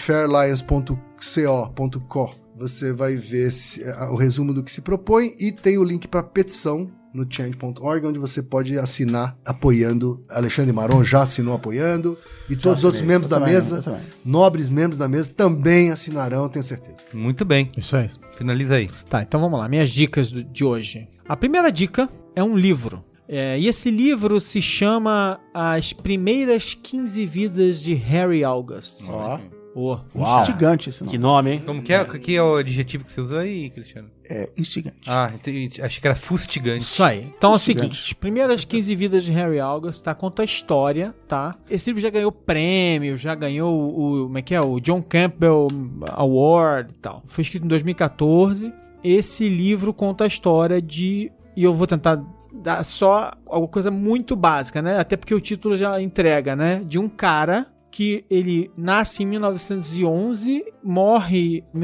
[SPEAKER 2] fairlions.co.co, você vai ver se- eh, o resumo do que se propõe e tem o link para petição no change.org, onde você pode assinar apoiando. Alexandre Maron já assinou apoiando. E todos os outros membros
[SPEAKER 3] eu
[SPEAKER 2] da
[SPEAKER 3] também, eu
[SPEAKER 2] mesa,
[SPEAKER 3] também.
[SPEAKER 2] nobres membros da mesa, também assinarão, tenho certeza.
[SPEAKER 5] É
[SPEAKER 1] Muito bem.
[SPEAKER 5] Isso aí.
[SPEAKER 1] Finaliza aí.
[SPEAKER 5] Tá, então vamos lá. Minhas dicas do- de hoje. A primeira dica é um livro. É, e esse livro se chama As Primeiras 15 Vidas de Harry August.
[SPEAKER 3] Ó,
[SPEAKER 5] Ô,
[SPEAKER 3] instigante esse nome.
[SPEAKER 4] Que nome, hein?
[SPEAKER 1] Como que é, que é o adjetivo que você usou aí, Cristiano?
[SPEAKER 3] É, instigante.
[SPEAKER 1] Ah, entendi. achei que era fustigante.
[SPEAKER 5] Isso aí. Então é o
[SPEAKER 3] Instigante.
[SPEAKER 5] seguinte: as primeiras 15 vidas de Harry August, tá? Conta a história, tá? Esse livro já ganhou prêmio, já ganhou o. o- Como é que é? O John Campbell Award e tal. Foi escrito em 2014. Esse livro conta a história de. E eu vou tentar dar só alguma coisa muito básica, né? Até porque o título já entrega, né? De um cara que ele nasce em 1911, morre em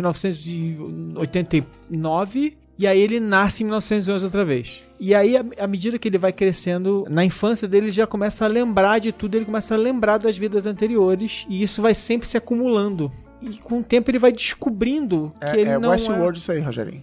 [SPEAKER 5] 1989 e aí ele nasce em 1911 outra vez. E aí, à à medida que ele vai crescendo, na infância dele ele já começa a lembrar de tudo, ele começa a lembrar das vidas anteriores e isso vai sempre se acumulando. E com o tempo ele vai descobrindo que
[SPEAKER 3] É,
[SPEAKER 5] ele
[SPEAKER 3] é
[SPEAKER 5] não é...
[SPEAKER 3] Westworld isso aí, Rogerinho.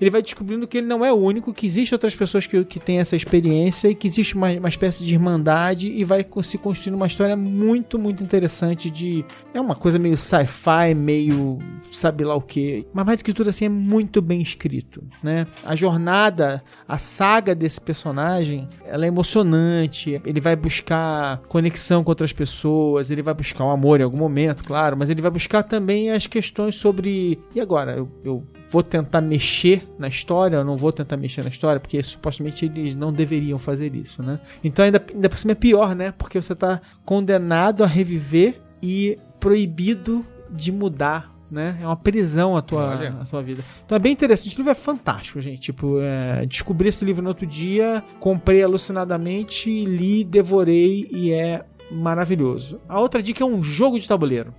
[SPEAKER 5] Ele vai descobrindo que ele não é o único, que existe outras pessoas que, que têm essa experiência e que existe uma, uma espécie de irmandade e vai co- se construindo uma história muito, muito interessante de... É uma coisa meio sci-fi, meio sabe lá o que. Mas mais do que tudo assim, é muito bem escrito, né? A jornada, a saga desse personagem, ela é emocionante. Ele vai buscar conexão com outras pessoas, ele vai buscar o amor em algum momento, claro, mas ele vai buscar também as questões sobre... E agora? Eu... eu vou tentar mexer na história ou não vou tentar mexer na história, porque supostamente eles não deveriam fazer isso, né? Então ainda, ainda por cima é pior, né? Porque você tá condenado a reviver e proibido de mudar, né? É uma prisão a tua,
[SPEAKER 1] Olha.
[SPEAKER 5] a tua vida. Então é bem interessante. O livro é fantástico, gente. Tipo, é, descobri esse livro no outro dia, comprei alucinadamente, li, devorei e é maravilhoso. A outra dica é um jogo de tabuleiro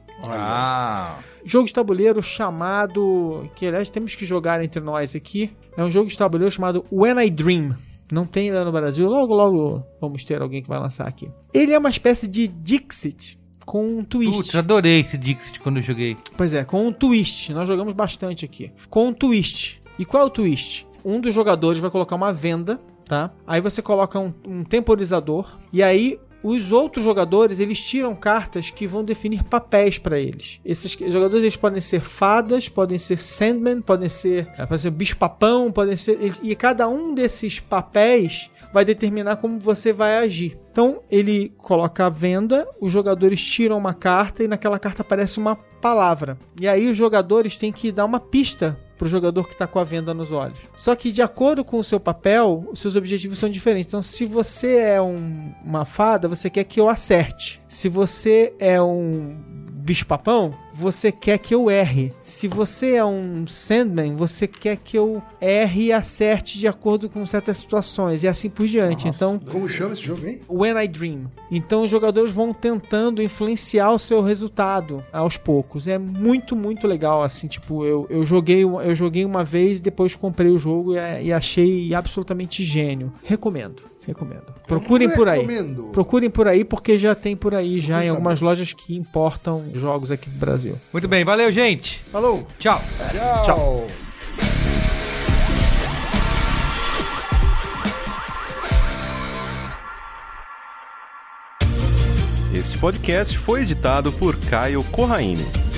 [SPEAKER 1] Ah,
[SPEAKER 5] jogo de tabuleiro chamado. Que aliás temos que jogar entre nós aqui. É um jogo de tabuleiro chamado When I Dream. Não tem ainda no Brasil. Logo, logo vamos ter alguém que vai lançar aqui. Ele é uma espécie de Dixit com um twist.
[SPEAKER 1] putz, adorei esse Dixit quando eu joguei.
[SPEAKER 5] Pois é, com um twist. Nós jogamos bastante aqui. Com um twist. E qual é o twist? Um dos jogadores vai colocar uma venda, tá? Aí você coloca um, um temporizador. E aí Os outros jogadores, eles tiram cartas que vão definir papéis para eles. Esses jogadores, eles podem ser fadas, podem ser sandman, podem ser, é, pode ser bicho-papão, podem ser... eles- E cada um desses papéis vai determinar como você vai agir. Então, ele coloca a venda, os jogadores tiram uma carta e naquela carta aparece uma palavra. E aí os jogadores têm que dar uma pista pro jogador que tá com a venda nos olhos. Só que de acordo com o seu papel, os seus objetivos são diferentes. Então, se você é um- uma fada, você quer que eu acerte. Se você é um bicho-papão, você quer que eu erre. Se você é um Sandman, você quer que eu erre e acerte de acordo com certas situações e assim por diante. Então,
[SPEAKER 2] Como chama esse jogo, hein?
[SPEAKER 5] When I Dream. Então os jogadores vão tentando influenciar o seu resultado aos poucos. É muito, muito legal, assim, tipo, eu, eu, joguei, um- eu joguei uma vez, depois comprei o jogo e, é, e achei absolutamente gênio. Recomendo, recomendo. Procurem por aí.
[SPEAKER 2] Recomendo.
[SPEAKER 5] Procurem por aí, porque já tem por aí
[SPEAKER 2] Vamos
[SPEAKER 5] já em
[SPEAKER 2] saber.
[SPEAKER 5] algumas lojas que importam jogos aqui do Brasil.
[SPEAKER 1] Muito bem, valeu, gente.
[SPEAKER 2] Falou.
[SPEAKER 1] Tchau.
[SPEAKER 2] Tchau.
[SPEAKER 8] Este podcast foi editado por Caio Corraine.